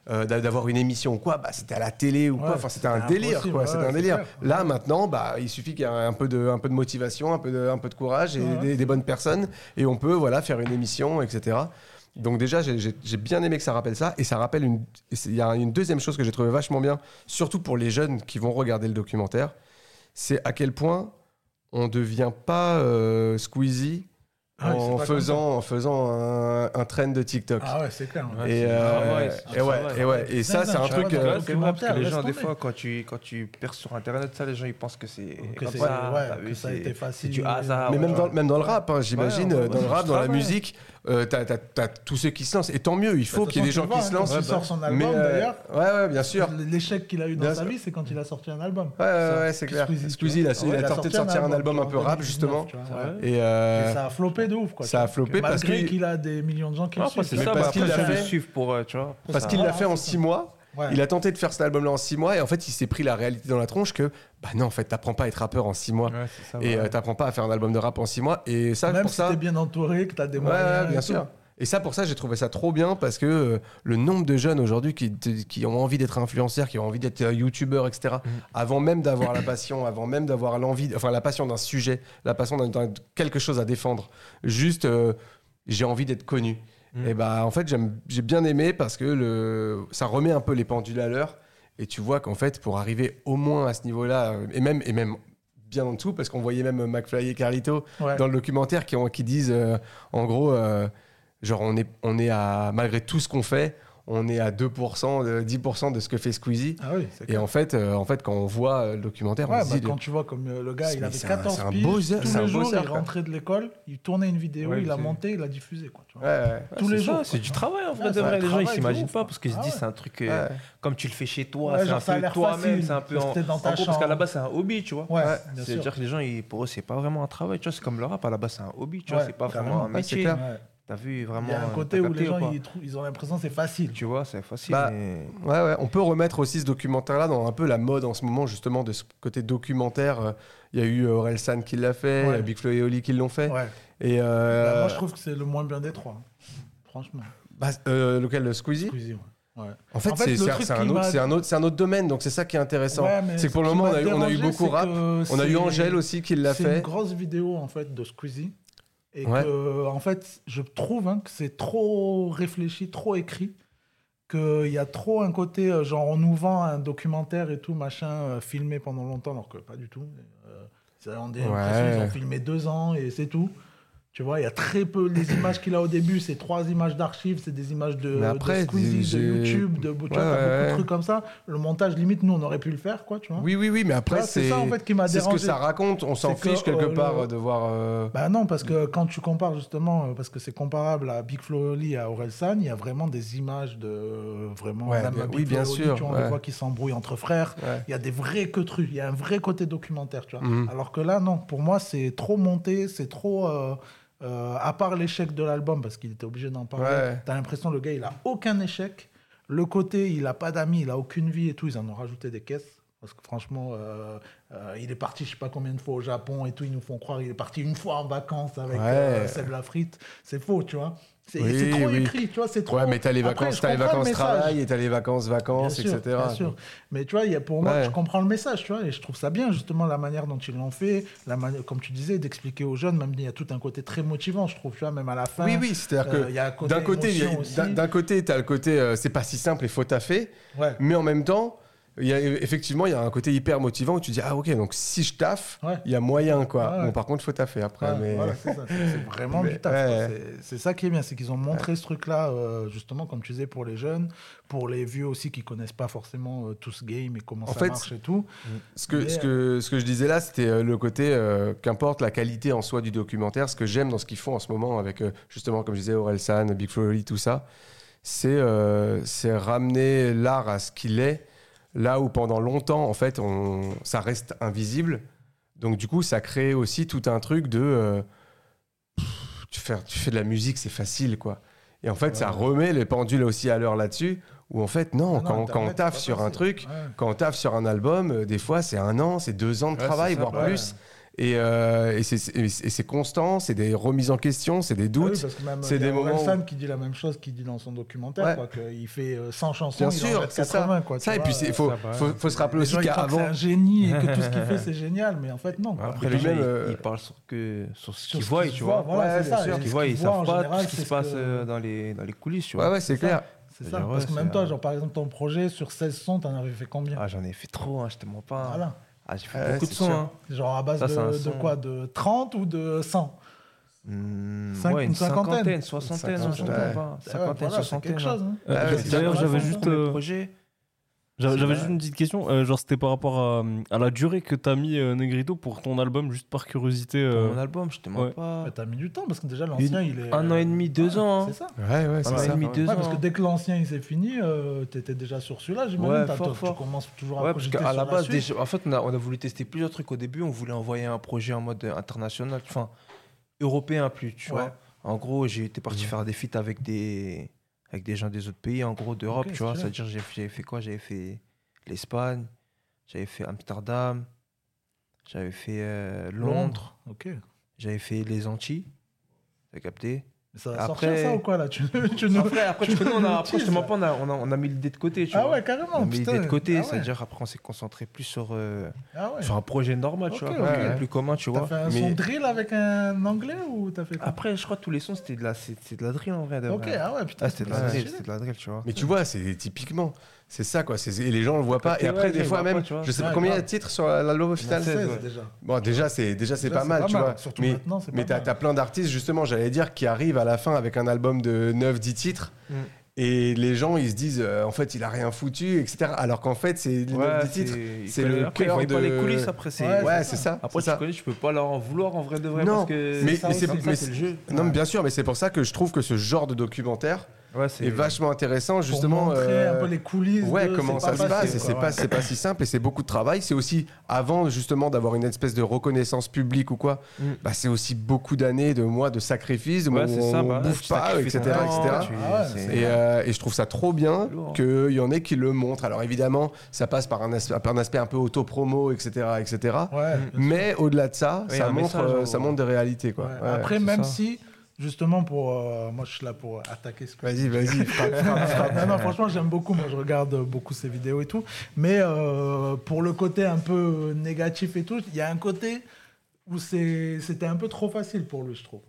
[SPEAKER 7] euh, d'a- d'avoir une émission ou quoi, bah, c'était à la télé ou
[SPEAKER 1] Ouais,
[SPEAKER 7] quoi, enfin c'était un
[SPEAKER 1] c'était
[SPEAKER 7] délire
[SPEAKER 1] impossible,
[SPEAKER 7] quoi,
[SPEAKER 1] ouais,
[SPEAKER 7] c'était un
[SPEAKER 1] c'est
[SPEAKER 7] délire.
[SPEAKER 1] clair.
[SPEAKER 7] Là maintenant bah il suffit qu'il y ait un peu de un peu de motivation, un peu de un peu de courage et
[SPEAKER 1] Ouais.
[SPEAKER 7] des, des bonnes personnes et on peut voilà faire une émission etc. Donc déjà j'ai j'ai- j'ai bien aimé que ça rappelle ça et ça rappelle une et c'est- il y a une deuxième chose que j'ai trouvé vachement bien surtout pour les jeunes qui vont regarder le documentaire, c'est à quel point on devient pas euh, Squeezie
[SPEAKER 1] Ah oui, c'est
[SPEAKER 7] en,
[SPEAKER 1] pas comme
[SPEAKER 7] faisant, en faisant un, un trend de TikTok.
[SPEAKER 1] Ah ouais, c'est clair. ouais.
[SPEAKER 7] et,
[SPEAKER 10] travail,
[SPEAKER 7] euh,
[SPEAKER 10] c'est un
[SPEAKER 7] et ouais,
[SPEAKER 10] travail.
[SPEAKER 7] et ouais, et ça
[SPEAKER 1] Zinzin,
[SPEAKER 7] c'est un
[SPEAKER 1] tu vois,
[SPEAKER 7] truc.
[SPEAKER 1] dans le
[SPEAKER 7] euh,
[SPEAKER 2] C'est vrai, parce
[SPEAKER 1] documentaire,
[SPEAKER 2] que les
[SPEAKER 1] laisse
[SPEAKER 2] gens, des
[SPEAKER 1] tomber.
[SPEAKER 2] fois, quand tu, quand tu perces sur Internet, ça, les gens, ils pensent que c'est.
[SPEAKER 1] Que
[SPEAKER 2] comme
[SPEAKER 1] c'est-
[SPEAKER 2] ça,
[SPEAKER 1] ouais,
[SPEAKER 2] t'as
[SPEAKER 1] que
[SPEAKER 2] vu,
[SPEAKER 1] ça a
[SPEAKER 2] c'est-
[SPEAKER 1] été facile.
[SPEAKER 2] C'est du hasard.
[SPEAKER 7] Mais
[SPEAKER 2] Ah ouais,
[SPEAKER 7] même
[SPEAKER 2] tu
[SPEAKER 7] dans,
[SPEAKER 2] vois.
[SPEAKER 7] même dans le rap, hein, j'imagine,
[SPEAKER 2] Ouais, ouais,
[SPEAKER 7] euh, dans
[SPEAKER 2] ouais,
[SPEAKER 7] le rap,
[SPEAKER 2] je
[SPEAKER 7] dans la
[SPEAKER 2] travaille.
[SPEAKER 7] musique, euh, t'as t'as- t'as tous ceux qui se lancent. Et tant mieux, il faut
[SPEAKER 1] De toute
[SPEAKER 7] qu'il y ait des gens
[SPEAKER 1] façon,
[SPEAKER 7] qui
[SPEAKER 1] tu
[SPEAKER 7] se
[SPEAKER 1] le vois, hein,
[SPEAKER 7] lancent.
[SPEAKER 1] quand il sort son
[SPEAKER 7] Mais,
[SPEAKER 1] album,
[SPEAKER 7] euh,
[SPEAKER 1] d'ailleurs.
[SPEAKER 7] ouais, ouais, bien sûr.
[SPEAKER 1] L'échec qu'il a eu dans
[SPEAKER 7] Bien
[SPEAKER 1] sa
[SPEAKER 7] sûr.
[SPEAKER 1] vie, c'est quand il a sorti un album.
[SPEAKER 7] Ouais, ouais,
[SPEAKER 1] Ça,
[SPEAKER 7] ouais, c'est clair.
[SPEAKER 1] Squeezie, tu
[SPEAKER 7] Squeezie, il a,
[SPEAKER 1] vois.
[SPEAKER 7] il a
[SPEAKER 1] Ouais,
[SPEAKER 7] tenté de sortir un album un
[SPEAKER 1] tu
[SPEAKER 7] peu
[SPEAKER 1] vois, en
[SPEAKER 7] rap,
[SPEAKER 1] 2019,
[SPEAKER 7] justement.
[SPEAKER 1] tu vois.
[SPEAKER 7] Et, euh,
[SPEAKER 1] Et ça a floppé de ouf, quoi.
[SPEAKER 7] ça a floppé parce
[SPEAKER 1] Malgré
[SPEAKER 7] qu'il
[SPEAKER 1] qu'il a des millions de gens qui le
[SPEAKER 10] Ah, après,
[SPEAKER 1] suivent.
[SPEAKER 10] c'est
[SPEAKER 1] tu
[SPEAKER 10] ça,
[SPEAKER 2] bah,
[SPEAKER 1] vois.
[SPEAKER 7] parce
[SPEAKER 1] Après,
[SPEAKER 7] qu'il
[SPEAKER 1] ça-
[SPEAKER 7] l'a
[SPEAKER 2] Je
[SPEAKER 7] fait.
[SPEAKER 2] suivre pour, euh, tu vois. pour
[SPEAKER 7] Parce
[SPEAKER 2] ça.
[SPEAKER 7] qu'il l'a
[SPEAKER 1] Voilà,
[SPEAKER 7] fait en
[SPEAKER 1] c'est ça.
[SPEAKER 7] six mois.
[SPEAKER 1] Ouais.
[SPEAKER 7] Il a tenté de faire cet album-là en six mois et en fait, il s'est pris la réalité dans la tronche que, bah non, en fait, t'apprends pas à être rappeur en six mois.
[SPEAKER 2] Ouais, c'est ça, bah.
[SPEAKER 7] Et
[SPEAKER 2] voilà.
[SPEAKER 7] euh, t'apprends pas à faire un album de rap en six mois. Et ça,
[SPEAKER 1] Même
[SPEAKER 7] pour
[SPEAKER 1] si
[SPEAKER 7] ça.
[SPEAKER 1] t'es bien entouré, que t'as des
[SPEAKER 7] Ouais,
[SPEAKER 1] moyens.
[SPEAKER 7] ouais,
[SPEAKER 1] et
[SPEAKER 7] bien
[SPEAKER 1] tout.
[SPEAKER 7] sûr. Et ça, pour ça, j'ai trouvé ça trop bien parce que euh, le nombre de jeunes aujourd'hui qui, te- qui ont envie d'être influenceurs, qui ont envie d'être euh, youtubeurs, etc.,
[SPEAKER 1] Mm.
[SPEAKER 7] avant même d'avoir la passion, avant même d'avoir l'envie, enfin la passion d'un sujet, la passion d'un- d'un quelque chose à défendre, juste euh, j'ai envie d'être connu.
[SPEAKER 1] Mm.
[SPEAKER 7] Et bah, en fait, j'aime- j'ai bien aimé parce que le, ça remet un peu les pendules à l'heure. Et tu vois qu'en fait, pour arriver au moins à ce niveau-là, euh, et même, et même bien en dessous, parce qu'on voyait même euh, McFly et Carlito
[SPEAKER 1] Ouais.
[SPEAKER 7] dans le documentaire qui, ont- qui disent euh, en gros euh, genre on est on est à malgré tout ce qu'on fait on est à 2% de, 10% de ce que fait Squeezie
[SPEAKER 1] Ah oui, c'est
[SPEAKER 7] et en fait euh, en fait quand on voit euh, le documentaire
[SPEAKER 1] Ouais,
[SPEAKER 7] on se
[SPEAKER 1] bah,
[SPEAKER 7] dit
[SPEAKER 1] quand tu vois comme euh, le gars, il
[SPEAKER 7] Mais
[SPEAKER 1] avait
[SPEAKER 7] c'est un-
[SPEAKER 1] 14
[SPEAKER 7] c'est un
[SPEAKER 1] piges,
[SPEAKER 7] beau-
[SPEAKER 1] tous
[SPEAKER 7] c'est un
[SPEAKER 1] les jours,
[SPEAKER 7] bosseur,
[SPEAKER 1] il
[SPEAKER 7] quoi.
[SPEAKER 1] rentrait de l'école, il tournait une vidéo,
[SPEAKER 2] Ouais,
[SPEAKER 1] il a
[SPEAKER 2] c'est-
[SPEAKER 1] monté, il a diffusé. Quoi, tu vois.
[SPEAKER 7] Ouais, ouais.
[SPEAKER 1] tous
[SPEAKER 10] C'est
[SPEAKER 1] les
[SPEAKER 10] ça,
[SPEAKER 1] jours.
[SPEAKER 10] C'est du travail en vrai
[SPEAKER 1] Ouais,
[SPEAKER 10] de
[SPEAKER 1] c'est un
[SPEAKER 10] vrai. Les gens
[SPEAKER 1] travail
[SPEAKER 10] ils
[SPEAKER 1] de
[SPEAKER 10] s'imaginent
[SPEAKER 1] ouf,
[SPEAKER 10] pas parce qu'ils se
[SPEAKER 1] ah
[SPEAKER 10] disent
[SPEAKER 1] ouais.
[SPEAKER 10] c'est un truc euh,
[SPEAKER 7] Ouais.
[SPEAKER 10] comme tu le fais chez toi,
[SPEAKER 1] Ouais,
[SPEAKER 10] c'est
[SPEAKER 1] genre, ça a
[SPEAKER 10] un peu
[SPEAKER 1] l'air
[SPEAKER 10] toi-même,
[SPEAKER 1] facile,
[SPEAKER 10] c'est un peu
[SPEAKER 1] parce
[SPEAKER 10] en,
[SPEAKER 1] que t'es dans
[SPEAKER 10] en
[SPEAKER 1] ta
[SPEAKER 10] gros, parce qu'à
[SPEAKER 1] chambre.
[SPEAKER 10] la base c'est un hobby, tu vois.
[SPEAKER 1] Ouais, bien sûr.
[SPEAKER 10] C'est-à-dire que les gens ils, pour eux c'est pas vraiment un travail, tu vois, c'est comme le rap à la base c'est un hobby, tu vois,
[SPEAKER 1] Ouais,
[SPEAKER 10] c'est pas
[SPEAKER 1] carrément.
[SPEAKER 10] vraiment
[SPEAKER 7] hein.
[SPEAKER 10] un
[SPEAKER 1] Ouais, c'est
[SPEAKER 10] métier.
[SPEAKER 1] clair.
[SPEAKER 10] T'as vu vraiment
[SPEAKER 1] Il y a un
[SPEAKER 10] euh,
[SPEAKER 1] côté
[SPEAKER 10] t'as
[SPEAKER 1] où
[SPEAKER 10] capté
[SPEAKER 1] les
[SPEAKER 10] ou
[SPEAKER 1] gens
[SPEAKER 10] pas
[SPEAKER 1] ils, trou- ils ont l'impression que c'est facile.
[SPEAKER 2] Tu vois, c'est facile.
[SPEAKER 7] Bah,
[SPEAKER 2] mais-
[SPEAKER 7] Ouais, ouais. On peut remettre aussi ce documentaire-là dans un peu la mode en ce moment, justement, de ce côté documentaire. Euh, Il y a eu euh, Aurel San qui l'a fait,
[SPEAKER 1] Ouais.
[SPEAKER 7] il y a Big Flo et Oli qui l'ont fait.
[SPEAKER 1] Ouais.
[SPEAKER 7] Et euh,
[SPEAKER 1] Bah, moi, je trouve que c'est le moins bien des trois. hein. Franchement.
[SPEAKER 7] bah, euh, lequel le Squeezie
[SPEAKER 1] Squeezie, ouais. Ouais.
[SPEAKER 7] En fait,
[SPEAKER 1] En fait,
[SPEAKER 7] c'est-
[SPEAKER 1] le
[SPEAKER 7] c'est un-
[SPEAKER 1] truc
[SPEAKER 7] c'est
[SPEAKER 1] qui
[SPEAKER 7] un,
[SPEAKER 1] m'a-
[SPEAKER 7] autre- c'est un, autre- c'est un autre domaine, donc c'est ça qui est intéressant.
[SPEAKER 1] Ouais, mais
[SPEAKER 7] c'est que pour le
[SPEAKER 1] ce qui
[SPEAKER 7] moment, on
[SPEAKER 1] m'a
[SPEAKER 7] a, eu- on a
[SPEAKER 1] dérangé,
[SPEAKER 7] eu beaucoup
[SPEAKER 1] c'est
[SPEAKER 7] rap.
[SPEAKER 1] que
[SPEAKER 7] On a eu
[SPEAKER 1] c'est-
[SPEAKER 7] Angèle aussi qui l'a
[SPEAKER 1] C'est une
[SPEAKER 7] fait.
[SPEAKER 1] grosse vidéo en fait de Squeezie. Et
[SPEAKER 7] Ouais.
[SPEAKER 1] que, en fait, je trouve hein, que c'est trop réfléchi, trop écrit. Qu'il y a trop un côté, euh, genre, on nous vend un documentaire et tout, machin, euh, filmé pendant longtemps, alors que pas du tout. Euh, c'est- on a l'impression
[SPEAKER 7] Ouais.
[SPEAKER 1] qu'ils ont filmé deux ans et c'est tout. Tu vois, il y a très peu. Les images qu'il a au début, c'est trois images d'archives, c'est des images de,
[SPEAKER 7] Mais après,
[SPEAKER 1] de Squeezie, de
[SPEAKER 7] j'ai-
[SPEAKER 1] YouTube, de. Tu vois,
[SPEAKER 7] Ouais,
[SPEAKER 1] t'as beaucoup
[SPEAKER 7] ouais.
[SPEAKER 1] de trucs comme ça. Le montage, limite, nous, on aurait pu le faire, quoi, tu vois.
[SPEAKER 7] Oui, oui, oui, mais
[SPEAKER 1] Tu
[SPEAKER 7] après,
[SPEAKER 1] vois, c'est
[SPEAKER 7] c'est
[SPEAKER 1] ça, en fait, qui m'a
[SPEAKER 7] c'est ce que
[SPEAKER 1] dérangé.
[SPEAKER 7] ça raconte. On s'en
[SPEAKER 1] C'est que,
[SPEAKER 7] fiche quelque
[SPEAKER 1] euh,
[SPEAKER 7] part
[SPEAKER 1] le-
[SPEAKER 7] euh, de voir. euh,
[SPEAKER 1] Bah non, parce que quand tu compares justement, euh, parce que c'est comparable à Big Flo et Oli et à Orelsan, il y a vraiment des images de euh, vraiment
[SPEAKER 7] Ouais,
[SPEAKER 1] même
[SPEAKER 7] bien-
[SPEAKER 1] à Big
[SPEAKER 7] oui, bien
[SPEAKER 1] Flo et Oli,
[SPEAKER 7] sûr,
[SPEAKER 1] tu vois, on
[SPEAKER 7] ouais.
[SPEAKER 1] les voit qui s'embrouillent entre frères.
[SPEAKER 7] Ouais.
[SPEAKER 1] Il y a des vrais que trucs, il y a un vrai côté documentaire, tu vois.
[SPEAKER 7] Mhm.
[SPEAKER 1] Alors que là, non, pour moi, c'est trop monté, c'est trop. euh, euh, à part l'échec de l'album, parce qu'il était obligé d'en parler,
[SPEAKER 7] Ouais.
[SPEAKER 1] t'as l'impression le gars, il a aucun échec. Le côté, il a pas d'amis, il a aucune vie et tout, ils en ont rajouté des caisses. Parce que franchement, euh, euh, il est parti, je sais pas combien de fois au Japon et tout, ils nous font croire il est parti une fois en vacances avec
[SPEAKER 7] Ouais.
[SPEAKER 1] euh, Seb Lafrite. C'est faux, tu vois. C'est
[SPEAKER 7] Oui,
[SPEAKER 1] c'est trop
[SPEAKER 7] oui.
[SPEAKER 1] écrit, tu vois, c'est trop.
[SPEAKER 7] Ouais, mais t'as les
[SPEAKER 1] Bah, Après,
[SPEAKER 7] vacances,
[SPEAKER 1] je
[SPEAKER 7] t'as les
[SPEAKER 1] comprends le
[SPEAKER 7] vacances
[SPEAKER 1] message.
[SPEAKER 7] travail et t'as les vacances vacances,
[SPEAKER 1] Bien sûr,
[SPEAKER 7] etc.
[SPEAKER 1] bien sûr. Mais tu vois, il y a pour
[SPEAKER 7] Ouais.
[SPEAKER 1] moi, je comprends le message, tu vois, et je trouve ça bien, justement, la manière dont ils l'ont fait, la mani- comme tu disais, d'expliquer aux jeunes, même il y a tout un côté très motivant, je trouve, tu vois, même à la fin.
[SPEAKER 7] Oui, oui, c'est-à-dire
[SPEAKER 1] Euh, il y a un
[SPEAKER 7] que
[SPEAKER 1] côté
[SPEAKER 7] d'un côté, il y a-
[SPEAKER 1] émotion aussi.
[SPEAKER 7] d'un- d'un côté, t'as le côté, euh, c'est pas si simple, il faut taffer,
[SPEAKER 1] Ouais.
[SPEAKER 7] mais en même temps, il y a, effectivement, il y a un côté hyper motivant où tu dis, ah ok, donc si je taffe,
[SPEAKER 1] Ouais.
[SPEAKER 7] il y a moyen, quoi.
[SPEAKER 1] Ouais, ouais.
[SPEAKER 7] Bon, par contre, faut taffer après,
[SPEAKER 1] Ouais,
[SPEAKER 7] mais...
[SPEAKER 1] voilà, c'est ça, c'est- c'est vraiment
[SPEAKER 7] Mais-
[SPEAKER 1] du taf.
[SPEAKER 7] ouais.
[SPEAKER 1] quoi. C'est- C'est ça qui est bien, c'est qu'ils ont montré ce truc-là, euh, justement, comme tu disais, pour les jeunes, pour les vieux aussi qui connaissent pas forcément euh, tout ce game et comment
[SPEAKER 7] En
[SPEAKER 1] ça
[SPEAKER 7] fait,
[SPEAKER 1] marche et tout.
[SPEAKER 7] Ce que,
[SPEAKER 1] Mais,
[SPEAKER 7] ce, que, ce que je disais là, c'était euh, le côté, euh, qu'importe la qualité en soi du documentaire, ce que j'aime dans ce qu'ils font en ce moment avec, euh, justement, comme je disais, Aurel San, Big Flo et Oli, tout ça, c'est euh, c'est ramener l'art à ce qu'il est, là où pendant longtemps, en fait, on, ça reste invisible. Donc du coup, ça crée aussi tout un truc de euh, pff, tu, fais, tu fais de la musique, c'est facile quoi. Et en fait, ça remet les pendules aussi à l'heure là-dessus, où en fait, non,
[SPEAKER 1] Ah non,
[SPEAKER 7] quand, quand on
[SPEAKER 1] Internet,
[SPEAKER 7] taffe
[SPEAKER 1] c'est pas
[SPEAKER 7] sur un
[SPEAKER 1] facile.
[SPEAKER 7] truc,
[SPEAKER 1] Ouais.
[SPEAKER 7] quand on taffe sur un album, euh, des fois, c'est un an, c'est deux ans de
[SPEAKER 2] Ouais,
[SPEAKER 7] travail,
[SPEAKER 2] c'est ça,
[SPEAKER 7] voire
[SPEAKER 1] ouais. Ah
[SPEAKER 7] plus. Et, euh, et c'est- et c'est et c'est constant, c'est des remises en question, c'est des
[SPEAKER 1] Ah oui,
[SPEAKER 7] doutes.
[SPEAKER 1] parce que même,
[SPEAKER 7] c'est
[SPEAKER 1] il y a
[SPEAKER 7] des
[SPEAKER 1] Orelsan
[SPEAKER 7] moments où-
[SPEAKER 1] qui dit la même chose qu'il dit dans son documentaire,
[SPEAKER 7] Ouais.
[SPEAKER 1] quoi, qu'il fait euh, 100 chansons,
[SPEAKER 7] Bien
[SPEAKER 1] il
[SPEAKER 7] sûr,
[SPEAKER 1] en jette
[SPEAKER 7] c'est ça.
[SPEAKER 1] 80, quoi. tu
[SPEAKER 7] ça, et
[SPEAKER 1] vois,
[SPEAKER 7] puis
[SPEAKER 1] euh,
[SPEAKER 7] il faut,
[SPEAKER 2] ça, bah,
[SPEAKER 7] faut, faut se rappeler
[SPEAKER 1] les
[SPEAKER 7] aussi
[SPEAKER 1] gens, ils croient que c'est
[SPEAKER 7] qu'avant.
[SPEAKER 1] un génie et que tout ce qu'il fait, c'est génial, mais en fait, non. quoi.
[SPEAKER 2] Après,
[SPEAKER 7] Et
[SPEAKER 2] les
[SPEAKER 7] puis
[SPEAKER 2] gens,
[SPEAKER 7] même,
[SPEAKER 2] ils-
[SPEAKER 7] euh,
[SPEAKER 2] ils parlent sur, que, sur ce
[SPEAKER 1] Sur
[SPEAKER 2] qu'ils
[SPEAKER 1] ce
[SPEAKER 2] voient,
[SPEAKER 1] qu'ils
[SPEAKER 2] tu
[SPEAKER 1] voient,
[SPEAKER 2] vois.
[SPEAKER 1] voilà,
[SPEAKER 7] Ouais,
[SPEAKER 1] c'est
[SPEAKER 7] bien
[SPEAKER 1] ça.
[SPEAKER 7] sûr.
[SPEAKER 1] et
[SPEAKER 2] Ce qu'ils
[SPEAKER 1] ce
[SPEAKER 2] voient, ils
[SPEAKER 1] voient, en
[SPEAKER 2] savent pas
[SPEAKER 1] général,
[SPEAKER 2] tout ce qui
[SPEAKER 1] c'est
[SPEAKER 2] se passe
[SPEAKER 1] que-
[SPEAKER 2] euh, dans les dans les coulisses, tu vois.
[SPEAKER 7] Ouais, ouais, c'est
[SPEAKER 1] ça.
[SPEAKER 7] clair.
[SPEAKER 1] C'est
[SPEAKER 2] Je
[SPEAKER 1] ça,
[SPEAKER 2] veux dire,
[SPEAKER 1] parce que
[SPEAKER 2] ouais,
[SPEAKER 1] même
[SPEAKER 2] c'est-
[SPEAKER 1] toi, genre par exemple, ton projet sur 16 sons, t'en avais fait combien
[SPEAKER 2] Ah, j'en ai fait trop, hein, je te mens pas. hein.
[SPEAKER 1] Voilà.
[SPEAKER 2] Ah, j'ai fait
[SPEAKER 7] Ouais,
[SPEAKER 2] beaucoup de
[SPEAKER 7] c'est
[SPEAKER 2] sons.
[SPEAKER 7] sûr.
[SPEAKER 2] hein.
[SPEAKER 1] Genre à base
[SPEAKER 2] Ça, c'est un
[SPEAKER 1] de, de
[SPEAKER 2] son. hein.
[SPEAKER 1] quoi De 30 ou de 100
[SPEAKER 2] Hmm,
[SPEAKER 1] Cinq-
[SPEAKER 2] ouais,
[SPEAKER 1] une
[SPEAKER 2] une
[SPEAKER 1] cinquantaine.
[SPEAKER 2] cinquantaine, soixantaine,
[SPEAKER 7] Cinquantaine,
[SPEAKER 2] soixantaine,
[SPEAKER 7] ouais.
[SPEAKER 2] pas.
[SPEAKER 1] Ouais,
[SPEAKER 2] cinquantaine,
[SPEAKER 1] voilà, c'est
[SPEAKER 2] soixantaine.
[SPEAKER 1] quelque chose. hein.
[SPEAKER 7] Ah,
[SPEAKER 2] hein.
[SPEAKER 7] ouais,
[SPEAKER 2] Parce que
[SPEAKER 7] d'ailleurs,
[SPEAKER 2] c'est
[SPEAKER 1] j'avais
[SPEAKER 2] vraiment
[SPEAKER 1] juste,
[SPEAKER 2] pour mes
[SPEAKER 3] euh,
[SPEAKER 2] projets.
[SPEAKER 3] J'avais
[SPEAKER 2] C'est
[SPEAKER 3] j'avais
[SPEAKER 2] vrai.
[SPEAKER 3] juste une petite question, euh, genre c'était par rapport à, à la durée que t'as mis euh, Negrito pour ton album, juste par curiosité.
[SPEAKER 2] Pour
[SPEAKER 3] euh.
[SPEAKER 2] mon album, je te mens
[SPEAKER 3] ouais.
[SPEAKER 2] pas.
[SPEAKER 1] Bah, T'as mis du temps, parce que déjà, l'ancien, il est.
[SPEAKER 2] Ah. Un an et demi, deux
[SPEAKER 1] Ouais,
[SPEAKER 2] ans. hein.
[SPEAKER 1] C'est ça.
[SPEAKER 7] Ouais, ouais, c'est
[SPEAKER 2] Un an et
[SPEAKER 7] ça.
[SPEAKER 2] demi,
[SPEAKER 1] Ouais,
[SPEAKER 2] deux ans. hein.
[SPEAKER 1] parce que dès que l'ancien il s'est fini, euh, t'étais déjà sur celui-là, j'imagine.
[SPEAKER 2] Ouais,
[SPEAKER 1] T'as-
[SPEAKER 2] fort,
[SPEAKER 1] toi,
[SPEAKER 2] fort.
[SPEAKER 1] Tu commences toujours à
[SPEAKER 2] Ouais, parce
[SPEAKER 1] cogiter
[SPEAKER 2] qu'à
[SPEAKER 1] sur
[SPEAKER 2] la base,
[SPEAKER 1] suite.
[SPEAKER 2] déjà- en fait, on a, on a voulu tester plusieurs trucs au début. On voulait envoyer un projet en mode euh, international, enfin, européen plus, tu
[SPEAKER 1] Ouais.
[SPEAKER 2] vois. En gros, j'ai été parti faire des feats avec des, avec des gens des autres pays, en gros, d'Europe,
[SPEAKER 1] Ok,
[SPEAKER 2] tu vois.
[SPEAKER 1] stylé.
[SPEAKER 2] C'est-à-dire, j'ai- j'avais fait quoi J'avais fait l'Espagne, j'avais fait Amsterdam, j'avais fait euh, Londres,
[SPEAKER 1] Londres. Ok.
[SPEAKER 2] j'avais fait les Antilles. T'as capté
[SPEAKER 1] Mais ça va
[SPEAKER 2] Après-
[SPEAKER 1] sortir ça ou quoi là Tu, tu nous-
[SPEAKER 2] Après, après, tu connais, on a, après, je te mens pas, on a, on a, on a mis l'idée de côté, tu
[SPEAKER 1] Ah
[SPEAKER 2] vois.
[SPEAKER 1] ouais,
[SPEAKER 2] on a
[SPEAKER 1] carrément.
[SPEAKER 2] mis
[SPEAKER 1] putain.
[SPEAKER 2] l'idée de côté,
[SPEAKER 1] Ah ouais.
[SPEAKER 2] c'est-à-dire, après, on s'est concentré plus sur. euh,
[SPEAKER 1] Ah ouais.
[SPEAKER 2] sur un projet normal, tu
[SPEAKER 1] Ok,
[SPEAKER 2] vois,
[SPEAKER 1] ok.
[SPEAKER 2] ouais, plus commun, tu
[SPEAKER 1] T'as
[SPEAKER 2] vois.
[SPEAKER 1] fait un
[SPEAKER 2] Mais Ah,
[SPEAKER 1] son drill avec un anglais ou t'as fait quoi
[SPEAKER 2] après, je crois que tous les sons c'était de la, c'est c'est de la drill en vrai. de
[SPEAKER 1] Ok,
[SPEAKER 2] vrai.
[SPEAKER 1] ah ouais, putain.
[SPEAKER 2] Ah, c'était de la
[SPEAKER 1] c'est
[SPEAKER 2] drill,
[SPEAKER 1] stylé.
[SPEAKER 2] c'était de la drill, tu vois.
[SPEAKER 7] Mais tu vois, c'est typiquement, c'est ça quoi. c'est- Et les gens le voient pas. Et
[SPEAKER 2] capté,
[SPEAKER 7] après,
[SPEAKER 2] ouais,
[SPEAKER 7] des
[SPEAKER 2] ils
[SPEAKER 7] fois
[SPEAKER 2] voient
[SPEAKER 7] même,
[SPEAKER 2] pas, tu vois.
[SPEAKER 7] je sais pas
[SPEAKER 1] Ouais,
[SPEAKER 7] combien il y a
[SPEAKER 1] grave.
[SPEAKER 7] de titres sur la- l'album au
[SPEAKER 1] Il y en a
[SPEAKER 7] final.
[SPEAKER 1] 16
[SPEAKER 2] ouais.
[SPEAKER 1] déjà.
[SPEAKER 7] Bon, déjà, c'est déjà c'est
[SPEAKER 1] Déjà,
[SPEAKER 7] pas
[SPEAKER 1] c'est
[SPEAKER 7] mal,
[SPEAKER 1] pas
[SPEAKER 7] tu
[SPEAKER 1] mal.
[SPEAKER 7] vois.
[SPEAKER 1] Surtout
[SPEAKER 7] Mais
[SPEAKER 1] maintenant, c'est
[SPEAKER 7] mais
[SPEAKER 1] pas
[SPEAKER 7] t'as
[SPEAKER 1] mal.
[SPEAKER 7] t'as plein d'artistes justement, j'allais dire, qui arrivent à la fin avec un album de 9-10 titres.
[SPEAKER 2] Mm.
[SPEAKER 7] Et les gens, ils se disent, euh, en fait, il a rien foutu, etc. Alors qu'en fait, c'est les 9-10 titres. c'est le
[SPEAKER 2] après, ils
[SPEAKER 7] cœur
[SPEAKER 2] voient pas
[SPEAKER 7] de-
[SPEAKER 2] les coulisses après. c'est-
[SPEAKER 1] Ouais,
[SPEAKER 7] Ouais, c'est ça.
[SPEAKER 2] Après,
[SPEAKER 7] c'est
[SPEAKER 2] tu
[SPEAKER 7] ça.
[SPEAKER 2] connais, je peux pas leur en vouloir en vrai de vrai.
[SPEAKER 7] Non,
[SPEAKER 2] parce que
[SPEAKER 7] mais-
[SPEAKER 2] ça
[SPEAKER 7] mais c'est-
[SPEAKER 2] aussi,
[SPEAKER 7] mais
[SPEAKER 2] ça, c'est le jeu.
[SPEAKER 7] Non, mais bien sûr, mais c'est pour ça que je trouve que ce genre de documentaire
[SPEAKER 2] Ouais,
[SPEAKER 7] est,
[SPEAKER 2] c'est
[SPEAKER 7] vachement intéressant,
[SPEAKER 1] Pour
[SPEAKER 7] justement.
[SPEAKER 1] montrer
[SPEAKER 7] euh,
[SPEAKER 1] un peu les coulisses.
[SPEAKER 7] Ouais,
[SPEAKER 1] de-
[SPEAKER 7] comment
[SPEAKER 1] c'est
[SPEAKER 7] ça se passe
[SPEAKER 1] facile,
[SPEAKER 7] et c'est
[SPEAKER 1] quoi,
[SPEAKER 7] pas
[SPEAKER 1] ouais.
[SPEAKER 7] c'est pas si simple et c'est beaucoup de travail. C'est aussi avant justement d'avoir une espèce de reconnaissance publique ou quoi.
[SPEAKER 2] Mm.
[SPEAKER 7] Bah c'est aussi beaucoup d'années de mois de sacrifices, de
[SPEAKER 2] Ouais,
[SPEAKER 7] moments
[SPEAKER 2] c'est
[SPEAKER 7] où on
[SPEAKER 2] ça, bah,
[SPEAKER 7] bouffe
[SPEAKER 2] tu
[SPEAKER 7] pas,
[SPEAKER 2] sacrifies
[SPEAKER 7] etc.,
[SPEAKER 2] ton temps,
[SPEAKER 7] etc.
[SPEAKER 2] tu-
[SPEAKER 1] Ah ouais,
[SPEAKER 2] c'est-
[SPEAKER 7] Et, euh, et je trouve ça trop bien
[SPEAKER 2] Lourd. hein.
[SPEAKER 7] qu'il y en ait qui le montrent. Alors évidemment, ça passe par un aspect, par un, aspect un peu auto-promo, etc., etc.
[SPEAKER 1] Ouais.
[SPEAKER 7] Mais au-delà de ça,
[SPEAKER 2] Oui,
[SPEAKER 7] ça,
[SPEAKER 2] un
[SPEAKER 7] montre,
[SPEAKER 2] message, hein,
[SPEAKER 7] euh,
[SPEAKER 2] au-
[SPEAKER 7] ça montre des réalités. Quoi.
[SPEAKER 1] Ouais.
[SPEAKER 7] Ouais.
[SPEAKER 1] Après,
[SPEAKER 2] c'est
[SPEAKER 1] même
[SPEAKER 2] ça.
[SPEAKER 1] si, justement, pour. euh, Moi, je suis là pour attaquer ce que
[SPEAKER 7] Vas-y, vas-y, frappe, frappe, frappe.
[SPEAKER 1] non, non, franchement, j'aime beaucoup. Moi, je regarde beaucoup ces vidéos et tout. Mais euh, pour le côté un peu négatif et tout, il y a un côté où c'est- c'était un peu trop facile pour lui, je trouve.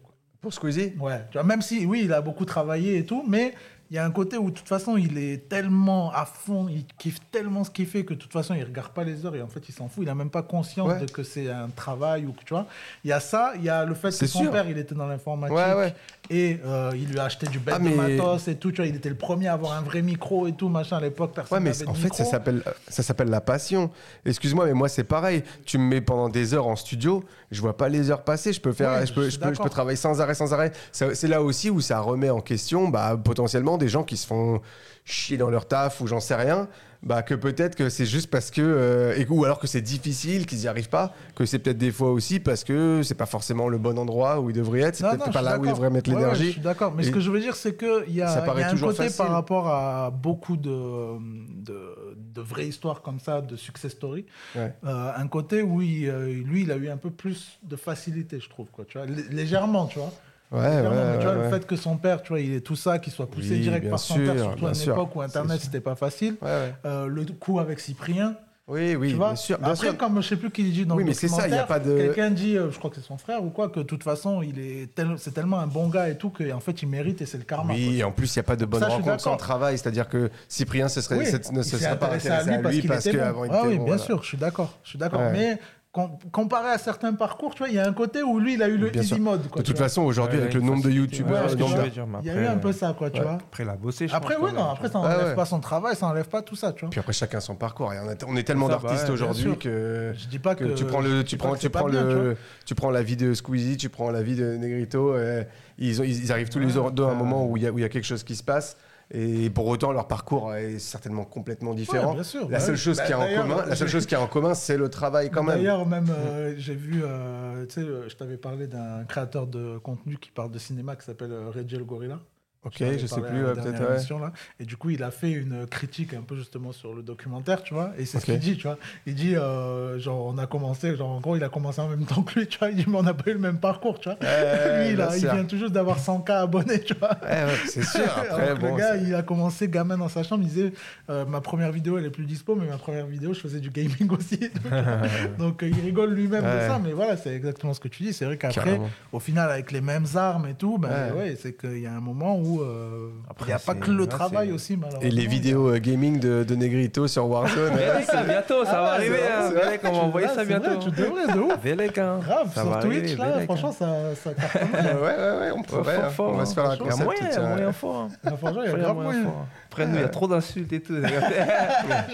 [SPEAKER 7] Pour Squeezie
[SPEAKER 1] Ouais. Tu vois, même si, oui, il a beaucoup travaillé et tout, mais il y a un côté où, de toute façon, il est tellement à fond, il kiffe tellement ce qu'il fait que, de toute façon, il regarde pas les heures et en fait, il s'en fout. Il a même pas conscience
[SPEAKER 7] Ouais.
[SPEAKER 1] de que c'est un travail ou que, tu vois. Il y a ça, il y a le fait que
[SPEAKER 7] C'est
[SPEAKER 1] son
[SPEAKER 7] sûr.
[SPEAKER 1] père, il était dans l'informatique
[SPEAKER 7] Ouais, ouais.
[SPEAKER 1] et euh, il lui a acheté du bête
[SPEAKER 7] Ah,
[SPEAKER 1] de
[SPEAKER 7] mais-
[SPEAKER 1] matos et tout. Tu vois, il était le premier à avoir un vrai micro et tout, machin. À l'époque, personne
[SPEAKER 7] Ouais, mais
[SPEAKER 1] n'avait de
[SPEAKER 7] en fait, ça
[SPEAKER 1] micro.
[SPEAKER 7] s'appelle, ça s'appelle la passion. Excuse-moi, mais moi, c'est pareil. Tu me mets pendant des heures en studio, je vois pas les heures passer. Je peux faire,
[SPEAKER 1] Ouais,
[SPEAKER 7] je,
[SPEAKER 1] je
[SPEAKER 7] peux,
[SPEAKER 1] suis
[SPEAKER 7] je, peux, je peux
[SPEAKER 1] d'accord.
[SPEAKER 7] travailler sans arrêt, sans arrêt. Ça- C'est là aussi où ça remet en question, bah, potentiellement des gens qui se font chier dans leur taf ou j'en sais rien. Bah, que peut-être que c'est juste parce que, euh, et- ou alors que c'est difficile, qu'ils n'y arrivent pas, que c'est peut-être des fois aussi parce que c'est pas forcément le bon endroit où ils devraient être, c'est
[SPEAKER 1] Non,
[SPEAKER 7] peut-être
[SPEAKER 1] non,
[SPEAKER 7] pas
[SPEAKER 1] je suis
[SPEAKER 7] là où ils
[SPEAKER 1] d'accord.
[SPEAKER 7] devraient mettre
[SPEAKER 1] Ouais, ouais, je
[SPEAKER 7] l'énergie.
[SPEAKER 1] suis d'accord. Mais ce
[SPEAKER 7] Et-
[SPEAKER 1] que je veux dire, c'est qu'il y a,
[SPEAKER 7] Ça
[SPEAKER 1] il
[SPEAKER 7] paraît
[SPEAKER 1] y a un
[SPEAKER 7] toujours
[SPEAKER 1] côté
[SPEAKER 7] facile.
[SPEAKER 1] par rapport à beaucoup de, de, de vraies histoires comme ça, de success story.
[SPEAKER 7] Ouais.
[SPEAKER 1] Euh, un côté où, il, euh, lui, il a eu un peu plus de facilité, je trouve. Quoi, tu vois, lé- légèrement, tu vois.
[SPEAKER 7] Ouais,
[SPEAKER 1] Clairement, mais tu vois,
[SPEAKER 7] ouais,
[SPEAKER 1] le
[SPEAKER 7] ouais.
[SPEAKER 1] fait que son père, tu vois, il est tout ça, qu'il soit poussé
[SPEAKER 7] Oui,
[SPEAKER 1] direct
[SPEAKER 7] bien
[SPEAKER 1] par son père,
[SPEAKER 7] sûr,
[SPEAKER 1] surtout
[SPEAKER 7] bien
[SPEAKER 1] à une
[SPEAKER 7] sûr.
[SPEAKER 1] époque où Internet,
[SPEAKER 7] C'est-
[SPEAKER 1] c'était pas facile.
[SPEAKER 7] Ouais, ouais.
[SPEAKER 1] Euh, le coup avec Cyprien,
[SPEAKER 7] Oui, oui,
[SPEAKER 1] tu vois
[SPEAKER 7] bien sûr. bien
[SPEAKER 1] Après,
[SPEAKER 7] sûr.
[SPEAKER 1] comme je sais plus qui dit dans
[SPEAKER 7] Oui,
[SPEAKER 1] le
[SPEAKER 7] mais c'est ça, il y a
[SPEAKER 1] documentaire,
[SPEAKER 7] pas de-
[SPEAKER 1] Quelqu'un dit, euh, je crois que c'est son frère ou quoi, que de toute façon, il est tel- c'est tellement un bon gars et tout qu'en fait, il mérite et c'est le karma.
[SPEAKER 7] Oui, et en plus, il n'y a pas de bonne
[SPEAKER 1] Ça, je suis
[SPEAKER 7] rencontre sans
[SPEAKER 1] d'accord.
[SPEAKER 7] travail. C'est-à-dire que Cyprien ce serait,
[SPEAKER 1] quoi. Oui,
[SPEAKER 7] c'est- ne
[SPEAKER 1] il
[SPEAKER 7] se
[SPEAKER 1] s'est
[SPEAKER 7] serait pas
[SPEAKER 1] intéressé
[SPEAKER 7] intéressé à lui parce,
[SPEAKER 1] qu'il était bon.
[SPEAKER 7] qu'avant, il
[SPEAKER 1] Ah
[SPEAKER 7] était
[SPEAKER 1] oui,
[SPEAKER 7] bon,
[SPEAKER 1] bien
[SPEAKER 7] voilà.
[SPEAKER 1] sûr, je suis d'accord. Je suis d'accord.
[SPEAKER 7] Ouais.
[SPEAKER 1] Mais com- comparé à certains parcours, tu vois, il y a un côté où lui, il a eu le
[SPEAKER 7] Bien sûr.
[SPEAKER 1] easy mode. quoi,
[SPEAKER 7] De
[SPEAKER 1] tu
[SPEAKER 7] toute
[SPEAKER 1] vois.
[SPEAKER 7] façon, aujourd'hui,
[SPEAKER 2] Ouais,
[SPEAKER 7] avec
[SPEAKER 2] il
[SPEAKER 7] le
[SPEAKER 2] faut
[SPEAKER 7] nombre de
[SPEAKER 2] faciliter.
[SPEAKER 7] youtubeurs,
[SPEAKER 1] Ouais,
[SPEAKER 7] le
[SPEAKER 1] je
[SPEAKER 7] nombre
[SPEAKER 1] vois.
[SPEAKER 7] de-
[SPEAKER 1] il y a eu
[SPEAKER 2] euh,
[SPEAKER 1] un peu ça, quoi, tu vois.
[SPEAKER 2] Après, la bosser, je
[SPEAKER 1] Après,
[SPEAKER 2] pense,
[SPEAKER 1] oui,
[SPEAKER 2] quand
[SPEAKER 1] non,
[SPEAKER 2] même,
[SPEAKER 1] après,
[SPEAKER 2] tu
[SPEAKER 1] ça
[SPEAKER 2] vois.
[SPEAKER 1] n'enlève
[SPEAKER 7] Ouais, ouais.
[SPEAKER 1] pas son travail, ça n'enlève pas tout ça, tu vois.
[SPEAKER 7] Puis après, chacun son parcours. Et on, a- on est tellement
[SPEAKER 2] Ça, bah,
[SPEAKER 7] d'artistes
[SPEAKER 2] ouais, bien
[SPEAKER 7] aujourd'hui
[SPEAKER 1] sûr.
[SPEAKER 7] que.
[SPEAKER 1] Je dis pas que,
[SPEAKER 7] que tu prends
[SPEAKER 1] je
[SPEAKER 7] le
[SPEAKER 1] dis
[SPEAKER 7] tu
[SPEAKER 1] pas
[SPEAKER 7] prends
[SPEAKER 1] que
[SPEAKER 7] tu
[SPEAKER 1] c'est pas
[SPEAKER 7] prends
[SPEAKER 1] bien, tu vois.
[SPEAKER 7] le tu prends la vie de Squeezie tu prends la vie de Negrito euh, ils, ont- ils ils arrivent tous les deux à un moment où il y a où il y a quelque chose qui se passe Et pour autant, leur parcours est certainement complètement différent.
[SPEAKER 1] Ouais, bien sûr.
[SPEAKER 7] la,
[SPEAKER 1] Bah
[SPEAKER 7] seule
[SPEAKER 1] oui.
[SPEAKER 7] chose
[SPEAKER 1] Bah,
[SPEAKER 7] qui a en
[SPEAKER 1] d'ailleurs,
[SPEAKER 7] commun, la seule
[SPEAKER 1] j'ai-
[SPEAKER 7] chose qui a en commun, c'est le travail quand même.
[SPEAKER 1] D'ailleurs, même, euh, j'ai vu, euh, tu sais, euh, je t'avais parlé d'un créateur de contenu qui parle de cinéma qui s'appelle euh, Reggie El Gorilla.
[SPEAKER 7] Ok,
[SPEAKER 1] J'en avais
[SPEAKER 7] je sais
[SPEAKER 1] parlé à
[SPEAKER 7] plus,
[SPEAKER 1] la
[SPEAKER 7] ouais,
[SPEAKER 1] dernière
[SPEAKER 7] peut-être. ouais.
[SPEAKER 1] émission, là. Et du coup, il a fait une critique un peu justement sur le documentaire, tu vois. Et c'est
[SPEAKER 7] Ok.
[SPEAKER 1] ce qu'il dit, tu vois. Il dit, euh, genre, on a commencé, genre, en gros, il a commencé en même temps que lui, tu vois. Il dit, mais on n'a pas eu le même parcours, tu vois.
[SPEAKER 7] Ouais,
[SPEAKER 1] lui, il, a-
[SPEAKER 7] bien
[SPEAKER 1] il
[SPEAKER 7] sûr.
[SPEAKER 1] vient tout juste d'avoir 100K abonnés, tu vois.
[SPEAKER 7] Ouais, ouais, c'est sûr. Après,
[SPEAKER 1] Alors que
[SPEAKER 7] bon,
[SPEAKER 1] le gars,
[SPEAKER 7] c'est-
[SPEAKER 1] il a commencé gamin dans sa chambre. Il disait euh, Ma première vidéo, elle est plus dispo, mais ma première vidéo, je faisais du gaming aussi. Donc, donc, euh, il rigole lui-même
[SPEAKER 7] Ouais.
[SPEAKER 1] de ça. Mais voilà, c'est exactement ce que tu dis. C'est vrai qu'après,
[SPEAKER 7] Carrément.
[SPEAKER 1] au final, avec les mêmes armes et tout, ben,
[SPEAKER 7] Ouais.
[SPEAKER 1] ouais. c'est qu'il y a un moment où euh, il
[SPEAKER 2] Après,
[SPEAKER 1] n'y a pas
[SPEAKER 2] c'est-
[SPEAKER 1] que le
[SPEAKER 2] ouais,
[SPEAKER 1] travail
[SPEAKER 2] c'est-
[SPEAKER 1] aussi, malheureusement.
[SPEAKER 7] Et les vidéos euh, gaming de, de Negrito sur Warzone. ouais.
[SPEAKER 10] Vélec, là, bientôt, ça
[SPEAKER 1] Ah,
[SPEAKER 10] va
[SPEAKER 1] c'est
[SPEAKER 10] arriver.
[SPEAKER 1] vrai,
[SPEAKER 10] hein.
[SPEAKER 1] c'est
[SPEAKER 10] Vélec, on va envoyer
[SPEAKER 1] Ah,
[SPEAKER 10] ça
[SPEAKER 1] c'est vrai,
[SPEAKER 10] bientôt.
[SPEAKER 1] tu devrais, de ouf.
[SPEAKER 10] Vélec, hein.
[SPEAKER 1] Grave,
[SPEAKER 10] Ça
[SPEAKER 1] sur
[SPEAKER 10] va
[SPEAKER 1] Twitch,
[SPEAKER 10] arriver,
[SPEAKER 1] là,
[SPEAKER 10] Vélec, hein.
[SPEAKER 1] franchement, ça, ça cartonne.
[SPEAKER 7] ouais, ouais, ouais, on
[SPEAKER 10] Ouais,
[SPEAKER 7] pourrait.
[SPEAKER 10] fort,
[SPEAKER 7] hein.
[SPEAKER 10] fort,
[SPEAKER 7] on va
[SPEAKER 10] hein,
[SPEAKER 7] se faire un
[SPEAKER 10] franchement.
[SPEAKER 7] concept.
[SPEAKER 10] Moyen,
[SPEAKER 7] tiens.
[SPEAKER 10] moyen fort, hein.
[SPEAKER 1] Là, franchement, il y a
[SPEAKER 10] Moyen,
[SPEAKER 1] grave
[SPEAKER 10] moyen
[SPEAKER 1] moyen.
[SPEAKER 10] fort, hein. Après, nous, il y a trop d'insultes et tout.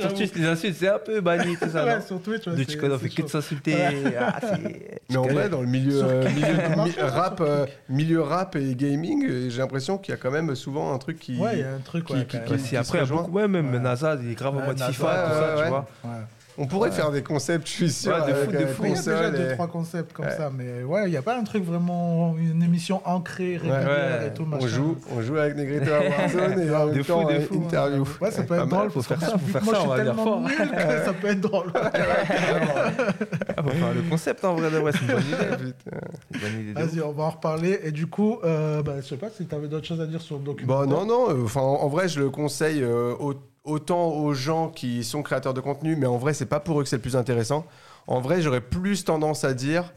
[SPEAKER 10] Sur Twitch, les insultes, c'est un peu banni, tout ça.
[SPEAKER 1] Ouais,
[SPEAKER 10] non
[SPEAKER 1] sur Twitch, ouais,
[SPEAKER 10] Nous,
[SPEAKER 1] c'est-
[SPEAKER 10] tu connais, on
[SPEAKER 1] c'est
[SPEAKER 10] fait que de
[SPEAKER 1] chaud.
[SPEAKER 10] s'insulter. Ah, c'est-
[SPEAKER 7] Mais en vrai, dans le milieu,
[SPEAKER 1] Sur
[SPEAKER 7] euh, milieu-
[SPEAKER 1] marche,
[SPEAKER 7] mi-
[SPEAKER 1] sur
[SPEAKER 7] rap, euh, milieu rap et gaming, euh, j'ai l'impression qu'il y a quand même souvent un truc qui.
[SPEAKER 1] Ouais, il y a un truc,
[SPEAKER 7] qui-
[SPEAKER 1] ouais,
[SPEAKER 7] qui-
[SPEAKER 1] quand
[SPEAKER 7] qui-
[SPEAKER 1] même.
[SPEAKER 10] Si,
[SPEAKER 7] se
[SPEAKER 10] après, il y a
[SPEAKER 7] rejoint.
[SPEAKER 10] beaucoup, ouais, même Nazad, il est grave en
[SPEAKER 1] Ouais,
[SPEAKER 10] mode
[SPEAKER 1] Nazad,
[SPEAKER 10] FIFA, tout
[SPEAKER 7] ouais,
[SPEAKER 10] ça,
[SPEAKER 7] ouais.
[SPEAKER 10] tu vois.
[SPEAKER 1] Ouais.
[SPEAKER 7] On pourrait faire des concepts, je suis sûr.
[SPEAKER 10] Ouais, de
[SPEAKER 7] avec,
[SPEAKER 10] fou, de
[SPEAKER 7] euh,
[SPEAKER 10] fou.
[SPEAKER 1] Il y a déjà
[SPEAKER 7] console
[SPEAKER 1] deux,
[SPEAKER 7] et-
[SPEAKER 1] trois concepts comme ça, mais ouais, il n'y a pas un truc vraiment, une émission ancrée, régulière
[SPEAKER 10] Ouais,
[SPEAKER 1] et tout,
[SPEAKER 7] On
[SPEAKER 1] machin.
[SPEAKER 7] joue, on joue avec Negrito à Warzone et en
[SPEAKER 10] De
[SPEAKER 7] même
[SPEAKER 10] fou,
[SPEAKER 7] temps
[SPEAKER 10] de
[SPEAKER 7] euh,
[SPEAKER 10] fou, hein.
[SPEAKER 7] interview.
[SPEAKER 1] Ouais, ça peut
[SPEAKER 7] Pas
[SPEAKER 1] être
[SPEAKER 7] mal.
[SPEAKER 1] drôle,
[SPEAKER 10] faut
[SPEAKER 1] parce
[SPEAKER 10] faire
[SPEAKER 1] qu'en
[SPEAKER 10] ça,
[SPEAKER 1] plus,
[SPEAKER 10] faut faire
[SPEAKER 1] moi,
[SPEAKER 10] ça,
[SPEAKER 1] je
[SPEAKER 10] on
[SPEAKER 1] suis
[SPEAKER 10] va venir
[SPEAKER 1] tellement nul que ça peut être drôle.
[SPEAKER 10] Ah, faut faire le concept, en vrai, de- ouais, c'est une bonne idée.
[SPEAKER 7] Putain.
[SPEAKER 10] C'est une bonne idée de ouf.
[SPEAKER 1] Vas-y, on va en reparler. Et du coup, euh, bah, je sais pas si tu avais d'autres choses à dire sur le document.
[SPEAKER 7] Bon, non, non. euh, Enfin, en en vrai, je le conseille euh, au- autant aux gens qui sont créateurs de contenu, mais en vrai, c'est pas pour eux que c'est le plus intéressant. En vrai, j'aurais plus tendance à dire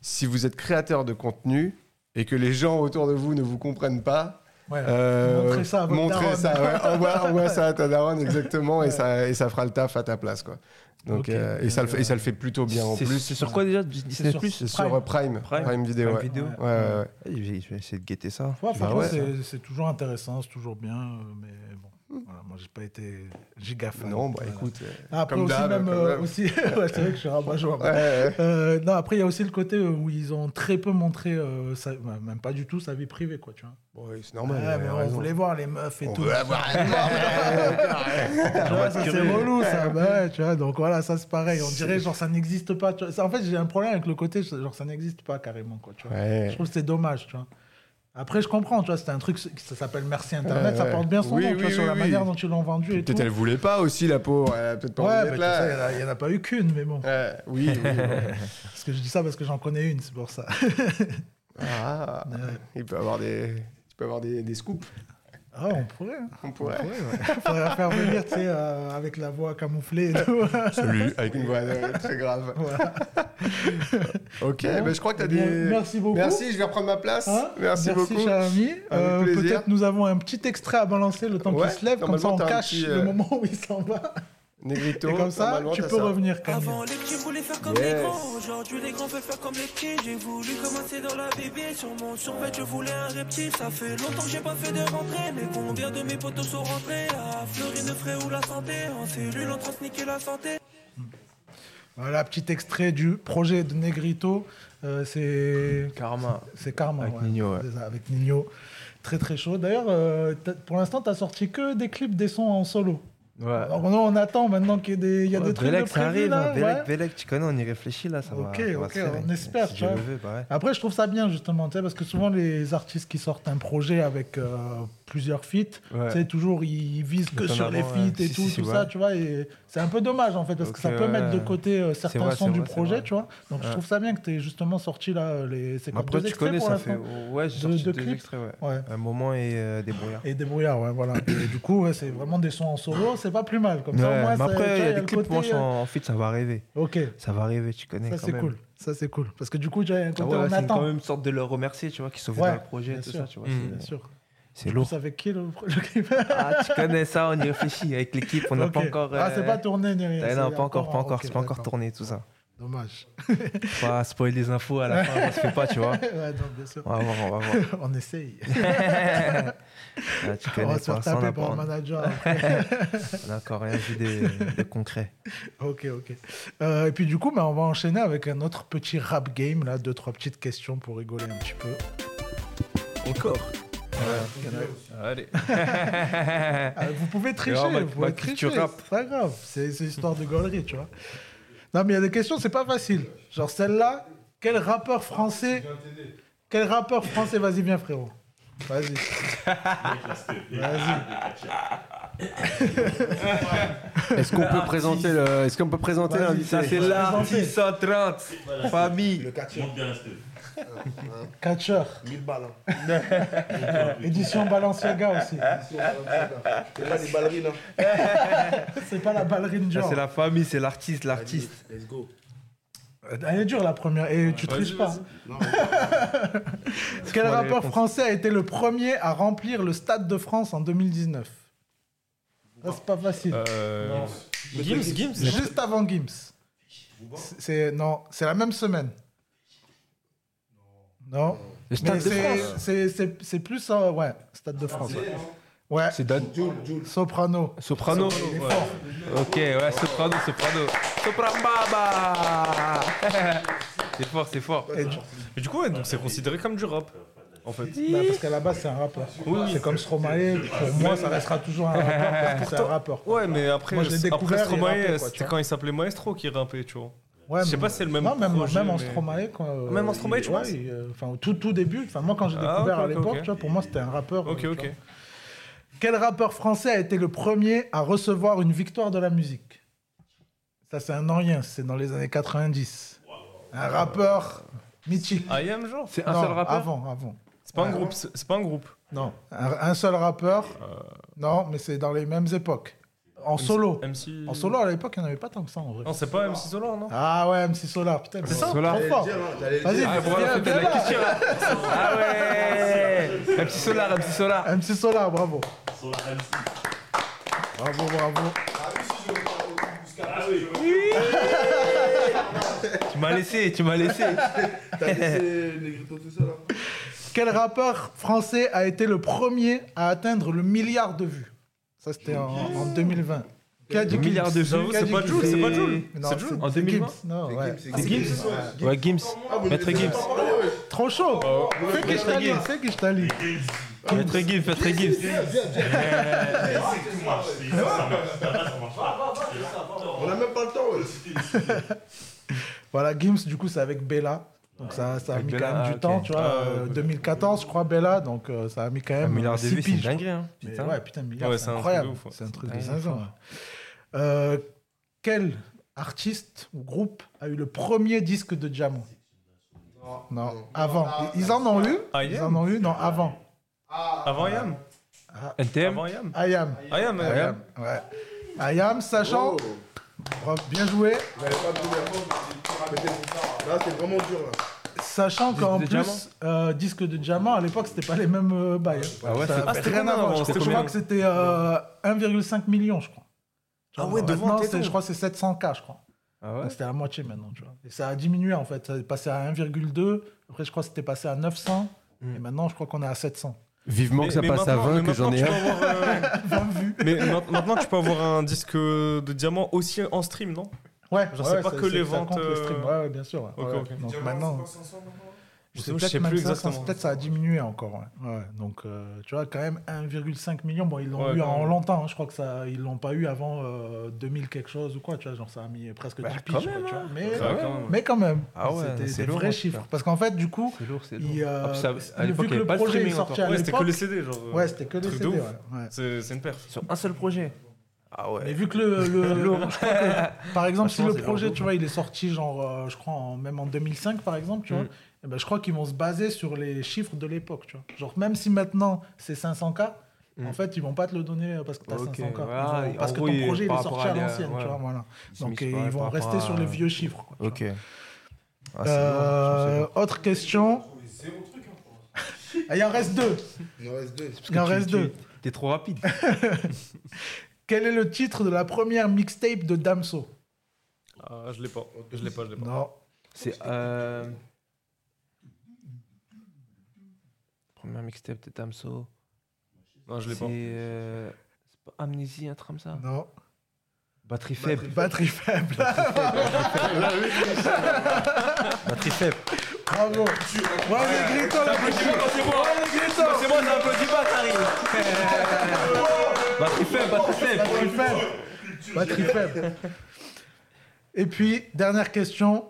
[SPEAKER 7] si vous êtes créateur de contenu et que les gens autour de vous ne vous comprennent pas.
[SPEAKER 1] Ouais.
[SPEAKER 7] euh,
[SPEAKER 1] Montrez ça à votre
[SPEAKER 7] montrez
[SPEAKER 1] daronne.
[SPEAKER 7] ça, ouais. envoie, envoie ça à ta daronne, exactement, et, ça, et ça fera le taf à ta place. Quoi. Donc,
[SPEAKER 1] Ok.
[SPEAKER 7] euh, et, ça le, fait- et ça le fait plutôt bien en
[SPEAKER 10] C'est-
[SPEAKER 7] plus.
[SPEAKER 10] C'est sur quoi déjà Disney
[SPEAKER 1] sur-
[SPEAKER 10] Plus
[SPEAKER 7] C'est sur euh, Prime, Prime,
[SPEAKER 10] Prime.
[SPEAKER 7] Vidéo.
[SPEAKER 10] Prime
[SPEAKER 7] ouais.
[SPEAKER 10] Vidéo.
[SPEAKER 7] Ouais, ouais, ouais.
[SPEAKER 10] Je vais je vais essayer de guetter ça.
[SPEAKER 1] Ouais, franchement,
[SPEAKER 7] ouais,
[SPEAKER 1] c'est- c'est toujours intéressant, c'est toujours bien, euh, mais bon. Voilà, moi, j'ai pas été giga fan.
[SPEAKER 7] Non, bah
[SPEAKER 1] Voilà.
[SPEAKER 7] écoute.
[SPEAKER 1] Ah, Après
[SPEAKER 7] comme
[SPEAKER 1] aussi,
[SPEAKER 7] d'hab,
[SPEAKER 1] même,
[SPEAKER 7] comme
[SPEAKER 1] euh,
[SPEAKER 7] d'hab.
[SPEAKER 1] aussi... ouais, c'est vrai que je suis rabat joie.
[SPEAKER 7] euh, ouais, ouais.
[SPEAKER 1] Euh, non, après, il y a aussi le côté où ils ont très peu montré, euh, sa- bah, même pas du tout, sa vie privée, quoi, tu vois.
[SPEAKER 7] Bon, ouais, c'est normal.
[SPEAKER 1] Ouais,
[SPEAKER 7] il
[SPEAKER 1] mais
[SPEAKER 7] a
[SPEAKER 1] on
[SPEAKER 7] raison.
[SPEAKER 1] voulait voir les meufs et
[SPEAKER 7] On
[SPEAKER 1] tout.
[SPEAKER 7] veut avoir un
[SPEAKER 1] Tu vois, ça, c'est relou, ça. Bah ouais, tu vois, donc voilà, ça, c'est pareil. On dirait, genre, ça n'existe pas. tu vois. Ça, en fait, j'ai un problème avec le côté, genre, ça n'existe pas carrément, quoi, tu vois. Je
[SPEAKER 7] Ouais.
[SPEAKER 1] trouve que c'est dommage, tu vois. Après, je comprends, tu vois, c'est un truc, ça s'appelle Merci Internet,
[SPEAKER 7] Ouais,
[SPEAKER 1] ça
[SPEAKER 7] ouais.
[SPEAKER 1] porte bien son
[SPEAKER 7] Oui,
[SPEAKER 1] nom, tu
[SPEAKER 7] oui,
[SPEAKER 1] vois, sur
[SPEAKER 7] oui,
[SPEAKER 1] la
[SPEAKER 7] oui.
[SPEAKER 1] manière dont ils l'ont vendu et tout.
[SPEAKER 7] Peut-être elle voulait pas aussi, la pauvre. Elle a peut-être pas
[SPEAKER 1] Ouais,
[SPEAKER 7] envie
[SPEAKER 1] mais
[SPEAKER 7] d'être
[SPEAKER 1] tu
[SPEAKER 7] là.
[SPEAKER 1] sais, hein. il y en a- il n'y en a pas eu qu'une, mais bon.
[SPEAKER 7] Ouais, oui, oui, oui.
[SPEAKER 1] Parce que je dis ça parce que j'en connais une, c'est pour ça.
[SPEAKER 7] Ah,
[SPEAKER 1] Ouais.
[SPEAKER 7] il peut avoir des, tu peux avoir des, des scoops.
[SPEAKER 1] Ah, on pourrait, hein.
[SPEAKER 7] On pourrait.
[SPEAKER 1] Faudrait la faire venir, tu sais, euh, avec la voix camouflée et tout.
[SPEAKER 7] Celui avec une voix euh, très grave.
[SPEAKER 1] Voilà.
[SPEAKER 7] Ok,
[SPEAKER 1] Bon,
[SPEAKER 7] bah, je crois que t'as
[SPEAKER 1] eh bien,
[SPEAKER 7] des.
[SPEAKER 1] Merci beaucoup.
[SPEAKER 7] Merci, je vais reprendre ma place.
[SPEAKER 1] Hein
[SPEAKER 7] merci, beaucoup.
[SPEAKER 1] cher ami. Euh,
[SPEAKER 7] plaisir.
[SPEAKER 1] Peut-être nous avons un petit extrait à balancer le temps
[SPEAKER 7] Ouais,
[SPEAKER 1] qu'il se lève, comme ça
[SPEAKER 7] normalement,
[SPEAKER 1] on
[SPEAKER 7] t'as un
[SPEAKER 1] cache
[SPEAKER 7] petit, euh,
[SPEAKER 1] le moment où il s'en va.
[SPEAKER 7] Negrito,
[SPEAKER 1] Et comme ça,
[SPEAKER 7] normalement,
[SPEAKER 1] tu
[SPEAKER 7] t'as
[SPEAKER 1] peux
[SPEAKER 7] ça.
[SPEAKER 1] revenir quand même.
[SPEAKER 9] Avant les petits voulaient faire comme les
[SPEAKER 7] Yes.
[SPEAKER 9] grands Aujourd'hui les grands veulent faire comme les petits J'ai voulu commencer dans la bébé Sur mon survêt je voulais un reptile Ça fait longtemps que j'ai pas fait de rentrée Mais combien de mes potos sont rentrés À Florine Frais ou la santé En cellule en train de niquer la santé
[SPEAKER 1] Voilà, petit extrait du projet de Negrito. Euh, C'est
[SPEAKER 2] Karma.
[SPEAKER 1] c'est Karma.
[SPEAKER 2] Avec Nino, ouais.
[SPEAKER 1] C'est ça, avec Nino. Très très chaud. D'ailleurs, euh, t'as- pour l'instant, t'as sorti que des clips, des sons en solo.
[SPEAKER 2] Ouais.
[SPEAKER 1] Alors, nous, on attend maintenant qu'il y ait des, Oh, il y a
[SPEAKER 2] Ouais,
[SPEAKER 1] des trucs de
[SPEAKER 2] Vélec, ça
[SPEAKER 1] prévus,
[SPEAKER 2] arrive,
[SPEAKER 1] là,
[SPEAKER 2] hein. Vélec,
[SPEAKER 1] ouais.
[SPEAKER 2] Vélec, tu connais, on y réfléchit là, ça va.
[SPEAKER 1] Ok,
[SPEAKER 2] ça va
[SPEAKER 1] ok,
[SPEAKER 2] se faire,
[SPEAKER 1] on
[SPEAKER 2] hein.
[SPEAKER 1] espère,
[SPEAKER 2] Si
[SPEAKER 1] tu
[SPEAKER 2] Dieu
[SPEAKER 1] vois.
[SPEAKER 2] le veut, bah ouais.
[SPEAKER 1] Après, je trouve ça bien justement, tu sais, parce que souvent les artistes qui sortent un projet avec euh, plusieurs feats,
[SPEAKER 2] Ouais.
[SPEAKER 1] tu sais, toujours ils visent que
[SPEAKER 2] Étonnamment,
[SPEAKER 1] sur les feats
[SPEAKER 2] ouais.
[SPEAKER 1] et
[SPEAKER 2] Si,
[SPEAKER 1] tout,
[SPEAKER 2] si, si,
[SPEAKER 1] tout ça,
[SPEAKER 2] ouais.
[SPEAKER 1] tu vois. Et c'est un peu dommage en fait, parce que
[SPEAKER 2] Ok,
[SPEAKER 1] ça peut
[SPEAKER 2] ouais.
[SPEAKER 1] mettre de côté euh, certains
[SPEAKER 2] vrai,
[SPEAKER 1] sons
[SPEAKER 2] c'est
[SPEAKER 1] du
[SPEAKER 2] vrai, c'est
[SPEAKER 1] projet,
[SPEAKER 2] vrai.
[SPEAKER 1] tu vois. Donc je
[SPEAKER 2] Ouais.
[SPEAKER 1] trouve ça bien que tu aies justement sorti là les ces
[SPEAKER 2] Mais Après,
[SPEAKER 1] deux
[SPEAKER 2] tu
[SPEAKER 1] extraits
[SPEAKER 2] connais,
[SPEAKER 1] pour
[SPEAKER 2] ça fait.
[SPEAKER 1] l'instant.
[SPEAKER 2] Ouais, j'ai
[SPEAKER 1] Deux-
[SPEAKER 2] sorti
[SPEAKER 1] deux
[SPEAKER 2] deux,
[SPEAKER 1] clips
[SPEAKER 2] extraits, ouais.
[SPEAKER 1] Ouais.
[SPEAKER 2] Un moment et euh, débrouillard.
[SPEAKER 1] Et débrouillard, ouais, voilà. Et du coup, ouais, c'est vraiment des sons en solo, c'est pas plus mal. Comme
[SPEAKER 2] Ouais,
[SPEAKER 1] ça, au moins,
[SPEAKER 2] mais
[SPEAKER 1] ça- tu vois,
[SPEAKER 2] après, il y a
[SPEAKER 1] le
[SPEAKER 2] des clips,
[SPEAKER 1] côté,
[SPEAKER 2] moi, je suis
[SPEAKER 1] euh,
[SPEAKER 2] en, en feat, ça va arriver.
[SPEAKER 1] Ok,
[SPEAKER 2] Ça va arriver, tu connais.
[SPEAKER 1] ça
[SPEAKER 2] quand
[SPEAKER 1] c'est
[SPEAKER 2] même.
[SPEAKER 1] cool, ça c'est cool. Parce que du coup, tu vois, il y a un
[SPEAKER 2] Ah
[SPEAKER 1] côté,
[SPEAKER 2] ouais,
[SPEAKER 1] on
[SPEAKER 2] c'est quand
[SPEAKER 1] attend.
[SPEAKER 2] même une sorte de le remercier, tu vois, qui se
[SPEAKER 1] Ouais,
[SPEAKER 2] dans le projet,
[SPEAKER 1] bien
[SPEAKER 2] tout
[SPEAKER 1] sûr. Mm.
[SPEAKER 2] ça, tu vois.
[SPEAKER 3] Mhm.
[SPEAKER 2] c'est-
[SPEAKER 1] Bien sûr.
[SPEAKER 2] C'est
[SPEAKER 1] Vous
[SPEAKER 2] Euh, lourd.
[SPEAKER 1] savez qui le le clip
[SPEAKER 2] Ah, tu connais ça, on y réfléchit avec l'équipe, on n'a
[SPEAKER 1] Ok.
[SPEAKER 2] pas encore.
[SPEAKER 1] Ah,
[SPEAKER 2] euh,
[SPEAKER 1] c'est pas tourné ni rien.
[SPEAKER 2] Ah,
[SPEAKER 1] c'est
[SPEAKER 2] non, pas encore, pas
[SPEAKER 1] en-
[SPEAKER 2] encore,
[SPEAKER 1] ok,
[SPEAKER 2] c'est pas encore
[SPEAKER 1] d'accord.
[SPEAKER 2] tourné tout ça.
[SPEAKER 1] Dommage.
[SPEAKER 2] Faut Pas spoil les infos à la fin, ça se fait pas, tu vois.
[SPEAKER 1] ouais, non, bien sûr.
[SPEAKER 2] On va voir, on va voir.
[SPEAKER 1] On essaye.
[SPEAKER 2] Ah, tu
[SPEAKER 1] On
[SPEAKER 2] connais
[SPEAKER 1] va
[SPEAKER 2] pas
[SPEAKER 1] se faire
[SPEAKER 2] ça, on
[SPEAKER 1] taper
[SPEAKER 2] n'a
[SPEAKER 1] par un
[SPEAKER 2] pas-
[SPEAKER 1] manager. après.
[SPEAKER 2] on n'a encore rien vu de, de concret.
[SPEAKER 1] ok, ok. Euh, et puis du coup, bah, on va enchaîner avec un autre petit rap game, là, deux, trois petites questions pour rigoler un petit peu.
[SPEAKER 7] Encore.
[SPEAKER 2] Allez.
[SPEAKER 1] Ah, vous pouvez tricher,
[SPEAKER 2] ma-
[SPEAKER 1] vous
[SPEAKER 2] ma
[SPEAKER 1] pouvez tricher.
[SPEAKER 2] culture rap.
[SPEAKER 1] C'est pas grave, c'est c'est histoire de gaulerie, tu vois. Non, mais il y a des questions, c'est pas facile. Genre celle-là, quel rappeur français. Quel rappeur français, vas-y, viens, frérot. Vas-y. Vas-y.
[SPEAKER 12] Est-ce qu'on peut présenter le. Est-ce qu'on peut présenter
[SPEAKER 1] Vas-y,
[SPEAKER 12] l'invité
[SPEAKER 2] Ça, c'est la 630. Famille.
[SPEAKER 7] Le catch.
[SPEAKER 6] Monte bien la stuff.
[SPEAKER 1] Catcher.
[SPEAKER 7] 1000 balles. hein.
[SPEAKER 6] Ah
[SPEAKER 1] Édition Balenciaga aussi.
[SPEAKER 7] C'est pas des ballerines. hein.
[SPEAKER 1] C'est pas la ballerine
[SPEAKER 2] Ça,
[SPEAKER 1] genre.
[SPEAKER 2] Ah, c'est la famille, c'est l'artiste, l'artiste.
[SPEAKER 7] Let's go.
[SPEAKER 1] Euh, Elle est dure la première et tu triches pas.
[SPEAKER 7] Non,
[SPEAKER 1] Quel
[SPEAKER 2] Laisse-moi les
[SPEAKER 1] rappeur
[SPEAKER 2] réponses.
[SPEAKER 1] français a été le premier à remplir le Stade de France en 2019 Ça, c'est pas facile.
[SPEAKER 3] Euh,
[SPEAKER 1] Gims, Gims Juste avant Gims. C'est- C'est non, c'est la même semaine. Non.
[SPEAKER 12] Le
[SPEAKER 1] Mais
[SPEAKER 12] Stade de
[SPEAKER 1] c'est-
[SPEAKER 12] France.
[SPEAKER 1] c'est- C'est c'est plus euh, ouais, Stade de France. ouais.
[SPEAKER 3] hein.
[SPEAKER 1] Ouais,
[SPEAKER 12] C'est Dan.
[SPEAKER 1] Soprano.
[SPEAKER 3] ah
[SPEAKER 2] Soprano. ouais. Ok, ouais, soprano, soprano. Soprano Baba C'est fort, c'est fort.
[SPEAKER 1] Et du-
[SPEAKER 3] Mais du coup, ouais, donc c'est considéré comme du rap, en fait.
[SPEAKER 1] bah, parce qu'à la base c'est un rappeur.
[SPEAKER 3] Oui, oui.
[SPEAKER 1] c'est comme Stromae. Pour moi ça restera toujours un rappeur. parce que C'est un rappeur.
[SPEAKER 3] Ouais, mais après,
[SPEAKER 1] Moi, je l'ai
[SPEAKER 3] c'est- après
[SPEAKER 1] découvert, il rappait, quoi,
[SPEAKER 3] Stromae,
[SPEAKER 1] tu
[SPEAKER 3] c'était
[SPEAKER 1] vois.
[SPEAKER 3] quand il s'appelait Maestro qui rappait, tu vois.
[SPEAKER 1] Ouais,
[SPEAKER 3] Je sais
[SPEAKER 1] mais-
[SPEAKER 3] pas si c'est le même
[SPEAKER 1] Non, même,
[SPEAKER 3] projet,
[SPEAKER 1] même en
[SPEAKER 3] mais-
[SPEAKER 1] Stromae. Quand,
[SPEAKER 3] Même en Stromae,
[SPEAKER 1] il-
[SPEAKER 3] tu vois.
[SPEAKER 1] ouais, il, euh, Enfin, au tout, tout début, enfin, moi quand j'ai
[SPEAKER 3] Ah,
[SPEAKER 1] découvert
[SPEAKER 3] ok,
[SPEAKER 1] à
[SPEAKER 3] ok,
[SPEAKER 1] l'époque,
[SPEAKER 3] ok.
[SPEAKER 1] tu vois, pour moi c'était un rappeur. euh,
[SPEAKER 3] Ok,
[SPEAKER 1] tu vois.
[SPEAKER 3] ok.
[SPEAKER 1] Quel rappeur français a été le premier à recevoir une victoire de la musique Ça, c'est un Orien, c'est dans les années 90. Un rappeur mythique.
[SPEAKER 3] I am, genre.
[SPEAKER 2] C'est un
[SPEAKER 1] Non,
[SPEAKER 2] seul rappeur
[SPEAKER 1] Avant, avant.
[SPEAKER 3] C'est pas un
[SPEAKER 1] Ouais.
[SPEAKER 3] groupe. C'est c'est pas un groupe.
[SPEAKER 1] Non, un, un seul rappeur.
[SPEAKER 3] Euh.
[SPEAKER 1] Non, mais c'est dans les mêmes époques. En solo.
[SPEAKER 3] MC.
[SPEAKER 1] En solo, à l'époque, il n'y en avait pas tant que ça en vrai.
[SPEAKER 3] Non, c'est pas MC Solar, non
[SPEAKER 1] Ah ouais, MC Solar, putain, c'est ça,
[SPEAKER 2] Solar.
[SPEAKER 1] trop
[SPEAKER 7] j'allais le
[SPEAKER 1] fort.
[SPEAKER 7] dire, hein, j'allais le
[SPEAKER 1] Vas-y,
[SPEAKER 7] dire.
[SPEAKER 2] Ah, bon, on a fait de la question. Ah ouais Un petit solar, un petit solar.
[SPEAKER 1] MC Solar, bravo.
[SPEAKER 6] Sur la MC.
[SPEAKER 1] Bravo, bravo.
[SPEAKER 6] Ah oui.
[SPEAKER 2] Tu m'as laissé, tu m'as laissé.
[SPEAKER 7] T'as laissé Negrito tout seul. hein.
[SPEAKER 1] Quel rappeur français a été le premier à atteindre le milliard de vues Ça, c'était en, en 2020. Qui a dit
[SPEAKER 2] Le milliard
[SPEAKER 1] Gims
[SPEAKER 2] de vues,
[SPEAKER 1] Qui a
[SPEAKER 3] c'est
[SPEAKER 1] dit
[SPEAKER 3] pas
[SPEAKER 1] Gims
[SPEAKER 3] Jules, c'est pas Jules.
[SPEAKER 1] Non,
[SPEAKER 3] C'est Jules.
[SPEAKER 1] c'est-
[SPEAKER 2] En
[SPEAKER 1] c'est
[SPEAKER 2] 2020.
[SPEAKER 1] Gims, non,
[SPEAKER 7] C'est
[SPEAKER 1] ouais.
[SPEAKER 7] Gims, c'est
[SPEAKER 1] C'est
[SPEAKER 7] Gims.
[SPEAKER 1] Gims.
[SPEAKER 7] Ouais. Ah,
[SPEAKER 2] Ouais, Gims. Maître Gims.
[SPEAKER 1] Trop chaud
[SPEAKER 2] Ah,
[SPEAKER 1] Fais que je t'allie, fais que je t'allie.
[SPEAKER 2] Maître Gims, Maître Gims.
[SPEAKER 6] C'est Ah tout marche. C'est ça, ça marche. Ça va, ça marche pas.
[SPEAKER 7] On a même pas le temps, ouais.
[SPEAKER 1] Voilà, Gims, du coup, c'est avec Bella. Donc ça, ça a
[SPEAKER 2] Avec
[SPEAKER 1] mis
[SPEAKER 2] Bella,
[SPEAKER 1] quand même
[SPEAKER 2] ah,
[SPEAKER 1] du
[SPEAKER 2] ok.
[SPEAKER 1] temps, tu vois.
[SPEAKER 3] Ah,
[SPEAKER 1] euh,
[SPEAKER 3] ok.
[SPEAKER 1] 2014, je crois, Bella. Donc euh, ça a mis quand
[SPEAKER 2] Un
[SPEAKER 1] même
[SPEAKER 2] milliard de
[SPEAKER 1] six
[SPEAKER 2] vues, c'est une
[SPEAKER 1] piges,
[SPEAKER 2] dinguerie. Hein.
[SPEAKER 1] Mais
[SPEAKER 2] Putain.
[SPEAKER 1] ouais, putain, milliard,
[SPEAKER 3] Ah ouais,
[SPEAKER 1] c'est
[SPEAKER 3] c'est un truc de
[SPEAKER 1] incroyable.
[SPEAKER 3] ouf, ouais.
[SPEAKER 1] C'est un truc de
[SPEAKER 2] Dingue,
[SPEAKER 1] zinzin.
[SPEAKER 2] ouais.
[SPEAKER 1] ouais. Euh, quel artiste ou groupe a eu le premier disque de diamant Non, avant.
[SPEAKER 7] Ah,
[SPEAKER 1] Ils en ont eu
[SPEAKER 3] I
[SPEAKER 1] Ils
[SPEAKER 3] am.
[SPEAKER 1] en ont eu Non, avant.
[SPEAKER 3] Avant I am.
[SPEAKER 2] NTM Ah
[SPEAKER 3] Avant I am.
[SPEAKER 1] I am.
[SPEAKER 3] I am. euh,
[SPEAKER 1] I
[SPEAKER 3] I
[SPEAKER 1] am.
[SPEAKER 3] am.
[SPEAKER 1] Ouais. I am, sachant.
[SPEAKER 7] Oh,
[SPEAKER 1] Bravo, Bien joué.
[SPEAKER 7] j'avais pas pu le- hein. Là, c'est vraiment dur, là.
[SPEAKER 1] Sachant qu'en
[SPEAKER 2] de
[SPEAKER 1] plus,
[SPEAKER 2] diamant
[SPEAKER 1] euh, disque de diamant, à l'époque, c'était pas les mêmes euh, bails. hein.
[SPEAKER 2] Ah ouais,
[SPEAKER 1] Ça
[SPEAKER 2] c'est-
[SPEAKER 1] avait
[SPEAKER 3] ah, c'était
[SPEAKER 1] rien
[SPEAKER 3] combien
[SPEAKER 1] à voir.
[SPEAKER 3] avant
[SPEAKER 1] Je crois-
[SPEAKER 3] C'était
[SPEAKER 1] je crois
[SPEAKER 3] combien
[SPEAKER 1] que c'était euh, 1,5 million, je crois.
[SPEAKER 3] Ah ouais, de
[SPEAKER 1] Maintenant,
[SPEAKER 3] vente et
[SPEAKER 1] c'est-
[SPEAKER 3] tout.
[SPEAKER 1] je crois que c'est 700K, je crois.
[SPEAKER 2] Ah ouais
[SPEAKER 1] Donc, C'était à moitié maintenant, tu vois. Et ça a diminué en fait. Ça est passé à 1,2. Après, je crois que c'était passé à 900.
[SPEAKER 3] Hmm.
[SPEAKER 1] Et maintenant, je crois qu'on est à 700.
[SPEAKER 12] Vivement que ça
[SPEAKER 3] Mais-
[SPEAKER 12] passe
[SPEAKER 3] mais
[SPEAKER 12] à
[SPEAKER 3] maintenant-
[SPEAKER 12] 20,
[SPEAKER 3] mais
[SPEAKER 12] que j'en ai
[SPEAKER 3] maintenant,
[SPEAKER 12] un.
[SPEAKER 3] tu peux avoir, euh,
[SPEAKER 1] 20 vues.
[SPEAKER 3] Mais ma- maintenant, tu peux avoir un disque de diamant aussi en stream, non
[SPEAKER 1] Ouais,
[SPEAKER 3] Genre,
[SPEAKER 1] ouais,
[SPEAKER 3] c'est pas
[SPEAKER 1] ça-
[SPEAKER 3] que
[SPEAKER 1] ça-
[SPEAKER 3] les
[SPEAKER 1] ça compte
[SPEAKER 3] ventes,
[SPEAKER 1] le stream.
[SPEAKER 3] euh,
[SPEAKER 1] Ouais, ouais, bien sûr. ouais.
[SPEAKER 3] Ok,
[SPEAKER 1] Ouais,
[SPEAKER 3] ok.
[SPEAKER 1] Donc maintenant,
[SPEAKER 3] Je sais,
[SPEAKER 1] c'est
[SPEAKER 3] je sais
[SPEAKER 1] peut-être
[SPEAKER 3] plus
[SPEAKER 1] même ça, ça-
[SPEAKER 3] exactement.
[SPEAKER 1] Peut-être ça a diminué encore. ouais. Ouais, donc, euh, tu vois, quand même 1,5 million. Bon, ils l'ont
[SPEAKER 3] Ouais,
[SPEAKER 1] eu
[SPEAKER 3] quand
[SPEAKER 1] en
[SPEAKER 3] même.
[SPEAKER 1] longtemps. hein. Je crois que ça, ils l'ont pas eu avant euh, 2000 quelque chose ou quoi. Tu vois, genre, ça a mis
[SPEAKER 3] Bah,
[SPEAKER 1] presque 10 piges,
[SPEAKER 2] quand
[SPEAKER 1] quoi,
[SPEAKER 2] même,
[SPEAKER 1] tu vois.
[SPEAKER 2] hein.
[SPEAKER 1] Mais,
[SPEAKER 3] Ah ouais, ouais.
[SPEAKER 1] mais quand même,
[SPEAKER 2] Ah ouais,
[SPEAKER 1] c'était
[SPEAKER 2] c'est
[SPEAKER 1] des
[SPEAKER 2] lourd,
[SPEAKER 1] vrais
[SPEAKER 2] hein,
[SPEAKER 1] chiffres.
[SPEAKER 2] putain.
[SPEAKER 1] Parce qu'en fait, du coup,
[SPEAKER 2] C'est lourd, c'est lourd.
[SPEAKER 1] il, euh,
[SPEAKER 2] Ah, puis ça- à
[SPEAKER 1] vu
[SPEAKER 2] l'époque,
[SPEAKER 1] que
[SPEAKER 2] il y avait
[SPEAKER 1] le
[SPEAKER 2] pas de
[SPEAKER 1] projet est
[SPEAKER 2] streaming
[SPEAKER 1] sorti
[SPEAKER 2] encore.
[SPEAKER 1] à
[SPEAKER 3] Ouais, c'était que
[SPEAKER 1] l'époque,
[SPEAKER 3] les CD, genre. euh,
[SPEAKER 1] ouais, c'était que les
[SPEAKER 3] truc de
[SPEAKER 1] CD.
[SPEAKER 3] ouf.
[SPEAKER 1] ouais, ouais.
[SPEAKER 3] C'est c'est une perte.
[SPEAKER 2] Sur un seul projet. Ah
[SPEAKER 1] Mais
[SPEAKER 2] ouais.
[SPEAKER 1] vu que le, le- je crois que, par exemple, si
[SPEAKER 2] Franchement,
[SPEAKER 1] le
[SPEAKER 2] c'est hein.
[SPEAKER 1] projet,
[SPEAKER 2] dangereux.
[SPEAKER 1] tu vois, il est sorti genre, euh, je crois, en- même en 2005, par exemple,
[SPEAKER 2] Mm.
[SPEAKER 1] tu vois, eh ben, je crois qu'ils vont se baser sur les chiffres de l'époque, tu vois. Genre, même si maintenant c'est 500K, en fait, ils vont pas te le donner euh, parce que t'as
[SPEAKER 2] Mm. Ok,
[SPEAKER 1] 500K. Ils
[SPEAKER 2] voilà,
[SPEAKER 1] vont-
[SPEAKER 2] en
[SPEAKER 1] parce que
[SPEAKER 2] gros,
[SPEAKER 1] ton
[SPEAKER 2] ils-
[SPEAKER 1] projet, il
[SPEAKER 2] par
[SPEAKER 1] est
[SPEAKER 2] rapport
[SPEAKER 1] sorti
[SPEAKER 2] à
[SPEAKER 1] à
[SPEAKER 2] les-
[SPEAKER 1] l'ancienne,
[SPEAKER 2] ouais.
[SPEAKER 1] tu vois, voilà.
[SPEAKER 2] sont
[SPEAKER 1] Donc,
[SPEAKER 2] mis
[SPEAKER 1] euh,
[SPEAKER 2] par-
[SPEAKER 1] ils vont
[SPEAKER 2] par
[SPEAKER 1] rester
[SPEAKER 2] rapport
[SPEAKER 1] sur
[SPEAKER 2] à-
[SPEAKER 1] les vieux chiffres, quoi, tu vois.
[SPEAKER 2] Ok. Ah, c'est
[SPEAKER 1] Euh, autre question. Ah, il en reste deux.
[SPEAKER 7] Il en reste deux.
[SPEAKER 1] Il en reste
[SPEAKER 2] tu-
[SPEAKER 1] deux.
[SPEAKER 2] lourd. T'es trop rapide.
[SPEAKER 1] Quel est le titre de la première mixtape de Damso
[SPEAKER 3] Ah, je l'ai pas. Je l'ai pas, je l'ai pas.
[SPEAKER 1] Non.
[SPEAKER 2] C'est. Euh... Première mixtape de Damso.
[SPEAKER 3] Non, Ah, je l'ai
[SPEAKER 2] C'est.
[SPEAKER 3] pas.
[SPEAKER 2] euh, c'est pas Amnésie, un truc comme ça.
[SPEAKER 1] Non.
[SPEAKER 2] Batterie faible.
[SPEAKER 7] Ah
[SPEAKER 1] Batterie faible.
[SPEAKER 2] Batterie faible.
[SPEAKER 1] Bravo. Ouais, les grittons,
[SPEAKER 3] Ça applaudit pas quand Ah, c'est moi. Quand c'est moi, ça applaudit pas, ça arrive.
[SPEAKER 10] Batterie faible, batterie faible.
[SPEAKER 1] Batterie faible. Batterie faible. Et puis, dernière question.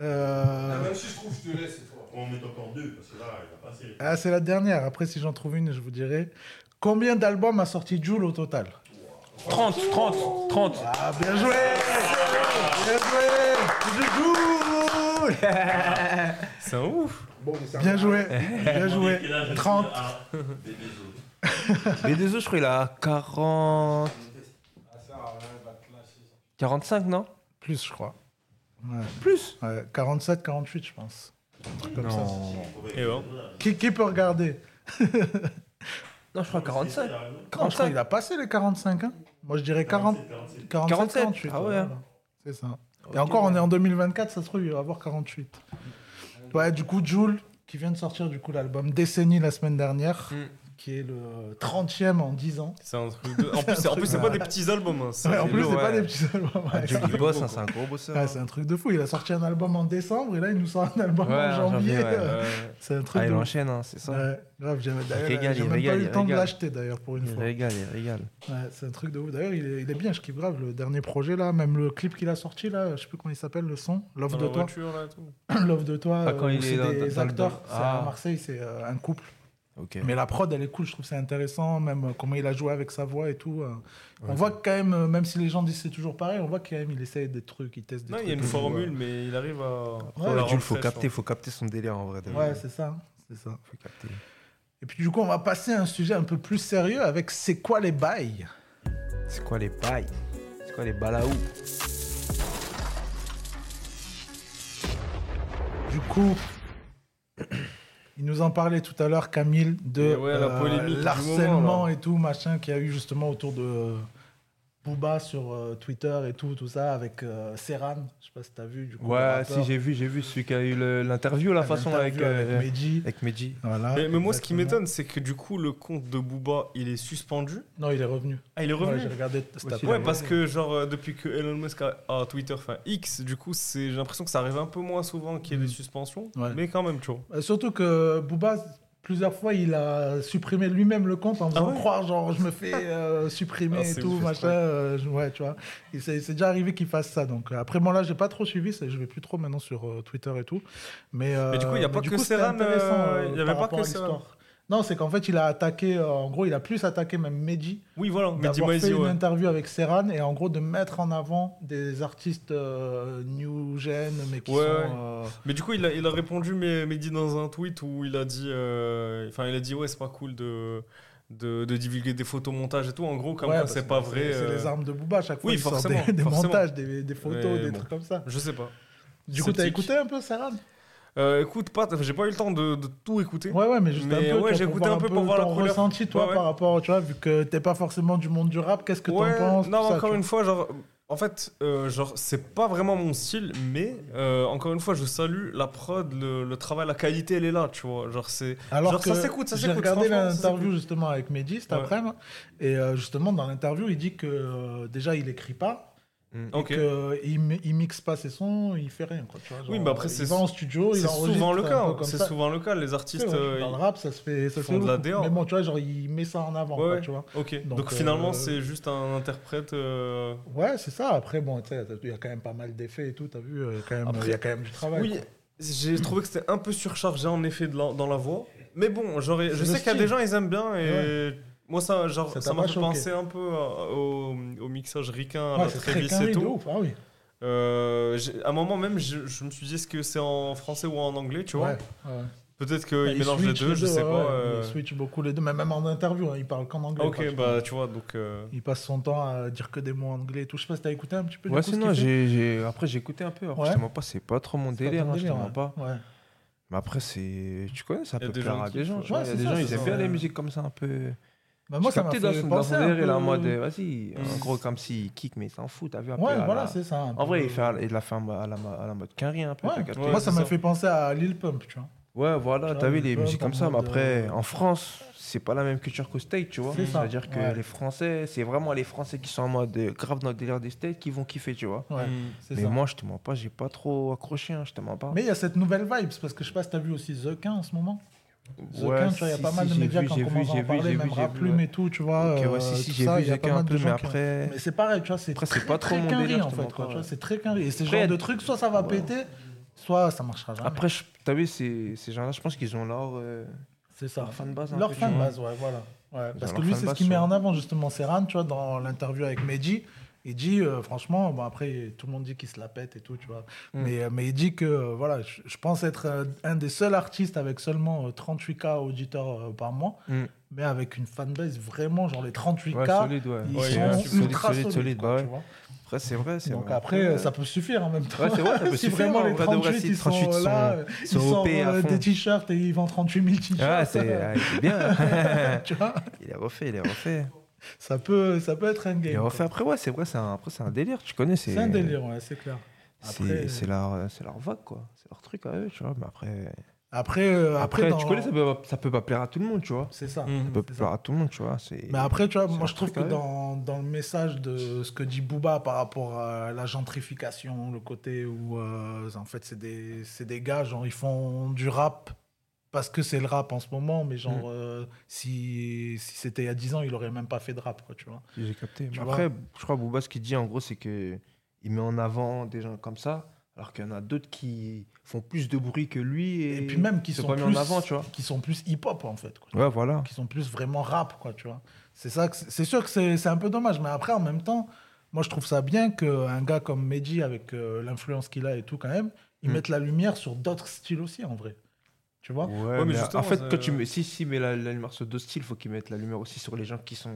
[SPEAKER 6] Ah,
[SPEAKER 1] Euh,
[SPEAKER 6] Même si je trouve que je te laisse, c'est fort. On met encore deux, parce que là, il a pas assez.
[SPEAKER 1] Ah, c'est la dernière. Après, si j'en trouve une, je vous dirai. Combien d'albums a sorti Jules au total
[SPEAKER 10] 30, 30, 30.
[SPEAKER 1] Ah, bien joué Bien joué Jules
[SPEAKER 3] C'est un ouf.
[SPEAKER 1] Bien joué Bien joué 30
[SPEAKER 6] Ah,
[SPEAKER 2] Les deux autres, je crois, il a 40.
[SPEAKER 6] Ah,
[SPEAKER 2] 45, non
[SPEAKER 1] Plus, je crois. Ouais.
[SPEAKER 2] Plus
[SPEAKER 1] Ouais, 47, 48, je pense. Un truc Comme ça.
[SPEAKER 3] Et bon.
[SPEAKER 1] Qui, qui peut regarder
[SPEAKER 2] Non, je crois
[SPEAKER 6] euh,
[SPEAKER 2] 45.
[SPEAKER 1] Non, je crois
[SPEAKER 2] 45.
[SPEAKER 1] qu'il a passé les 45. Hein Moi, je dirais 40, 47,
[SPEAKER 2] 47,
[SPEAKER 1] 48.
[SPEAKER 2] ah ouais.
[SPEAKER 1] voilà. C'est ça. Et encore, on est en 2024, ça se trouve, il va avoir 48. Ouais, du coup, Jules, qui vient de sortir du coup l'album Décennie la semaine
[SPEAKER 2] Mm.
[SPEAKER 1] dernière, qui est le 30e en 10 ans.
[SPEAKER 3] C'est un truc de. En plus, c'est- en plus, c'est pas des petits albums. hein. C'est-
[SPEAKER 1] Ouais, en
[SPEAKER 2] c'est
[SPEAKER 1] plus,
[SPEAKER 2] lourd,
[SPEAKER 1] c'est pas
[SPEAKER 2] ouais.
[SPEAKER 1] des petits albums. ouais.
[SPEAKER 2] Ah, Jules, il bosse, hein, c'est un gros bosseur.
[SPEAKER 1] Ouais,
[SPEAKER 2] hein.
[SPEAKER 1] c'est un truc de fou. Il a sorti un album en décembre et là, il nous sort un album
[SPEAKER 2] Ouais,
[SPEAKER 1] en
[SPEAKER 2] en
[SPEAKER 1] janvier.
[SPEAKER 2] janvier, ouais.
[SPEAKER 3] Euh,
[SPEAKER 1] C'est un truc
[SPEAKER 2] Ah,
[SPEAKER 1] de
[SPEAKER 2] il
[SPEAKER 1] ouf.
[SPEAKER 2] enchaîne, hein, c'est ça.
[SPEAKER 1] Ouais, grave, j'ai d'ailleurs,
[SPEAKER 2] régale,
[SPEAKER 1] j'ai
[SPEAKER 2] il
[SPEAKER 1] même
[SPEAKER 2] régale,
[SPEAKER 1] pas eu le
[SPEAKER 2] il
[SPEAKER 1] temps de
[SPEAKER 2] régale.
[SPEAKER 1] l'acheter d'ailleurs pour une
[SPEAKER 2] Il
[SPEAKER 1] fois.
[SPEAKER 2] régale, il régale.
[SPEAKER 1] Ouais, c'est un truc de ouf. D'ailleurs, il est, il est bien, je kiffe grave le dernier projet là, même le clip qu'il a sorti là, je sais plus comment il s'appelle, le son, Love
[SPEAKER 3] Dans
[SPEAKER 1] de
[SPEAKER 3] la
[SPEAKER 1] toi.
[SPEAKER 3] voiture, là, et tout.
[SPEAKER 1] Love de toi,
[SPEAKER 2] Ah, quand
[SPEAKER 1] euh,
[SPEAKER 2] il
[SPEAKER 1] où
[SPEAKER 2] est
[SPEAKER 1] c'est
[SPEAKER 2] dans-
[SPEAKER 1] des
[SPEAKER 2] dans le-
[SPEAKER 1] acteurs, c'est à
[SPEAKER 2] Ah.
[SPEAKER 1] Marseille, c'est euh, un couple.
[SPEAKER 2] Ok.
[SPEAKER 1] Mais la prod, elle est cool, je trouve c'est intéressant, même euh, comment il a joué avec sa voix et tout. euh. On voit que quand même, euh, même si les gens disent c'est toujours pareil, on voit quand même il essaye des trucs, il teste des
[SPEAKER 3] Non,
[SPEAKER 1] trucs.
[SPEAKER 3] il y a une
[SPEAKER 1] et tout,
[SPEAKER 3] formule, mais il arrive à.
[SPEAKER 1] Ouais,
[SPEAKER 3] la
[SPEAKER 2] Ouais, Jules,
[SPEAKER 3] rendre
[SPEAKER 2] faut
[SPEAKER 3] fraîche,
[SPEAKER 2] capter,
[SPEAKER 3] hein.
[SPEAKER 2] faut capter son délire en vrai. de
[SPEAKER 1] euh.
[SPEAKER 2] vrai.
[SPEAKER 1] Ouais, c'est ça, hein, c'est ça.
[SPEAKER 2] faut capter.
[SPEAKER 1] Et puis du coup, on va passer à un sujet un peu plus sérieux avec c'est quoi les bails
[SPEAKER 2] C'est quoi les bails C'est quoi les balaous
[SPEAKER 1] Du coup, il nous en parlait tout à l'heure, Camille, de euh,
[SPEAKER 3] Et Eh ouais, la polémique du
[SPEAKER 1] l'harcèlement
[SPEAKER 3] moment,
[SPEAKER 1] et tout, machin, qu'il y a eu justement autour de euh, Booba sur euh, Twitter et tout, tout ça, avec euh, Serran. Je sais pas si t'as vu. Du coup, le
[SPEAKER 2] Ouais,
[SPEAKER 1] rappeur,
[SPEAKER 2] si j'ai vu, j'ai vu celui qui a eu le- l'interview, la
[SPEAKER 1] qui a
[SPEAKER 2] façon
[SPEAKER 1] l'interview
[SPEAKER 2] avec, euh,
[SPEAKER 1] avec Mehdi.
[SPEAKER 2] avec Medji.
[SPEAKER 1] Voilà,
[SPEAKER 3] Mais, mais moi, ce qui
[SPEAKER 1] exactement.
[SPEAKER 3] m'étonne, c'est que du coup, le compte de Booba, il est suspendu.
[SPEAKER 1] Non, il est revenu.
[SPEAKER 3] Ah, il est
[SPEAKER 1] Ouais,
[SPEAKER 3] revenu.
[SPEAKER 1] j'ai regardé cet après-midi.
[SPEAKER 3] Ouais, parce que genre euh, depuis que Elon Musk a, a Twitter, enfin X, du coup, c'est j'ai l'impression que ça arrive un peu moins souvent qu'il y ait des suspensions,
[SPEAKER 1] Mm. Ouais.
[SPEAKER 3] mais quand même, tu vois.
[SPEAKER 1] Euh, Surtout que Booba, plusieurs fois, il a supprimé lui-même le compte en faisant
[SPEAKER 3] Ah ouais
[SPEAKER 1] croire, genre, je me fais euh, supprimer
[SPEAKER 3] Ah,
[SPEAKER 1] et
[SPEAKER 3] c'est
[SPEAKER 1] tout,
[SPEAKER 3] ouf,
[SPEAKER 1] machin.
[SPEAKER 3] ouais.
[SPEAKER 1] euh, je- ouais, tu vois. Et C'est c'est déjà arrivé qu'il fasse ça. Donc, euh, après, moi, là, j'ai pas trop suivi. c'est- Je vais plus trop maintenant sur euh, Twitter et tout. Mais, euh,
[SPEAKER 3] Mais du coup, il y a pas
[SPEAKER 1] du
[SPEAKER 3] que
[SPEAKER 1] coup, c'était
[SPEAKER 3] Serran,
[SPEAKER 1] intéressant,
[SPEAKER 3] euh, il y
[SPEAKER 1] par
[SPEAKER 3] avait pas
[SPEAKER 1] rapport
[SPEAKER 3] que
[SPEAKER 1] à
[SPEAKER 3] Serran.
[SPEAKER 1] l'histoire. Non, c'est qu'en fait, il a attaqué, euh, en gros, il a plus attaqué même Mehdi
[SPEAKER 3] Oui, voilà, mais
[SPEAKER 1] d'avoir
[SPEAKER 3] dis-moi,
[SPEAKER 1] fait une
[SPEAKER 3] ouais.
[SPEAKER 1] interview avec Serran et en gros de mettre en avant des artistes euh, new gen mais qui
[SPEAKER 3] Ouais,
[SPEAKER 1] sont
[SPEAKER 3] ouais.
[SPEAKER 1] euh,
[SPEAKER 3] Mais du coup, il a, il a répondu, mais, mais dit dans un tweet où il a dit, euh, enfin, il a dit, ouais, c'est pas cool de, de, de divulguer des photomontages et tout. En gros, comme
[SPEAKER 1] Ouais,
[SPEAKER 3] quoi,
[SPEAKER 1] parce
[SPEAKER 3] c'est
[SPEAKER 1] que
[SPEAKER 3] pas
[SPEAKER 1] c'est-
[SPEAKER 3] vrai.
[SPEAKER 1] C'est
[SPEAKER 3] euh,
[SPEAKER 1] les armes de Booba à chaque fois.
[SPEAKER 3] oui,
[SPEAKER 1] il sort
[SPEAKER 3] forcément,
[SPEAKER 1] Des, des
[SPEAKER 3] forcément.
[SPEAKER 1] montages, des, des photos,
[SPEAKER 3] Mais
[SPEAKER 1] des
[SPEAKER 3] bon.
[SPEAKER 1] trucs comme ça.
[SPEAKER 3] Je sais pas.
[SPEAKER 1] Du coup, t'as
[SPEAKER 3] Sceptique.
[SPEAKER 1] écouté un peu, Sarah
[SPEAKER 3] Euh, écoute, pas, j'ai pas eu le temps de, de tout écouter.
[SPEAKER 1] Ouais, ouais, mais juste
[SPEAKER 3] Mais
[SPEAKER 1] un peu. tu
[SPEAKER 3] ouais,
[SPEAKER 1] vois,
[SPEAKER 3] j'ai
[SPEAKER 1] pour
[SPEAKER 3] écouté
[SPEAKER 1] voir
[SPEAKER 3] un peu pour voir la
[SPEAKER 1] ton
[SPEAKER 3] couleur.
[SPEAKER 1] ressenti, toi,
[SPEAKER 3] Ouais, ouais.
[SPEAKER 1] par rapport, tu vois, vu que t'es pas forcément du monde du rap, qu'est-ce que
[SPEAKER 3] Ouais,
[SPEAKER 1] t'en penses
[SPEAKER 3] Non,
[SPEAKER 1] tout ça,
[SPEAKER 3] encore
[SPEAKER 1] tu
[SPEAKER 3] une fois, genre, en fait, euh, genre, c'est pas vraiment mon style, mais euh, encore une fois, je salue la prod, le, le travail, la qualité, elle est là, tu vois. Genre, c'est.
[SPEAKER 1] Alors
[SPEAKER 3] Genre,
[SPEAKER 1] que
[SPEAKER 3] ça s'écoute, ça
[SPEAKER 1] j'ai
[SPEAKER 3] s'écoute,
[SPEAKER 1] regardé
[SPEAKER 3] franchement, ça
[SPEAKER 1] l'interview
[SPEAKER 3] s'écoute.
[SPEAKER 1] justement avec Mehdi cet
[SPEAKER 3] Ouais.
[SPEAKER 1] après-midi. Et euh, justement, dans l'interview, il dit que euh, déjà, il écrit pas,
[SPEAKER 3] Ok.
[SPEAKER 1] qu'il ne mixe pas ses sons, il fait rien. Quoi, tu vois,
[SPEAKER 3] Oui,
[SPEAKER 1] genre,
[SPEAKER 3] mais après,
[SPEAKER 1] il
[SPEAKER 3] c'est-
[SPEAKER 1] va en studio, il
[SPEAKER 3] C'est
[SPEAKER 1] enregistre.
[SPEAKER 3] souvent le
[SPEAKER 1] un
[SPEAKER 3] cas,
[SPEAKER 1] peu
[SPEAKER 3] hein.
[SPEAKER 1] comme
[SPEAKER 3] c'est
[SPEAKER 1] ça.
[SPEAKER 3] souvent le cas. Les
[SPEAKER 1] Tu sais,
[SPEAKER 3] artistes.
[SPEAKER 1] ouais,
[SPEAKER 3] euh,
[SPEAKER 1] Dans le rap, ça se fait. Ça se
[SPEAKER 3] font
[SPEAKER 1] fait
[SPEAKER 3] de la
[SPEAKER 1] beaucoup.
[SPEAKER 3] DA,
[SPEAKER 1] Mais
[SPEAKER 3] hein.
[SPEAKER 1] bon, tu vois, genre, il met ça en avant,
[SPEAKER 3] Ouais,
[SPEAKER 1] quoi,
[SPEAKER 3] ouais.
[SPEAKER 1] tu vois.
[SPEAKER 3] Ok.
[SPEAKER 1] Donc,
[SPEAKER 3] Donc,
[SPEAKER 1] euh,
[SPEAKER 3] finalement, c'est juste un interprète. euh,
[SPEAKER 1] Ouais, c'est ça. Après, bon, tu sais, il y a quand même pas mal d'effets et tout, t'as vu, il y a quand même,
[SPEAKER 3] Après-
[SPEAKER 1] il y a quand même du travail.
[SPEAKER 3] Oui,
[SPEAKER 1] quoi.
[SPEAKER 3] j'ai trouvé que c'était un peu surchargé en effet de la- dans la voix. Mais bon, genre,
[SPEAKER 1] C'est
[SPEAKER 3] je
[SPEAKER 1] le
[SPEAKER 3] sais qu'il y a
[SPEAKER 1] style.
[SPEAKER 3] des gens, ils aiment bien et. Moi, ça, genre,
[SPEAKER 1] Ça
[SPEAKER 3] ça,
[SPEAKER 1] t'a
[SPEAKER 3] m'a
[SPEAKER 1] pas
[SPEAKER 3] fait
[SPEAKER 1] choqué.
[SPEAKER 3] penser un peu à- au, au mixage ricain, à
[SPEAKER 1] Ouais,
[SPEAKER 3] la
[SPEAKER 1] c'est très
[SPEAKER 3] Travis et
[SPEAKER 1] carré de
[SPEAKER 3] tout.
[SPEAKER 1] ouf, ah oui.
[SPEAKER 3] Euh, j'ai- à un moment même, je, je me suis dit est-ce que c'est en français ou en anglais, tu vois
[SPEAKER 1] Ouais, ouais.
[SPEAKER 3] Peut-être qu'il
[SPEAKER 1] Bah, il
[SPEAKER 3] mélange les
[SPEAKER 1] switch
[SPEAKER 3] deux, je sais
[SPEAKER 1] ouais,
[SPEAKER 3] pas.
[SPEAKER 1] ouais,
[SPEAKER 3] euh.
[SPEAKER 1] Il switch beaucoup les deux, mais même en interview, hein, il parle qu'en anglais.
[SPEAKER 3] Ok,
[SPEAKER 1] pratiquement.
[SPEAKER 3] bah tu vois, donc. euh,
[SPEAKER 1] Il passe son temps à dire que des mots anglais et tout. Je sais pas si t'as écouté un petit peu. du
[SPEAKER 2] Ouais,
[SPEAKER 1] coup, ce
[SPEAKER 2] sinon,
[SPEAKER 1] qu'il fait.
[SPEAKER 2] j'ai, j'ai- après, j'ai écouté un peu. Après,
[SPEAKER 1] Ouais.
[SPEAKER 2] je te mens pas, c'est pas trop mon
[SPEAKER 1] C'est pas
[SPEAKER 2] délire,
[SPEAKER 1] ton
[SPEAKER 2] hein, je te
[SPEAKER 1] délire,
[SPEAKER 2] mens
[SPEAKER 1] ouais.
[SPEAKER 2] pas.
[SPEAKER 1] Ouais.
[SPEAKER 2] Mais après, c'est... tu connais, ça
[SPEAKER 3] Y a
[SPEAKER 2] peut
[SPEAKER 3] des
[SPEAKER 2] plaire
[SPEAKER 3] gens
[SPEAKER 2] à
[SPEAKER 3] qui
[SPEAKER 2] des gens.
[SPEAKER 3] kiffent,
[SPEAKER 2] tu vois.
[SPEAKER 1] ouais,
[SPEAKER 2] Il y
[SPEAKER 1] c'est
[SPEAKER 2] a des
[SPEAKER 1] ça,
[SPEAKER 2] gens,
[SPEAKER 1] c'est
[SPEAKER 2] ils aiment
[SPEAKER 1] ça,
[SPEAKER 2] bien
[SPEAKER 1] ouais.
[SPEAKER 2] les musiques comme ça, un peu.
[SPEAKER 1] Bah, moi,
[SPEAKER 2] Je
[SPEAKER 1] ça m'a
[SPEAKER 2] captais
[SPEAKER 1] fait
[SPEAKER 2] dans son, dans
[SPEAKER 1] penser
[SPEAKER 2] son
[SPEAKER 1] un
[SPEAKER 2] délire, il est en
[SPEAKER 1] peu-
[SPEAKER 2] mode, euh, vas-y,
[SPEAKER 3] Mm.
[SPEAKER 2] en gros, comme s'il kick, mais il s'en fout, t'as vu un peu.
[SPEAKER 1] Ouais,
[SPEAKER 2] à
[SPEAKER 1] voilà,
[SPEAKER 2] la-
[SPEAKER 1] c'est ça. un
[SPEAKER 2] En
[SPEAKER 1] peu.
[SPEAKER 2] vrai, il, fait à la- il l'a fait à la, à la- à la mode carré un peu.
[SPEAKER 1] Ouais.
[SPEAKER 2] t'as capté
[SPEAKER 1] Moi, ça m'a
[SPEAKER 3] c'est ça.
[SPEAKER 1] fait penser à Lil Pump, tu vois.
[SPEAKER 2] Ouais, voilà,
[SPEAKER 1] Tu
[SPEAKER 2] t'as
[SPEAKER 1] vois,
[SPEAKER 2] vu
[SPEAKER 1] mais
[SPEAKER 2] les
[SPEAKER 1] pas
[SPEAKER 2] musiques
[SPEAKER 1] dans
[SPEAKER 2] comme ça,
[SPEAKER 1] le
[SPEAKER 2] mais
[SPEAKER 1] mode, euh,
[SPEAKER 2] après, en France, c'est pas la même culture qu'aux States, tu vois.
[SPEAKER 1] C'est ça,
[SPEAKER 2] C'est-à-dire que
[SPEAKER 1] ouais.
[SPEAKER 2] les Français, c'est vraiment les Français qui sont en mode euh, grave dans le délire des States qui vont kiffer, tu vois.
[SPEAKER 1] Ouais,
[SPEAKER 3] hmm,
[SPEAKER 1] Mm. c'est
[SPEAKER 2] Mais
[SPEAKER 1] ça.
[SPEAKER 2] moi, je te mens pas, j'ai pas trop accroché, hein, je te mens pas.
[SPEAKER 1] Mais il y a cette nouvelle vibe, parce que je sais pas si t'as vu aussi The 15 en ce moment. The
[SPEAKER 2] Ouais,
[SPEAKER 1] 15, tu vois, il y a
[SPEAKER 2] si,
[SPEAKER 1] pas
[SPEAKER 2] si,
[SPEAKER 1] mal de
[SPEAKER 2] j'ai
[SPEAKER 1] médias
[SPEAKER 2] vu,
[SPEAKER 1] qui ont
[SPEAKER 2] j'ai vu,
[SPEAKER 1] commencé à
[SPEAKER 2] j'ai
[SPEAKER 1] en
[SPEAKER 2] vu,
[SPEAKER 1] parler,
[SPEAKER 2] j'ai
[SPEAKER 1] même
[SPEAKER 2] vu, j'ai vu,
[SPEAKER 1] Raplume
[SPEAKER 2] ouais.
[SPEAKER 1] et tout, tu vois.
[SPEAKER 2] Ok, ouais,
[SPEAKER 1] euh,
[SPEAKER 2] si, si,
[SPEAKER 1] tout
[SPEAKER 2] j'ai
[SPEAKER 1] ça,
[SPEAKER 2] vu
[SPEAKER 1] il y a
[SPEAKER 2] The
[SPEAKER 1] pas
[SPEAKER 2] 15
[SPEAKER 1] mal de
[SPEAKER 2] un peu,
[SPEAKER 1] gens
[SPEAKER 2] mais
[SPEAKER 1] qui ont-
[SPEAKER 2] après-
[SPEAKER 1] Mais c'est pareil, tu vois, c'est
[SPEAKER 2] Après, c'est
[SPEAKER 1] très,
[SPEAKER 2] pas trop
[SPEAKER 1] très
[SPEAKER 2] mon
[SPEAKER 1] quinri,
[SPEAKER 2] délire,
[SPEAKER 1] en
[SPEAKER 2] je te
[SPEAKER 1] fait,
[SPEAKER 2] mens
[SPEAKER 1] quoi,
[SPEAKER 2] pas,
[SPEAKER 1] tu vois,
[SPEAKER 2] ouais.
[SPEAKER 1] c'est très quinri. Et ces
[SPEAKER 2] Après,
[SPEAKER 1] genres
[SPEAKER 2] y a-
[SPEAKER 1] de trucs, soit ça va
[SPEAKER 2] Ouais.
[SPEAKER 1] péter, soit ça marchera jamais.
[SPEAKER 2] Après, je- t'as vu, ces, ces gens-là, je pense qu'ils ont leur. euh,
[SPEAKER 1] C'est ça.
[SPEAKER 2] Leur fan base. un
[SPEAKER 1] Leur
[SPEAKER 2] peu, tu
[SPEAKER 1] fan
[SPEAKER 2] vois.
[SPEAKER 1] base, ouais, voilà. Ouais,
[SPEAKER 2] Ils
[SPEAKER 1] parce
[SPEAKER 2] ont
[SPEAKER 1] que
[SPEAKER 2] leur
[SPEAKER 1] lui,
[SPEAKER 2] fan
[SPEAKER 1] c'est ce
[SPEAKER 2] base,
[SPEAKER 1] qu'il
[SPEAKER 2] tu
[SPEAKER 1] met
[SPEAKER 2] vois.
[SPEAKER 1] en avant, justement, Serran, tu vois, dans l'interview avec Mehdi. Il dit, euh, franchement, bon, après, tout le monde dit qu'il se la pète et tout, tu vois.
[SPEAKER 2] Mm.
[SPEAKER 1] Mais, euh, mais il dit que, euh, voilà, je, je pense être euh, un des seuls artistes avec seulement euh, 38K auditeurs euh, par mois,
[SPEAKER 2] Mm.
[SPEAKER 1] mais avec une fanbase vraiment, genre les 38K,
[SPEAKER 2] Ouais, solide, ouais.
[SPEAKER 1] ils
[SPEAKER 2] Ouais,
[SPEAKER 1] sont
[SPEAKER 2] ouais, solide,
[SPEAKER 1] ultra
[SPEAKER 2] solide,
[SPEAKER 1] solides,
[SPEAKER 2] solide,
[SPEAKER 1] quoi,
[SPEAKER 2] bah
[SPEAKER 1] tu
[SPEAKER 2] ouais.
[SPEAKER 1] vois.
[SPEAKER 2] Après, c'est vrai, c'est
[SPEAKER 1] Donc
[SPEAKER 2] vrai.
[SPEAKER 1] après, euh, ça peut suffire en même temps.
[SPEAKER 2] Ouais, c'est vrai, ça peut
[SPEAKER 1] si
[SPEAKER 2] suffire, hein,
[SPEAKER 1] vraiment
[SPEAKER 2] en
[SPEAKER 1] les
[SPEAKER 2] vrai de vrai,
[SPEAKER 1] 38,
[SPEAKER 2] si
[SPEAKER 1] ils sont
[SPEAKER 2] 38 sont-
[SPEAKER 1] là, euh,
[SPEAKER 2] sont
[SPEAKER 1] ils sortent
[SPEAKER 2] OP à
[SPEAKER 1] euh,
[SPEAKER 2] fond.
[SPEAKER 1] des t-shirts et ils vendent 38 000 t-shirts.
[SPEAKER 2] Ouais, c'est ouais, c'est bien.
[SPEAKER 1] tu vois
[SPEAKER 2] il a refait, il a refait.
[SPEAKER 1] ça peut, ça peut être un
[SPEAKER 2] Il
[SPEAKER 1] game.
[SPEAKER 2] a
[SPEAKER 1] quoi.
[SPEAKER 2] refait. Après, ouais, c'est vrai, c'est un, après, c'est un délire, tu connais.
[SPEAKER 1] C'est un délire, ouais, c'est clair.
[SPEAKER 2] C'est
[SPEAKER 1] Après- euh,
[SPEAKER 2] c'est leur, c'est leur vague, quoi. C'est leur truc à eux, tu vois. Mais après.
[SPEAKER 1] Après, euh, après,
[SPEAKER 2] tu
[SPEAKER 1] dans-
[SPEAKER 2] connais, ça peut, pas- ça peut pas plaire à tout le monde, tu vois.
[SPEAKER 1] C'est ça.
[SPEAKER 3] hmm.
[SPEAKER 2] Ça peut pas plaire à tout le monde, tu vois. c'est-
[SPEAKER 1] Mais après, tu vois,
[SPEAKER 2] c'est
[SPEAKER 1] moi
[SPEAKER 2] leur
[SPEAKER 1] je trouve que
[SPEAKER 2] truc à eux.
[SPEAKER 1] dans, dans le message de ce que dit Booba par rapport à la gentrification, le côté où euh, en fait c'est des, c'est des gars, genre ils font du rap parce que c'est le rap en ce moment, mais genre
[SPEAKER 2] Mm.
[SPEAKER 1] euh, si, si c'était il y a 10 ans, il aurait même pas fait de rap, quoi, tu vois.
[SPEAKER 2] J'ai capté.
[SPEAKER 1] Tu
[SPEAKER 2] Mais
[SPEAKER 1] vois
[SPEAKER 2] après, je crois que Booba, ce qu'il dit en gros, c'est que il met en avant des gens comme ça, alors qu'il y en a d'autres qui font plus de bruit que lui et,
[SPEAKER 1] Et puis même qui
[SPEAKER 2] se
[SPEAKER 1] sont,
[SPEAKER 2] pas mis
[SPEAKER 1] plus,
[SPEAKER 2] en avant, tu vois.
[SPEAKER 1] qui sont plus hip-hop en fait. quoi.
[SPEAKER 2] Ouais, voilà.
[SPEAKER 1] qui sont plus vraiment rap, quoi, tu vois. C'est ça, que c'est c'est sûr que c'est c'est un peu dommage, mais après, en même temps, moi, je trouve ça bien qu'un gars comme Mehdi, avec euh, l'influence qu'il a et tout, quand même, il
[SPEAKER 2] Mm.
[SPEAKER 1] mette la lumière sur d'autres styles aussi, en vrai. Tu vois
[SPEAKER 2] Ouais, mais en fait, quand tu mets, si, si, mais la, la lumière sur deux styles, faut qu'ils mettent la lumière aussi sur les gens qui sont,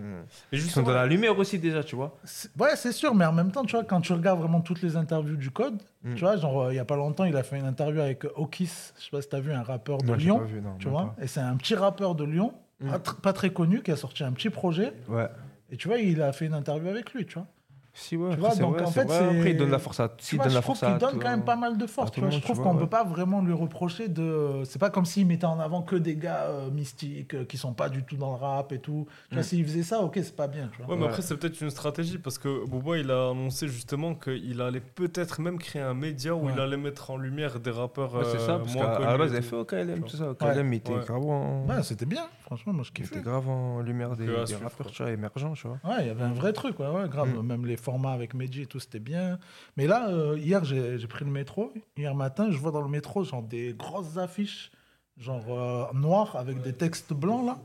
[SPEAKER 2] qui sont
[SPEAKER 1] justement-
[SPEAKER 2] dans la lumière aussi déjà, tu vois.
[SPEAKER 1] C'est- Ouais, c'est sûr, mais en même temps, tu vois, quand tu regardes vraiment toutes les interviews du code,
[SPEAKER 2] Mm.
[SPEAKER 1] tu vois, genre, euh, il y a pas longtemps, il a fait une interview avec euh, Okis, je sais pas si t'as vu, un rappeur de
[SPEAKER 2] Non, j'ai
[SPEAKER 1] Lyon,
[SPEAKER 2] pas Mm. vu, non,
[SPEAKER 1] tu
[SPEAKER 2] même
[SPEAKER 1] vois, et c'est un petit rappeur de Lyon, pas, tr- pas très connu, qui a sorti un petit projet,
[SPEAKER 2] Ouais.
[SPEAKER 1] et tu vois, il a fait une interview avec lui, tu vois.
[SPEAKER 2] Si, ouais,
[SPEAKER 1] Tu
[SPEAKER 2] après,
[SPEAKER 1] vois,
[SPEAKER 2] c'est
[SPEAKER 1] donc
[SPEAKER 2] vrai,
[SPEAKER 1] en
[SPEAKER 2] c'est
[SPEAKER 1] fait,
[SPEAKER 2] vrai.
[SPEAKER 1] c'est-
[SPEAKER 2] Après, il donne la force à-
[SPEAKER 1] Tu
[SPEAKER 2] s'il
[SPEAKER 1] vois,
[SPEAKER 2] donne
[SPEAKER 1] je
[SPEAKER 2] la
[SPEAKER 1] trouve
[SPEAKER 2] force
[SPEAKER 1] qu'il
[SPEAKER 2] à
[SPEAKER 1] donne
[SPEAKER 2] tout-
[SPEAKER 1] quand même pas mal de
[SPEAKER 2] à
[SPEAKER 1] force.
[SPEAKER 2] tout
[SPEAKER 1] tu
[SPEAKER 2] le
[SPEAKER 1] vois. Je
[SPEAKER 2] monde, tu
[SPEAKER 1] trouve
[SPEAKER 2] vois,
[SPEAKER 1] qu'on peut
[SPEAKER 2] ouais.
[SPEAKER 1] pas vraiment lui reprocher de. C'est pas comme s'il mettait en avant que des gars euh, mystiques euh, qui sont pas du tout dans le rap et tout. Tu vois,
[SPEAKER 3] Mm.
[SPEAKER 1] s'il faisait ça, ok, c'est pas bien. Tu vois.
[SPEAKER 3] Ouais, mais après, c'est peut-être une stratégie parce que Booba, il a annoncé justement qu'il allait peut-être même créer un média où
[SPEAKER 1] Ouais.
[SPEAKER 3] il allait mettre en lumière des rappeurs.
[SPEAKER 2] Ouais, c'est ça,
[SPEAKER 3] euh,
[SPEAKER 2] parce
[SPEAKER 3] moins
[SPEAKER 2] qu'à- à
[SPEAKER 3] connus
[SPEAKER 2] la base,
[SPEAKER 3] et
[SPEAKER 2] il a
[SPEAKER 3] tout.
[SPEAKER 2] fait au KLM,
[SPEAKER 3] Tu
[SPEAKER 2] tout
[SPEAKER 3] vois.
[SPEAKER 2] ça, au KLM, il était
[SPEAKER 3] Ouais.
[SPEAKER 2] grave en-
[SPEAKER 1] Ouais, c'était bien, franchement, moi je
[SPEAKER 2] il
[SPEAKER 1] kiffais.
[SPEAKER 2] était grave en lumière des,
[SPEAKER 3] Que à
[SPEAKER 2] des
[SPEAKER 3] suivre,
[SPEAKER 2] rappeurs, tu vois, émergents, tu vois. Mm.
[SPEAKER 1] Ouais, il y avait un vrai truc, ouais, ouais, grave. Même les formats avec Medji et tout, c'était bien. Mais là, euh, hier, j'ai j'ai pris le métro. Hier matin, je vois dans le métro, genre, des grosses affiches, genre, euh, noires, avec des textes blancs, là.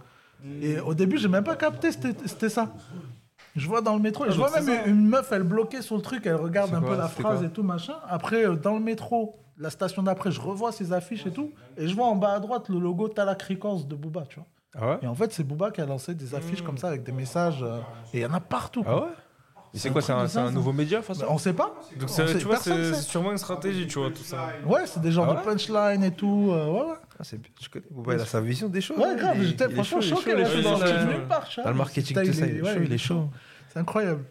[SPEAKER 1] Et au début, j'ai même pas capté, c'était c'était ça. Je vois dans le métro, et
[SPEAKER 2] Ah,
[SPEAKER 1] je
[SPEAKER 2] donc
[SPEAKER 1] vois même
[SPEAKER 2] c'est ça.
[SPEAKER 1] une, une meuf, elle bloquée sur le truc, elle regarde
[SPEAKER 2] C'est
[SPEAKER 1] un
[SPEAKER 2] quoi,
[SPEAKER 1] peu la
[SPEAKER 2] c'était
[SPEAKER 1] phrase
[SPEAKER 2] quoi
[SPEAKER 1] et tout, machin. Après, euh, dans le métro, la station d'après, je revois ces affiches et tout, et je vois en bas à droite le logo Talak Records de Booba, tu vois.
[SPEAKER 2] Ah ouais
[SPEAKER 1] Et en fait, c'est Booba qui a lancé des affiches comme ça avec des messages. euh, et il y en a partout.
[SPEAKER 2] Ah ouais Et c'est Bah, quoi, c'est un- c'est un nouveau média, de toute façon
[SPEAKER 1] On sait pas.
[SPEAKER 3] Donc,
[SPEAKER 1] On
[SPEAKER 3] c'est-
[SPEAKER 1] sait-
[SPEAKER 3] tu vois,
[SPEAKER 1] personne
[SPEAKER 3] c'est
[SPEAKER 1] sait.
[SPEAKER 3] c'est sûrement une stratégie, tu vois, tout ça.
[SPEAKER 1] Ouais, c'est des genres
[SPEAKER 3] Ah
[SPEAKER 1] de punchline et tout. euh, ouais, ouais.
[SPEAKER 2] c'est bien, je connais. Booba, il a sa vision des choses.
[SPEAKER 1] Ouais,
[SPEAKER 2] hein,
[SPEAKER 1] grave,
[SPEAKER 2] il-
[SPEAKER 1] j'étais
[SPEAKER 2] il est
[SPEAKER 1] franchement
[SPEAKER 2] chaud, il est
[SPEAKER 1] choqué.
[SPEAKER 2] chaud,
[SPEAKER 1] là,
[SPEAKER 2] il est
[SPEAKER 1] c'est dans
[SPEAKER 2] chaud,
[SPEAKER 1] le-
[SPEAKER 2] il est chaud.
[SPEAKER 1] nulle part, tu vois.
[SPEAKER 2] Dans le marketing,
[SPEAKER 1] Putain,
[SPEAKER 2] tout ça, il est
[SPEAKER 1] ouais,
[SPEAKER 2] chaud, il est chaud.
[SPEAKER 1] C'est incroyable.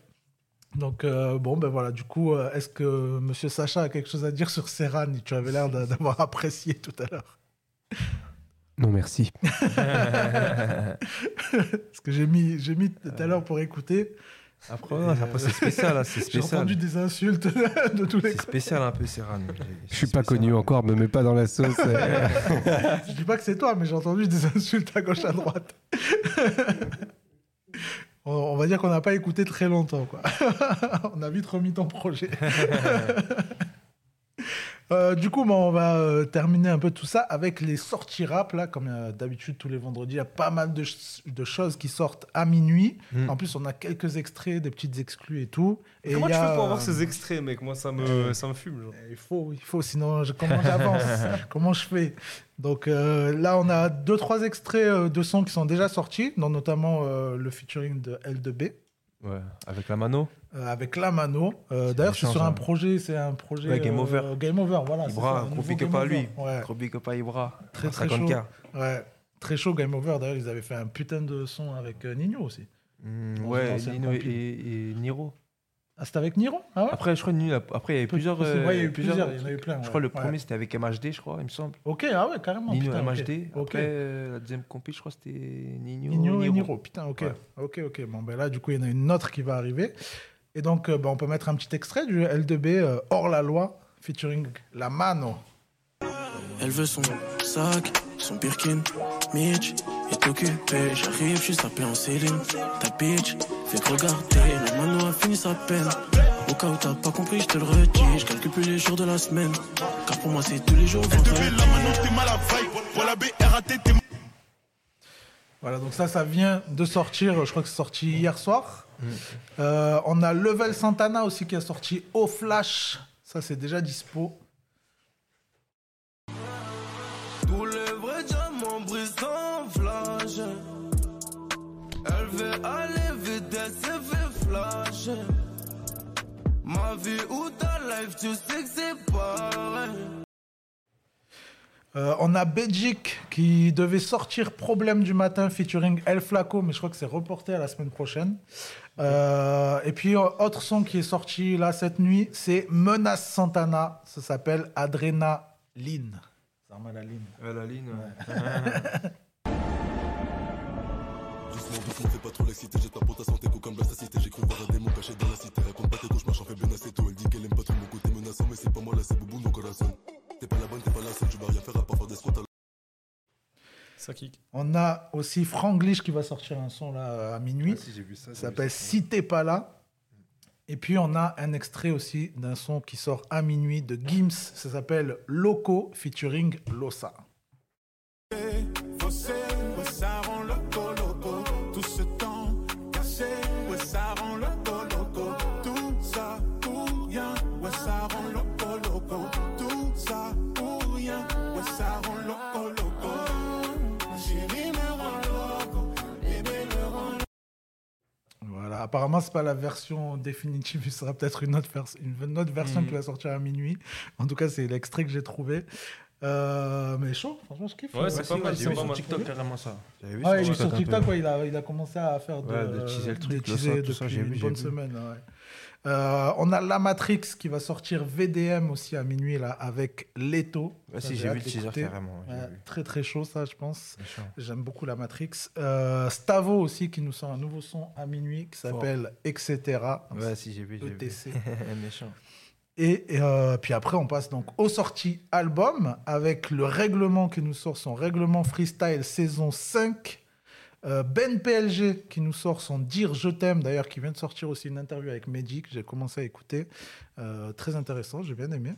[SPEAKER 1] Donc, euh, bon, ben voilà, du coup, euh, est-ce que Monsieur Sacha a quelque chose à dire sur Serran Tu avais l'air d'a- d'avoir apprécié tout à l'heure.
[SPEAKER 7] Non, merci.
[SPEAKER 1] Parce que j'ai mis, j'ai mis tout
[SPEAKER 2] Euh,
[SPEAKER 1] à l'heure pour écouter.
[SPEAKER 2] Après, ouais, après, Ah, c'est spécial, hein, c'est
[SPEAKER 1] J'ai
[SPEAKER 2] spécial.
[SPEAKER 1] entendu des insultes de tous les
[SPEAKER 2] C'est spécial un peu, Serran.
[SPEAKER 7] Je suis pas connu encore, me mets pas dans la sauce. euh.
[SPEAKER 1] Je dis pas que c'est toi, mais j'ai entendu des insultes à gauche, à droite. on, on va dire qu'on n'a pas écouté très longtemps, quoi. on a vite remis ton projet. Euh, du coup, bah, on va euh, terminer un peu tout ça avec les sorties rap. Là, comme euh, d'habitude, tous les vendredis, il y a pas mal de, ch- de choses qui sortent à minuit.
[SPEAKER 3] Mm.
[SPEAKER 1] En plus, on a quelques extraits, des petites exclus et tout. Et
[SPEAKER 3] Comment
[SPEAKER 1] il y
[SPEAKER 3] tu fais
[SPEAKER 1] a,
[SPEAKER 3] pour avoir
[SPEAKER 1] euh,
[SPEAKER 3] ces extraits, mec Moi, ça me, ça me fume. genre.
[SPEAKER 1] Eh, il faut, il faut, sinon je- comment j'avance Comment je fais Donc euh, là, on a deux, trois extraits euh, de sons qui sont déjà sortis, dont notamment euh, le featuring de L2B
[SPEAKER 2] Ouais, avec la mano.
[SPEAKER 1] euh, avec Lamano. Euh, D'ailleurs, je suis
[SPEAKER 2] méchant,
[SPEAKER 1] sur un
[SPEAKER 2] ça.
[SPEAKER 1] projet, c'est un projet.
[SPEAKER 2] Ouais, Game
[SPEAKER 1] euh,
[SPEAKER 2] Over.
[SPEAKER 1] Game Over, voilà. c'est ça,
[SPEAKER 2] Ibra,
[SPEAKER 1] un
[SPEAKER 2] gros
[SPEAKER 1] nouveau
[SPEAKER 2] big
[SPEAKER 1] Game
[SPEAKER 2] up à
[SPEAKER 1] Over.
[SPEAKER 2] lui.
[SPEAKER 1] Ouais.
[SPEAKER 2] Gros big up à Ibra.
[SPEAKER 1] Très, très chaud.
[SPEAKER 2] 50K.
[SPEAKER 1] Ouais. Très chaud Game Over. D'ailleurs, ils avaient fait un putain de son avec euh, Nino aussi.
[SPEAKER 2] Mm,
[SPEAKER 1] Dans une
[SPEAKER 2] ouais,
[SPEAKER 1] ancienne
[SPEAKER 2] Nino et,
[SPEAKER 1] compile.
[SPEAKER 2] et- et Niro.
[SPEAKER 1] Ah, c'était avec Niro Ah ouais
[SPEAKER 2] Après, je crois, Niro, après, il y avait plusieurs.
[SPEAKER 1] possible. Ouais, il y a eu
[SPEAKER 2] euh,
[SPEAKER 1] plusieurs, il y en a eu plein,
[SPEAKER 2] Je crois,
[SPEAKER 1] ouais.
[SPEAKER 2] le premier,
[SPEAKER 1] Ouais.
[SPEAKER 2] c'était avec MHD, je crois, il me semble.
[SPEAKER 1] Ok, ah ouais, carrément.
[SPEAKER 2] Nino
[SPEAKER 1] putain, ok.
[SPEAKER 2] MHD.
[SPEAKER 1] Ok.
[SPEAKER 2] Après, euh, la deuxième compil, je crois, c'était Nino.
[SPEAKER 1] Nino et
[SPEAKER 2] Niro.
[SPEAKER 1] Niro. Putain, ok.
[SPEAKER 2] Ouais.
[SPEAKER 1] Ok, ok. Bon, ben là, du coup, il y en a une autre qui va arriver. Et donc, euh, ben, on peut mettre un petit extrait du L2B euh, Hors la loi, featuring La Mano.
[SPEAKER 9] Elle veut son sac, son Birkin, Mitch est occupé. J'arrive, je suis sapé en Céline. Ta bitch fait que regarder. La mano a fini sa peine. Au cas où t'as pas compris, je te le redis. Je calcule plus les jours de la semaine. Car pour moi, c'est tous les jours. vendredi.
[SPEAKER 1] Voilà, donc ça, ça vient de sortir. Je crois que c'est sorti hier soir.
[SPEAKER 2] Mm.
[SPEAKER 1] Euh, on a Level Santana aussi qui a sorti Au Flash. Ça, c'est déjà dispo.
[SPEAKER 9] Pour le vrai diamant brise sans flash Elle veut aller vite, elle se fait flash Ma vie ou ta life, tu sais que c'est pareil
[SPEAKER 1] Euh, on a Belgique qui devait sortir Problème du matin featuring El Flaco, mais je crois que c'est reporté à la semaine prochaine. Euh, et puis, euh, autre son qui est sorti là cette nuit, c'est Menace Santana. Ça s'appelle Adrénaline. Ça remet la ligne.
[SPEAKER 2] la ligne,
[SPEAKER 13] Doucement, doucement, fais pas trop l'excité, jette pas pour ta santé, coco comme la cité. J'ai cru voir un démon caché dans la cité, raconte pas tes cauchemars, j'en fais bien assez tôt. Elle dit qu'elle aime pas trop mon côté menaçant, mais c'est pas moi là, c'est Boubou, mon corazon. T'es pas la bonne, t'es pas la seule, tu vas rien faire à part faire des squats à la-
[SPEAKER 3] Ça kick.
[SPEAKER 1] On a aussi Franglish qui va sortir un son là euh, à minuit. ça. s'appelle Si t'es pas là. Et puis on a un extrait aussi d'un son qui sort à minuit de Gims. Ça s'appelle Loco featuring Losa.
[SPEAKER 14] Fossé, ouais, ça rend loco, loco. Tout ce temps caché, ouais, ça rend loco, loco. Tout ça pour rien, ouais, ça rend loco, loco. Tout ça pour rien, ouais, ça rend loco, loco. Ma Chérie me rend loco, bébé me rend loco.
[SPEAKER 1] Voilà, apparemment, c'est pas la version définitive, ce sera peut-être une autre, vers- une autre version
[SPEAKER 3] Mhm.
[SPEAKER 1] qui va sortir à minuit. En tout cas, c'est l'extrait que j'ai trouvé. Euh, mais chaud, franchement, je kiffe.
[SPEAKER 3] Ouais, c'est pas mal, c'est pas
[SPEAKER 1] sur
[SPEAKER 3] mal.
[SPEAKER 1] TikTok.
[SPEAKER 2] carrément ça. J'avais vu
[SPEAKER 1] Ah,
[SPEAKER 2] sur
[SPEAKER 1] il est
[SPEAKER 2] TikTok
[SPEAKER 1] sur
[SPEAKER 2] un
[SPEAKER 1] TikTok,
[SPEAKER 2] peu.
[SPEAKER 1] ouais, il, a, il a commencé à faire de,
[SPEAKER 2] Ouais, de teaser le
[SPEAKER 1] de
[SPEAKER 2] truc, de
[SPEAKER 1] teaser
[SPEAKER 2] ça, tout ça,
[SPEAKER 1] depuis
[SPEAKER 2] j'ai vu,
[SPEAKER 1] une
[SPEAKER 2] j'ai
[SPEAKER 1] bonne
[SPEAKER 2] vu.
[SPEAKER 1] semaine. ouais. Euh, on a La Matrix qui va sortir VDM aussi à minuit là, avec Leto.
[SPEAKER 2] Ouais,
[SPEAKER 1] Ça,
[SPEAKER 2] si,
[SPEAKER 1] j'ai
[SPEAKER 2] j'ai
[SPEAKER 1] hâte
[SPEAKER 2] vu le teaser
[SPEAKER 1] d'écouter.
[SPEAKER 2] carrément, j'ai
[SPEAKER 1] Ouais,
[SPEAKER 2] vu.
[SPEAKER 1] Très très chaud ça, je pense.
[SPEAKER 2] Bien sûr.
[SPEAKER 1] J'aime beaucoup La Matrix. Euh, Stavo aussi qui nous sort un nouveau son à minuit qui
[SPEAKER 2] Fort.
[SPEAKER 1] s'appelle Etc.
[SPEAKER 2] Ouais, si, j'ai vu, j'ai vu.
[SPEAKER 1] ETC.
[SPEAKER 2] Méchant.
[SPEAKER 1] Et euh, puis après, on passe donc aux sorties album avec le règlement qui nous sort son règlement freestyle saison 5. Euh, ben PLG qui nous sort son Dire Je t'aime, d'ailleurs, qui vient de sortir aussi une interview avec Mehdi que j'ai commencé à écouter. Euh, très intéressant, j'ai bien aimé.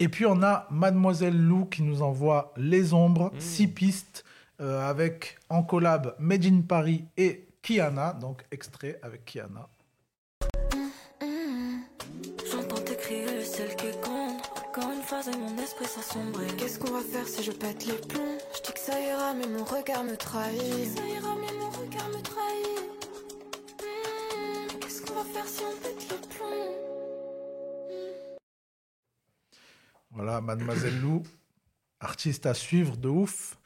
[SPEAKER 1] Et puis on a Mademoiselle Lou qui nous envoie Les Ombres, six pistes, euh, avec en collab Made in Paris et Kiana, donc extrait avec Kiana.
[SPEAKER 15] J'entends tes cris, le ciel qui compte. Encore une phrase et mon esprit s'assombrit.
[SPEAKER 16] Qu'est-ce qu'on va faire si je pète les plombs Je dis que ça ira, mais mon regard me trahit. Ça ira, mais mon regard me trahit. Hmm, Qu'est-ce qu'on va faire si on pète les plombs
[SPEAKER 1] Voilà, Mademoiselle Lou, artiste à suivre de ouf.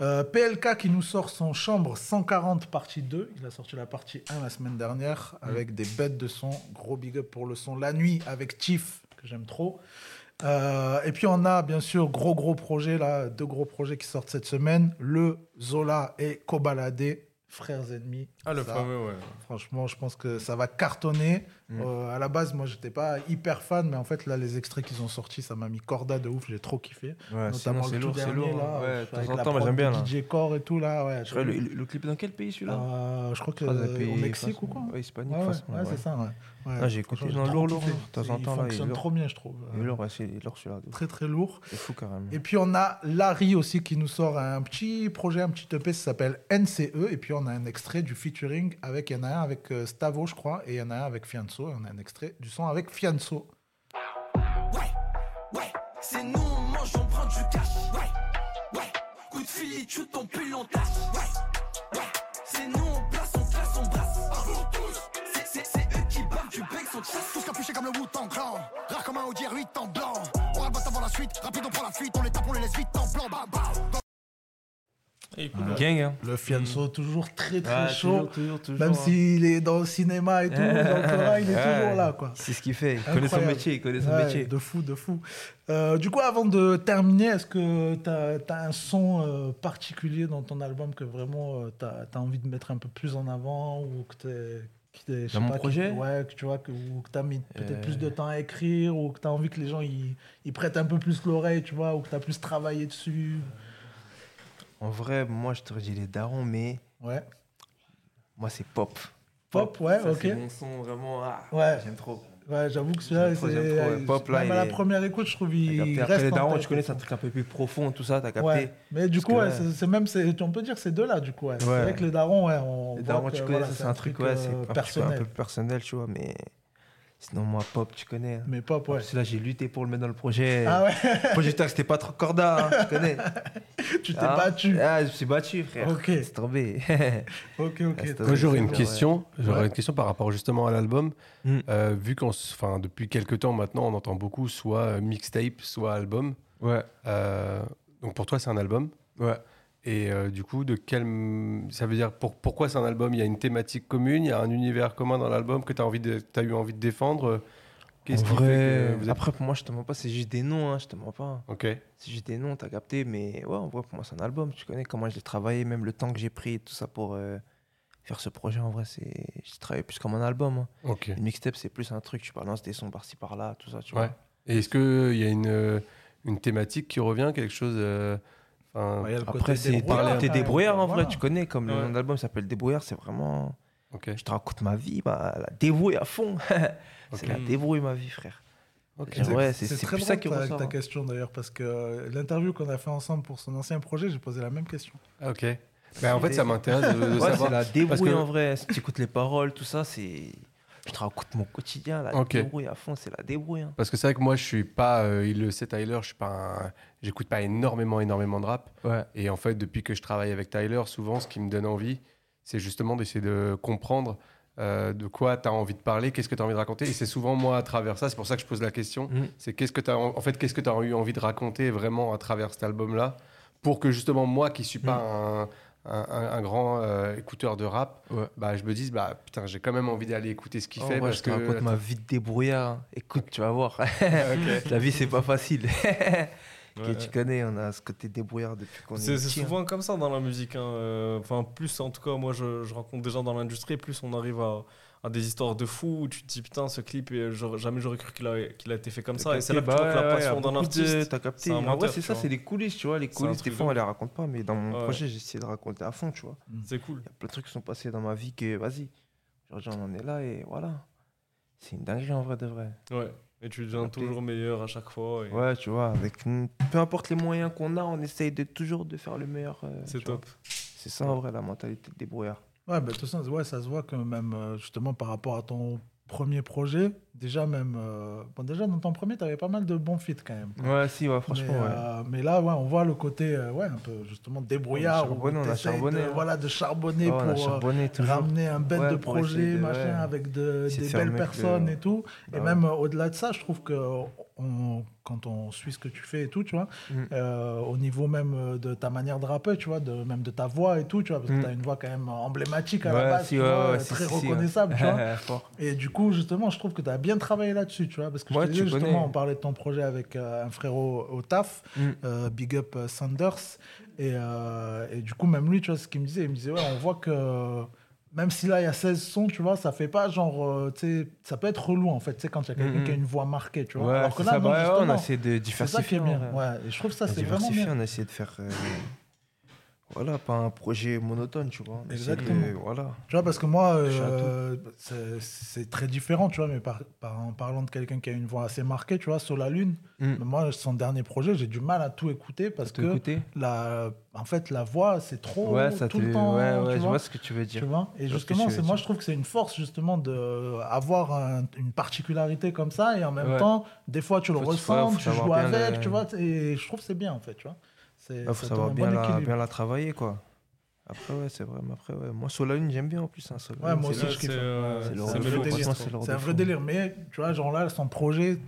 [SPEAKER 1] Euh, PLK qui nous sort son Chambre 140 partie 2. Il a sorti la partie 1 la semaine dernière
[SPEAKER 3] Mm.
[SPEAKER 1] avec des bêtes de son. Gros big up pour le son. La nuit avec Tiff, que j'aime trop. Euh, et puis on a bien sûr gros gros projet là, deux gros projets qui sortent cette semaine. Le Zola et Kobalade, frères ennemis.
[SPEAKER 3] Ah, le
[SPEAKER 1] Ça,
[SPEAKER 3] fameux, ouais.
[SPEAKER 1] Franchement, je pense que ça va cartonner.
[SPEAKER 3] Mm.
[SPEAKER 1] Euh, à la base, moi, j'étais pas hyper fan, mais en fait, là, les extraits qu'ils ont sortis, ça m'a mis corda de ouf. J'ai trop kiffé.
[SPEAKER 2] Ouais, Ah, sinon, c'est
[SPEAKER 1] le tout
[SPEAKER 2] lourd, c'est
[SPEAKER 1] dernier,
[SPEAKER 2] lourd, hein.
[SPEAKER 1] là,
[SPEAKER 2] ouais,
[SPEAKER 1] euh,
[SPEAKER 2] de temps
[SPEAKER 1] avec
[SPEAKER 2] en
[SPEAKER 1] la
[SPEAKER 2] temps, moi,
[SPEAKER 1] prod
[SPEAKER 2] j'aime bien,
[SPEAKER 1] de
[SPEAKER 2] là.
[SPEAKER 1] DJ Core et tout là. Ouais,
[SPEAKER 2] Je crois, le, le- le clip dans quel pays celui-là
[SPEAKER 1] Euh, Je crois que
[SPEAKER 2] dans un
[SPEAKER 1] euh, au
[SPEAKER 2] pays
[SPEAKER 1] Mexique
[SPEAKER 2] façon-
[SPEAKER 1] ou quoi
[SPEAKER 2] Ouais, hispanique,
[SPEAKER 1] Ouais, ouais,
[SPEAKER 2] façon,
[SPEAKER 1] ouais, c'est ça, ouais. Ouais,
[SPEAKER 2] Ah, j'ai écouté
[SPEAKER 1] franchement,
[SPEAKER 2] dans
[SPEAKER 1] j'ai
[SPEAKER 2] lourd,
[SPEAKER 1] trop
[SPEAKER 2] lourd,
[SPEAKER 1] kiffé.
[SPEAKER 2] de temps en
[SPEAKER 1] Il
[SPEAKER 2] temps. là, il est
[SPEAKER 1] fonctionne
[SPEAKER 2] lourd.
[SPEAKER 1] trop bien, je trouve.
[SPEAKER 2] Il est lourd, ouais, c'est il est lourd celui-là.
[SPEAKER 1] Très, très lourd.
[SPEAKER 2] C'est fou carrément.
[SPEAKER 1] Et puis on a Larry aussi qui nous sort un petit projet, un petit EP, ça s'appelle NCE. Et puis on a un extrait du featuring avec, il y en a un avec euh, Stavo, je crois, et il y en a un avec Fianso. Et on a un extrait du son avec Fianso.
[SPEAKER 9] Ouais, c'est nous, on mange, on prend du cash. Ouais, ouais, coup de fil, tu ton pull, on tâche. Ouais, ouais, c'est nous, on place, on classe, on brasse. C'est- C'est c'est eux qui bavent du bec, sont chasse.
[SPEAKER 17] Tous capuchés comme le Wu-Tang Clan Rare comme un Audi R8 en blanc On rabat avant la suite Rapide on prend la fuite On les tape on les laisse vite en blanc Bam bam
[SPEAKER 1] Ouais.
[SPEAKER 10] Gang, hein.
[SPEAKER 1] Le fianso, toujours très très
[SPEAKER 10] Ouais,
[SPEAKER 1] chaud.
[SPEAKER 10] toujours, toujours, toujours,
[SPEAKER 1] Même
[SPEAKER 10] hein.
[SPEAKER 1] s'il est dans le cinéma et tout, dans le Torah, il est
[SPEAKER 10] Ouais.
[SPEAKER 1] toujours là. quoi.
[SPEAKER 2] C'est ce qu'il fait. Il
[SPEAKER 1] Incroyable.
[SPEAKER 2] connaît son métier. Il connaît son
[SPEAKER 1] Ouais,
[SPEAKER 2] métier.
[SPEAKER 1] De fou, de fou. Euh, du coup, avant de terminer, est-ce que tu as, un son euh, particulier dans ton album que vraiment tu as, envie de mettre un peu plus en avant ou que t'es- qui t'es- je sais
[SPEAKER 2] Dans mon
[SPEAKER 1] pas, qui-
[SPEAKER 2] projet
[SPEAKER 1] Ouais, que tu vois, que, ou que tu as mis peut-être
[SPEAKER 2] Euh.
[SPEAKER 1] plus de temps à écrire ou que tu as envie que les gens ils ils prêtent un peu plus l'oreille, tu vois, ou que tu as plus travaillé dessus.
[SPEAKER 2] En vrai, moi, je te redis les darons, mais.
[SPEAKER 1] Ouais.
[SPEAKER 2] Moi, c'est pop.
[SPEAKER 1] Pop, ouais,
[SPEAKER 2] Ça,
[SPEAKER 1] ok.
[SPEAKER 2] C'est mon son vraiment. ah,
[SPEAKER 1] Ouais.
[SPEAKER 2] J'aime trop.
[SPEAKER 1] Ouais, j'avoue que celui-là,
[SPEAKER 2] J'aime trop, j'aime trop, ouais.
[SPEAKER 1] c'est.
[SPEAKER 2] Pop, là,
[SPEAKER 1] même
[SPEAKER 2] il
[SPEAKER 1] à la
[SPEAKER 2] est-
[SPEAKER 1] première écoute, je trouve
[SPEAKER 2] T'as
[SPEAKER 1] il reste
[SPEAKER 2] capté. Après les
[SPEAKER 1] en
[SPEAKER 2] darons,
[SPEAKER 1] tête.
[SPEAKER 2] tu connais, c'est un truc un peu plus profond, tout ça, t'as capté.
[SPEAKER 1] Ouais. Mais du
[SPEAKER 2] Parce
[SPEAKER 1] coup,
[SPEAKER 2] que
[SPEAKER 1] ouais,
[SPEAKER 2] là-
[SPEAKER 1] c'est c'est même, c'est- on peut dire que c'est deux là, du coup. Ouais. C'est
[SPEAKER 2] Ouais.
[SPEAKER 1] vrai que les darons, ouais, on.
[SPEAKER 2] Les
[SPEAKER 1] voit
[SPEAKER 2] darons,
[SPEAKER 1] que,
[SPEAKER 2] tu connais,
[SPEAKER 1] voilà,
[SPEAKER 2] ça, c'est un truc, ouais, c'est
[SPEAKER 1] euh,
[SPEAKER 2] un petit peu- un
[SPEAKER 1] personnel.
[SPEAKER 2] peu personnel, tu vois, mais. Sinon, moi, pop, tu connais. hein.
[SPEAKER 1] Mais pop, ouais.
[SPEAKER 2] Parce que là, j'ai lutté pour le mettre dans le projet.
[SPEAKER 1] Ah ouais
[SPEAKER 2] Le projet Tac, c'était pas trop corda, hein, tu connais.
[SPEAKER 1] tu t'es
[SPEAKER 2] Hein
[SPEAKER 1] battu.
[SPEAKER 2] Ah, je me suis battu, frère.
[SPEAKER 1] Ok.
[SPEAKER 2] C'est tombé. Ah,
[SPEAKER 1] ok, ok.
[SPEAKER 7] Moi, j'aurais une question. J'aurais
[SPEAKER 2] Ouais.
[SPEAKER 7] une question par rapport justement à l'album. Euh, vu qu'on, s- enfin, depuis quelques temps maintenant, on entend beaucoup soit euh, mixtape, soit album.
[SPEAKER 3] Ouais.
[SPEAKER 7] Euh, donc pour toi, c'est un album.
[SPEAKER 3] Ouais.
[SPEAKER 7] Et euh, du coup, de quel, ça veut dire pour- pourquoi c'est un album Il y a une thématique commune, il y a un univers commun dans l'album que tu as eu envie de défendre. Qu'est-ce
[SPEAKER 2] En
[SPEAKER 7] qui fait
[SPEAKER 2] vrai,
[SPEAKER 7] que vous êtes-
[SPEAKER 2] Après, pour moi, je te mens pas, c'est juste des noms, hein, je te mens pas.
[SPEAKER 7] Ok.
[SPEAKER 2] C'est juste des noms, t'as capté, mais ouais, en vrai, pour moi, c'est un album. Tu connais comment je l'ai travaillé, même le temps que j'ai pris, et tout ça pour euh, faire ce projet, en vrai, c'est. J'ai travaillé plus comme un album. hein.
[SPEAKER 7] Ok.
[SPEAKER 2] Une mixtape, c'est plus un truc, tu balances des sons par-ci, par-là, tout ça, tu
[SPEAKER 7] Ouais.
[SPEAKER 2] vois.
[SPEAKER 7] Et est-ce qu'il y a une, euh, une thématique qui revient, quelque chose euh, enfin,
[SPEAKER 2] Après, c'est parler. T'es débrouillard en vrai, tu connais, comme le
[SPEAKER 7] Ouais.
[SPEAKER 2] nom de l'album s'appelle Débrouillard, c'est vraiment.
[SPEAKER 7] Ok.
[SPEAKER 2] Je te raconte ma vie, bah, la débrouille à fond. c'est
[SPEAKER 1] Ok.
[SPEAKER 2] la débrouille, ma vie, frère.
[SPEAKER 1] Ok.
[SPEAKER 2] C'est vrai, c'est c'est
[SPEAKER 1] très
[SPEAKER 2] plus ça
[SPEAKER 1] drôle
[SPEAKER 2] qui
[SPEAKER 1] ta-
[SPEAKER 2] ressort. hein.
[SPEAKER 1] ta question d'ailleurs, parce que euh, l'interview qu'on a fait ensemble pour son ancien projet, j'ai posé la même question.
[SPEAKER 7] Ah, ok. Ben, en fait, ça m'intéresse de, de
[SPEAKER 2] Ouais,
[SPEAKER 7] savoir.
[SPEAKER 2] C'est la
[SPEAKER 7] parce
[SPEAKER 2] débrouille hein.
[SPEAKER 7] que-
[SPEAKER 2] en vrai. Si tu écoutes les paroles, tout ça, c'est. Je te raconte mon quotidien, la
[SPEAKER 7] Ok.
[SPEAKER 2] débrouille à fond, c'est la débrouille. hein.
[SPEAKER 7] Parce que c'est vrai que moi, je suis pas, euh, il le sait Tyler, je suis pas, un- j'écoute pas énormément, énormément de rap.
[SPEAKER 2] Ouais.
[SPEAKER 7] Et en fait, depuis que je travaille avec Tyler, souvent, ce qui me donne envie, c'est justement d'essayer de comprendre euh, de quoi tu as envie de parler, qu'est-ce que tu as envie de raconter. Et c'est souvent moi à travers ça, c'est pour ça que je pose la question.
[SPEAKER 2] Mm.
[SPEAKER 7] C'est qu'est-ce que tu en en fait, qu'est-ce que tu as eu envie de raconter vraiment à travers cet album-là, pour que justement moi, qui suis
[SPEAKER 2] Mm.
[SPEAKER 7] pas un un, un- un grand euh, écouteur de rap, bah, je me dise bah putain j'ai quand même envie d'aller écouter ce qu'il
[SPEAKER 2] En
[SPEAKER 7] fait
[SPEAKER 2] vrai,
[SPEAKER 7] parce
[SPEAKER 2] je te
[SPEAKER 7] que
[SPEAKER 2] raconte ma vie de débrouillard. hein. Écoute, tu vas voir.
[SPEAKER 7] Ok.
[SPEAKER 2] La vie, c'est pas facile. Que
[SPEAKER 3] Ouais.
[SPEAKER 2] tu connais, on a ce côté débrouillard depuis qu'on est,
[SPEAKER 3] C'est c'est
[SPEAKER 2] petit, hein.
[SPEAKER 3] souvent comme ça dans la musique. hein, euh, Enfin, plus en tout cas, moi je, je rencontre des gens dans l'industrie, plus on arrive à, à des histoires de fous où tu te dis putain, ce clip, euh, j'aurais- jamais j'aurais cru qu'il a, qu'il a été fait comme ça. Et c'est
[SPEAKER 2] bah
[SPEAKER 3] là que tu vois que la passion d'un artiste.
[SPEAKER 2] T'as capté.
[SPEAKER 3] un
[SPEAKER 2] En vrai,
[SPEAKER 3] menteur,
[SPEAKER 2] c'est
[SPEAKER 3] tu
[SPEAKER 2] ça,
[SPEAKER 3] vois.
[SPEAKER 2] c'est les coulisses, tu vois. Les
[SPEAKER 3] C'est un
[SPEAKER 2] coulisses, des
[SPEAKER 3] truc de
[SPEAKER 2] fois, on
[SPEAKER 3] ouf.
[SPEAKER 2] les raconte pas, mais dans mon
[SPEAKER 3] Ouais.
[SPEAKER 2] projet, j'essaie de raconter à fond, tu vois.
[SPEAKER 3] C'est cool.
[SPEAKER 2] Il y a plein de trucs qui sont passés dans ma vie que, vas-y, aujourd'hui, on en est là et voilà. C'est une dinguerie en vrai de vrai.
[SPEAKER 3] Ouais. Et tu deviens toujours meilleur à chaque fois. et-
[SPEAKER 2] Ouais, tu vois, avec une- peu importe les moyens qu'on a, on essaye de toujours de faire le meilleur. euh,
[SPEAKER 3] C'est
[SPEAKER 2] tu vois.
[SPEAKER 3] top.
[SPEAKER 2] C'est ça en vrai la mentalité de débrouillard.
[SPEAKER 1] Ouais, bah, de toute façon, ouais, ça se voit que même euh, justement par rapport à ton premier projet, déjà même, euh, bon, déjà dans ton premier, t'avais pas mal de bons feats quand même.
[SPEAKER 2] Ouais, si, ouais, franchement,
[SPEAKER 1] Mais,
[SPEAKER 2] ouais.
[SPEAKER 1] euh, mais là, ouais, on voit le côté, euh, ouais, un peu justement débrouillard.
[SPEAKER 2] On a charbonné,
[SPEAKER 1] où
[SPEAKER 2] on a
[SPEAKER 1] t'essayes
[SPEAKER 2] charbonné,
[SPEAKER 1] de,
[SPEAKER 2] hein.
[SPEAKER 1] voilà, de charbonner
[SPEAKER 2] Ouais, on a
[SPEAKER 1] pour euh,
[SPEAKER 2] charbonné, toujours.
[SPEAKER 1] ramener un bête
[SPEAKER 2] Ouais,
[SPEAKER 1] de
[SPEAKER 2] pour
[SPEAKER 1] projet,
[SPEAKER 2] essayer de-
[SPEAKER 1] machin,
[SPEAKER 2] ouais.
[SPEAKER 1] avec de-
[SPEAKER 2] Essayer de
[SPEAKER 1] des
[SPEAKER 2] faire le
[SPEAKER 1] belles
[SPEAKER 2] mec, le-
[SPEAKER 1] personnes et tout. et
[SPEAKER 2] Bah
[SPEAKER 1] même euh, au-delà de ça, je trouve que on- quand on suit ce que tu fais et tout, tu vois,
[SPEAKER 2] Mm.
[SPEAKER 1] euh, au niveau même euh, de ta manière de rapper, tu vois, de, même de ta voix et tout, tu vois, parce que
[SPEAKER 2] Mm.
[SPEAKER 1] t'as une voix quand même emblématique à la
[SPEAKER 2] Ouais,
[SPEAKER 1] base,
[SPEAKER 2] si,
[SPEAKER 1] tu
[SPEAKER 2] ouais,
[SPEAKER 1] vois, euh,
[SPEAKER 2] ouais, si,
[SPEAKER 1] très
[SPEAKER 2] si, si, ouais.
[SPEAKER 1] reconnaissable, tu vois.
[SPEAKER 2] Fort.
[SPEAKER 1] Et du coup, justement, je trouve que tu as bien travaillé là-dessus, tu vois, parce que je
[SPEAKER 2] Ouais,
[SPEAKER 1] te
[SPEAKER 2] tu
[SPEAKER 1] disais, justement,
[SPEAKER 2] connais.
[SPEAKER 1] on parlait de ton projet avec euh, un frérot au taf,
[SPEAKER 2] Mm.
[SPEAKER 1] euh, Big Up euh, Sanders, et, euh, et du coup, même lui, tu vois, ce qu'il me disait, il me disait, ouais, on voit que même si là, il y a 16 sons, tu vois, ça fait pas genre, euh, tu sais, ça peut être relou, en fait, tu sais, quand il y a quelqu'un
[SPEAKER 2] Mm,
[SPEAKER 1] qui a
[SPEAKER 2] mm.
[SPEAKER 1] une voix marquée, tu vois.
[SPEAKER 2] Ouais,
[SPEAKER 1] Alors que
[SPEAKER 2] c'est
[SPEAKER 1] là,
[SPEAKER 2] ça,
[SPEAKER 1] non,
[SPEAKER 2] bah ouais, ouais, on
[SPEAKER 1] justement,
[SPEAKER 2] a essayé de
[SPEAKER 1] C'est ça qui
[SPEAKER 2] diversifier. hein.
[SPEAKER 1] est
[SPEAKER 2] en
[SPEAKER 1] bien,
[SPEAKER 2] vrai.
[SPEAKER 1] ouais, et je trouve ça,
[SPEAKER 2] On a
[SPEAKER 1] c'est vraiment
[SPEAKER 2] diversifié,
[SPEAKER 1] bien.
[SPEAKER 2] On a essayé de faire. euh, Voilà, pas un projet monotone, tu vois. On a essayé de-
[SPEAKER 1] Exactement.
[SPEAKER 2] Voilà.
[SPEAKER 1] Tu vois, parce que moi,
[SPEAKER 2] Toucher à tout.
[SPEAKER 1] euh, c'est- c'est très différent, tu vois, mais par, par- en parlant de quelqu'un qui a une voix assez marquée, tu vois, sur la Lune,
[SPEAKER 2] Mm.
[SPEAKER 1] mais moi, son dernier projet, j'ai du mal à tout écouter parce
[SPEAKER 2] tout
[SPEAKER 1] que,
[SPEAKER 2] écouter
[SPEAKER 1] la, en fait, la voix, c'est trop
[SPEAKER 2] Ouais, ça
[SPEAKER 1] tout
[SPEAKER 2] te-
[SPEAKER 1] le temps.
[SPEAKER 2] ouais, ouais,
[SPEAKER 1] tu
[SPEAKER 2] je
[SPEAKER 1] vois,
[SPEAKER 2] vois ce que tu veux dire.
[SPEAKER 1] tu vois.
[SPEAKER 2] Je
[SPEAKER 1] et
[SPEAKER 2] vois ce que
[SPEAKER 1] justement,
[SPEAKER 2] tu veux
[SPEAKER 1] c'est moi, je trouve que c'est une force, justement, d'avoir une particularité comme ça et en même
[SPEAKER 2] Ouais.
[SPEAKER 1] temps, des fois, tu le
[SPEAKER 2] Faut- faut-
[SPEAKER 1] ressens,
[SPEAKER 2] faut
[SPEAKER 1] tu
[SPEAKER 2] savoir
[SPEAKER 1] joues
[SPEAKER 2] bien
[SPEAKER 1] avec,
[SPEAKER 2] le-
[SPEAKER 1] tu vois, et je trouve que c'est bien, en fait, tu vois. C'est
[SPEAKER 2] Il
[SPEAKER 1] ça
[SPEAKER 2] faut
[SPEAKER 1] donne
[SPEAKER 2] savoir
[SPEAKER 1] un
[SPEAKER 2] bien,
[SPEAKER 1] bon
[SPEAKER 2] la,
[SPEAKER 1] équilibre.
[SPEAKER 2] bien la travailler, quoi. Après, ouais, c'est vrai. Mais après, ouais. Moi, sur la lune, j'aime bien en plus. Hein, Sur la
[SPEAKER 1] Ouais,
[SPEAKER 2] Lune,
[SPEAKER 1] moi
[SPEAKER 2] c'est
[SPEAKER 1] aussi,
[SPEAKER 2] le-
[SPEAKER 1] je kiffe.
[SPEAKER 2] C'est
[SPEAKER 3] euh,
[SPEAKER 1] Ouais,
[SPEAKER 2] le
[SPEAKER 1] C'est un
[SPEAKER 2] refou,
[SPEAKER 3] hein.
[SPEAKER 1] vrai délire.
[SPEAKER 2] franchement, c'est le
[SPEAKER 1] C'est un
[SPEAKER 2] refou.
[SPEAKER 1] vrai délire. Mais tu vois, genre là, son projet,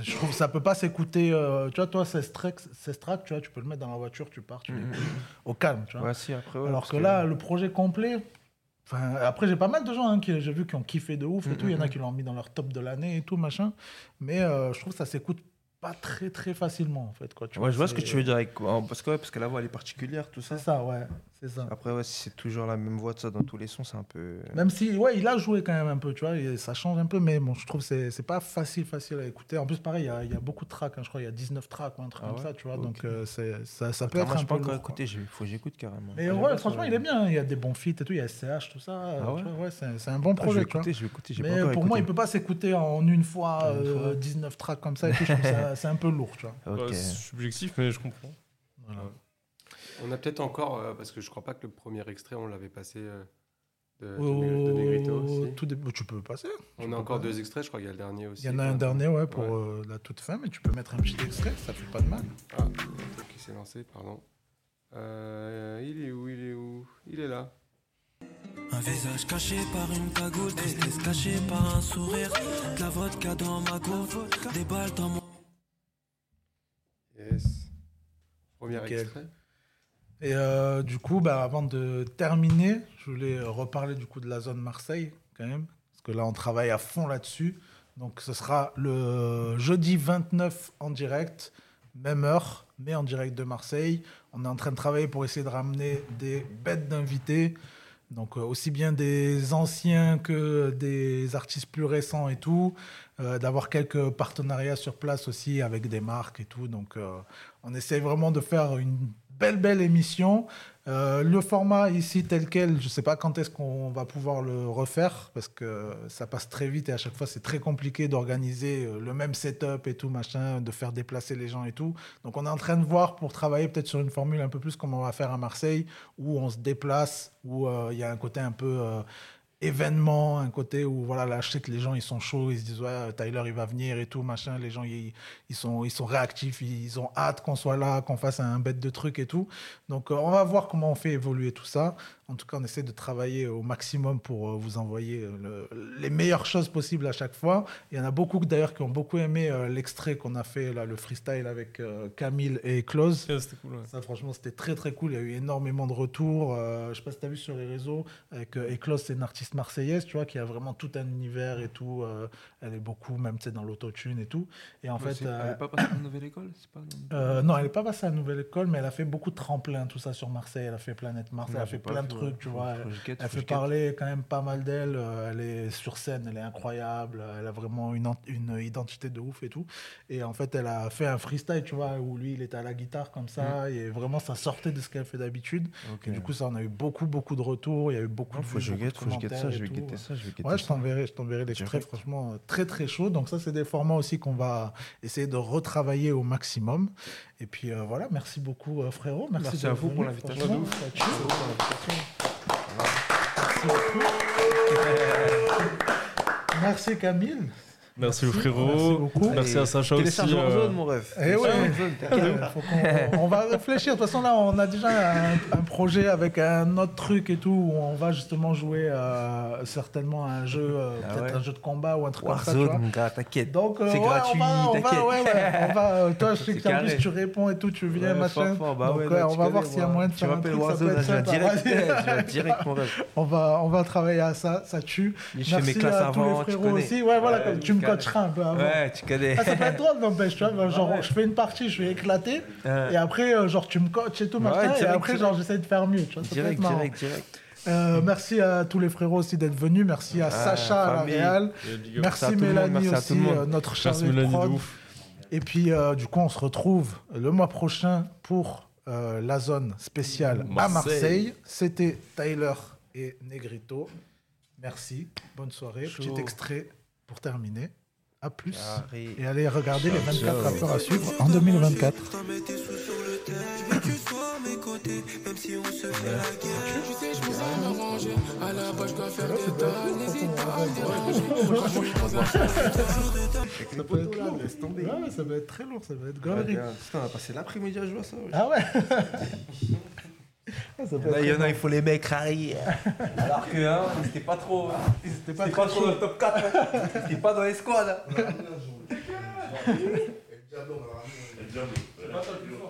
[SPEAKER 1] Je trouve que ça peut pas s'écouter. euh, tu vois, toi, 16 tracks, 16 tracks, tu vois, tu peux le mettre dans la voiture, tu pars,
[SPEAKER 2] Mm, Mm-hmm.
[SPEAKER 1] tu l'écoutes au calme. Tu vois.
[SPEAKER 2] Ouais, si, après, ouais,
[SPEAKER 1] Alors
[SPEAKER 2] parce
[SPEAKER 1] que
[SPEAKER 2] mm. que-
[SPEAKER 1] là, le projet complet. enfin, Après, j'ai pas mal de gens hein, que j'ai vu qui ont kiffé de ouf et
[SPEAKER 2] Mm,
[SPEAKER 1] tout. Il y en
[SPEAKER 2] mm,
[SPEAKER 1] a
[SPEAKER 2] mm.
[SPEAKER 1] qui l'ont mis dans leur top de l'année et tout, machin. Mais euh, je trouve que ça s'écoute pas très, très facilement, en fait. Quoi. Tu
[SPEAKER 2] Ouais, je vois ce que
[SPEAKER 1] c'est-
[SPEAKER 2] tu veux dire avec. en- Parce que, ouais, parce que la voix elle est particulière, tout ça.
[SPEAKER 1] C'est ça, ouais. C'est ça.
[SPEAKER 2] Après, ouais, si c'est toujours la même voix de ça dans tous les sons, c'est un peu.
[SPEAKER 1] Même si, ouais, il a joué quand même un peu, tu vois, et ça change un peu, mais bon, je trouve que c'est- c'est pas facile, facile à écouter. En plus, pareil, il y a- il y, a beaucoup de tracks, hein, je crois, il y a 19 tracks ou un truc
[SPEAKER 2] Ah
[SPEAKER 1] comme
[SPEAKER 2] ouais
[SPEAKER 1] ça, tu vois,
[SPEAKER 2] Ok.
[SPEAKER 1] donc euh, c'est- ça, ça peut
[SPEAKER 2] Attends,
[SPEAKER 1] être
[SPEAKER 2] moi,
[SPEAKER 1] un
[SPEAKER 2] j'ai
[SPEAKER 1] peu
[SPEAKER 2] pas encore
[SPEAKER 1] lourd, quoi.
[SPEAKER 2] écouté, j'ai- faut que j'écoute carrément.
[SPEAKER 1] Mais
[SPEAKER 2] J'aime
[SPEAKER 1] ouais,
[SPEAKER 2] bien
[SPEAKER 1] franchement,
[SPEAKER 2] ça,
[SPEAKER 1] il est bien, il y a des bons feats et tout, il y a SCH, tout ça,
[SPEAKER 2] Ah
[SPEAKER 1] tu
[SPEAKER 2] ouais
[SPEAKER 1] vois, ouais, c'est c'est un bon
[SPEAKER 2] Ah, je vais
[SPEAKER 1] projet, tu
[SPEAKER 2] écouter,
[SPEAKER 1] vois.
[SPEAKER 2] je vais écouter, j'ai pas
[SPEAKER 1] Mais pour
[SPEAKER 2] encore
[SPEAKER 1] moi,
[SPEAKER 2] écouté.
[SPEAKER 1] il peut pas s'écouter en une fois
[SPEAKER 2] En une
[SPEAKER 1] euh,
[SPEAKER 2] fois.
[SPEAKER 1] 19 tracks comme ça et tout, je trouve ça- c'est un peu lourd, tu vois.
[SPEAKER 3] Ouais,
[SPEAKER 2] euh. Bah,
[SPEAKER 3] c'est subjectif, mais je comprends.
[SPEAKER 18] On a peut-être encore, euh, parce que je crois pas que le premier extrait, on l'avait passé euh, de, de
[SPEAKER 1] Oh,
[SPEAKER 18] Neg- de Negrito.
[SPEAKER 1] Au-
[SPEAKER 18] si.
[SPEAKER 1] tout début, tu peux passer. Tu
[SPEAKER 18] On
[SPEAKER 1] peux
[SPEAKER 18] a encore
[SPEAKER 1] passer.
[SPEAKER 18] deux extraits, je crois qu'il y a le dernier aussi.
[SPEAKER 1] Il y en a un dernier, ouais, pour euh, la toute fin, mais tu peux mettre un petit extrait, ça fait pas de mal.
[SPEAKER 18] Ah, il y a un truc qui s'est lancé, pardon. Euh, il est où Il est où Il est là.
[SPEAKER 9] Un visage caché par une cagoule, tristesse cachée par un sourire. De la vodka dans ma gourde, des balles dans mon.
[SPEAKER 18] Yes. Premier
[SPEAKER 1] Nickel.
[SPEAKER 18] extrait.
[SPEAKER 1] Et euh, du coup, bah, avant de terminer, je voulais euh, reparler du coup de la zone Marseille, quand même, parce que là, on travaille à fond là-dessus. Donc, ce sera le jeudi 29 en direct, même heure, mais en direct de Marseille. On est en train de travailler pour essayer de ramener des bêtes d'invités, donc euh, aussi bien des anciens que des artistes plus récents et tout, euh, d'avoir quelques partenariats sur place aussi avec des marques et tout. Donc, euh, on essaye vraiment de faire une belle, belle émission. Euh, le format ici tel quel, je ne sais pas quand est-ce qu'on va pouvoir le refaire parce que ça passe très vite et à chaque fois c'est très compliqué d'organiser euh, le même setup et tout machin, de faire déplacer les gens et tout. Donc on est en train de voir pour travailler peut-être sur une formule un peu plus comme on va faire à Marseille où on se déplace, où euh, il y a un côté un peu euh, événement, un côté où voilà, là, je sais que les gens ils sont chauds, ils se disent ouais, Tyler il va venir et tout machin, les gens ils, ils sont ils sont réactifs, ils ont hâte qu'on soit là, qu'on fasse un bête de truc et tout. Donc euh, on va voir comment on fait évoluer tout ça. En tout cas, on essaie de travailler au maximum pour euh, vous envoyer euh, le- les meilleures choses possibles à chaque fois. Il y en a beaucoup d'ailleurs qui ont beaucoup aimé euh, l'extrait qu'on a fait là, le freestyle avec euh, Camille et Close. Ça franchement c'était très très cool, il y a eu énormément de retours. Euh, je sais pas si tu as vu sur les réseaux avec euh, Eklos, c'est une artiste marseillaise, tu vois, qui a vraiment tout un univers et tout. euh, elle est beaucoup même tu sais dans l'autotune et tout. Et en
[SPEAKER 2] Mais
[SPEAKER 1] fait
[SPEAKER 2] c'est-
[SPEAKER 1] euh,
[SPEAKER 2] Elle est pas passée dans la nouvelle école c'est pas...
[SPEAKER 1] euh, non, elle n'est pas passée à la nouvelle école, mais elle a fait beaucoup de tremplins, tout ça sur Marseille. Elle a fait Planète Mars,
[SPEAKER 2] Ouais,
[SPEAKER 1] elle a
[SPEAKER 2] j'ai
[SPEAKER 1] fait
[SPEAKER 2] pas
[SPEAKER 1] plein de
[SPEAKER 2] vu,
[SPEAKER 1] trucs,
[SPEAKER 2] ouais.
[SPEAKER 1] tu vois.
[SPEAKER 2] Faut que je
[SPEAKER 1] Elle,
[SPEAKER 2] guette,
[SPEAKER 1] elle
[SPEAKER 2] faut que
[SPEAKER 1] fait
[SPEAKER 2] je guette.
[SPEAKER 1] parler quand même pas mal d'elle. euh, Elle est sur scène, elle est incroyable. Elle a vraiment une, ent- une identité de ouf et tout. Et en fait, elle a fait un freestyle, tu vois, où lui, il était à la guitare comme ça. Et vraiment, ça sortait de ce qu'elle fait d'habitude.
[SPEAKER 2] Mm. Ok.
[SPEAKER 1] Et du coup, ça, on a eu beaucoup, beaucoup de retours. Il y a eu beaucoup
[SPEAKER 2] Non,
[SPEAKER 1] de
[SPEAKER 2] faut que je
[SPEAKER 1] vues, beaucoup
[SPEAKER 2] guette,
[SPEAKER 1] de
[SPEAKER 2] faut que je guette ça,
[SPEAKER 1] commentaires
[SPEAKER 2] je vais
[SPEAKER 1] et tout.
[SPEAKER 2] guetter ça, je vais guetter
[SPEAKER 1] Ouais, je
[SPEAKER 2] ça.
[SPEAKER 1] t'enverrai, je t'enverrai l'extrait,
[SPEAKER 2] Direct.
[SPEAKER 1] franchement, euh, très très chaud. Donc ça, c'est des formats aussi qu'on va essayer de retravailler au maximum. Et puis euh, voilà, merci beaucoup euh, frérot. Merci,
[SPEAKER 2] Merci à
[SPEAKER 1] d'être
[SPEAKER 2] vous pour
[SPEAKER 1] venu, franchement,
[SPEAKER 2] l'invitation. De ouf.
[SPEAKER 1] ça tue.
[SPEAKER 2] Merci à vous pour
[SPEAKER 1] Merci beaucoup. Merci Camille.
[SPEAKER 3] Merci, le frérot.
[SPEAKER 1] merci beaucoup.
[SPEAKER 3] Merci à Sacha aussi.
[SPEAKER 2] Téléchargement
[SPEAKER 3] euh,
[SPEAKER 2] zone, mon rêve.
[SPEAKER 1] Eh ouais, Euh,
[SPEAKER 2] Téléchargement zone, t'inquiète.
[SPEAKER 1] faut qu'on- on va réfléchir. De toute façon, là, on a déjà un, un projet avec un autre truc et tout, où on va justement jouer euh, certainement à un jeu, euh,
[SPEAKER 2] Ah
[SPEAKER 1] peut-être
[SPEAKER 2] ouais.
[SPEAKER 1] un jeu de combat ou un truc comme ça. tu vois.
[SPEAKER 2] Warzone, mon gars, t'inquiète.
[SPEAKER 1] Donc, euh,
[SPEAKER 2] c'est
[SPEAKER 1] ouais,
[SPEAKER 2] gratuit,
[SPEAKER 1] on va, on va-
[SPEAKER 2] t'inquiète.
[SPEAKER 1] ouais, ouais, on va, euh, toi, je sais
[SPEAKER 2] C'est
[SPEAKER 1] que en plus
[SPEAKER 2] carré.
[SPEAKER 1] tu réponds et tout, tu viens,
[SPEAKER 2] Ouais,
[SPEAKER 1] machin.
[SPEAKER 2] fort, fort, bah
[SPEAKER 1] Donc,
[SPEAKER 2] ouais,
[SPEAKER 1] ouais,
[SPEAKER 2] là,
[SPEAKER 1] on
[SPEAKER 2] tu
[SPEAKER 1] va voir
[SPEAKER 2] connais,
[SPEAKER 1] s'il y a
[SPEAKER 2] moi.
[SPEAKER 1] moyen de
[SPEAKER 2] Tu
[SPEAKER 1] faire un
[SPEAKER 2] m'appelles
[SPEAKER 1] truc, ça peut
[SPEAKER 2] Warzone,
[SPEAKER 1] être
[SPEAKER 2] je viens
[SPEAKER 1] sympa.
[SPEAKER 2] direct,
[SPEAKER 1] Vas-y.
[SPEAKER 2] je viens direct, mon ref.
[SPEAKER 1] On va, on va travailler à ça, ça tue.
[SPEAKER 2] Je fais mes
[SPEAKER 1] Merci
[SPEAKER 2] classes
[SPEAKER 1] à tous les
[SPEAKER 2] avant, tu
[SPEAKER 1] frérots
[SPEAKER 2] connais.
[SPEAKER 1] aussi. Ouais, voilà,
[SPEAKER 2] Ouais,
[SPEAKER 1] comme
[SPEAKER 2] tu
[SPEAKER 1] tu me
[SPEAKER 2] connais.
[SPEAKER 1] coacheras un peu avant.
[SPEAKER 2] Ouais, tu connais.
[SPEAKER 1] Ah, ça peut être drôle, n'empêche, tu vois. ben, Genre, je fais une partie, je vais éclater.
[SPEAKER 2] Ouais.
[SPEAKER 1] Et après, euh, genre, tu me coaches et tout,
[SPEAKER 2] Ouais,
[SPEAKER 1] machin. et
[SPEAKER 2] direct,
[SPEAKER 1] après,
[SPEAKER 2] direct.
[SPEAKER 1] genre, j'essaie de faire mieux, tu vois. Ça peut être
[SPEAKER 2] Direct,
[SPEAKER 1] marrant.
[SPEAKER 2] direct, direct.
[SPEAKER 1] Euh, merci à tous les frérots aussi d'être venus. Merci à
[SPEAKER 2] Ah,
[SPEAKER 1] Sacha à la
[SPEAKER 2] famille.
[SPEAKER 1] Réal.
[SPEAKER 2] Et big up. Merci
[SPEAKER 1] Merci
[SPEAKER 2] à tout le monde,
[SPEAKER 1] Mélanie
[SPEAKER 2] merci à tout
[SPEAKER 1] aussi,
[SPEAKER 2] le monde.
[SPEAKER 1] euh, notre
[SPEAKER 2] Merci
[SPEAKER 1] chargée de
[SPEAKER 2] Mélanie, de
[SPEAKER 1] prod.
[SPEAKER 2] ouf.
[SPEAKER 1] Et puis, euh, du coup, on se retrouve le mois prochain pour euh, la zone spéciale à
[SPEAKER 2] Marseille.
[SPEAKER 1] Marseille. C'était Tyler et Negrito. Merci. Bonne soirée.
[SPEAKER 2] Chaud.
[SPEAKER 1] Petit extrait pour terminer. À plus.
[SPEAKER 2] Carré.
[SPEAKER 1] Et allez regarder les
[SPEAKER 2] Ciao,
[SPEAKER 1] 24
[SPEAKER 2] ciao.
[SPEAKER 1] rappeurs à suivre en 2024.
[SPEAKER 14] Tu sais, je vous aime arranger. À la base, je dois faire des tas. N'hésite pas à me déranger.
[SPEAKER 2] Avec
[SPEAKER 1] Ça
[SPEAKER 2] le
[SPEAKER 1] peut être
[SPEAKER 2] poteau, là,
[SPEAKER 1] lourd.
[SPEAKER 2] laisse tomber.
[SPEAKER 1] Ouais, ça va être très lourd, ça va être
[SPEAKER 2] Ah,
[SPEAKER 1] galerie.
[SPEAKER 2] regarde, Putain, on a passé l'après-midi à jouer à ça. wesh.
[SPEAKER 1] Ah ouais Ah, Ça peut
[SPEAKER 2] Bah, Il y en a-
[SPEAKER 1] être
[SPEAKER 2] Il y en
[SPEAKER 1] très
[SPEAKER 2] a, il faut les mecs rari. Alors que, hein, c'était pas trop. C'était
[SPEAKER 1] pas
[SPEAKER 2] hein. trop dans le top 4. C'était pas dans les squads. hein.
[SPEAKER 19] Et le diable, on va ramener. Le diable.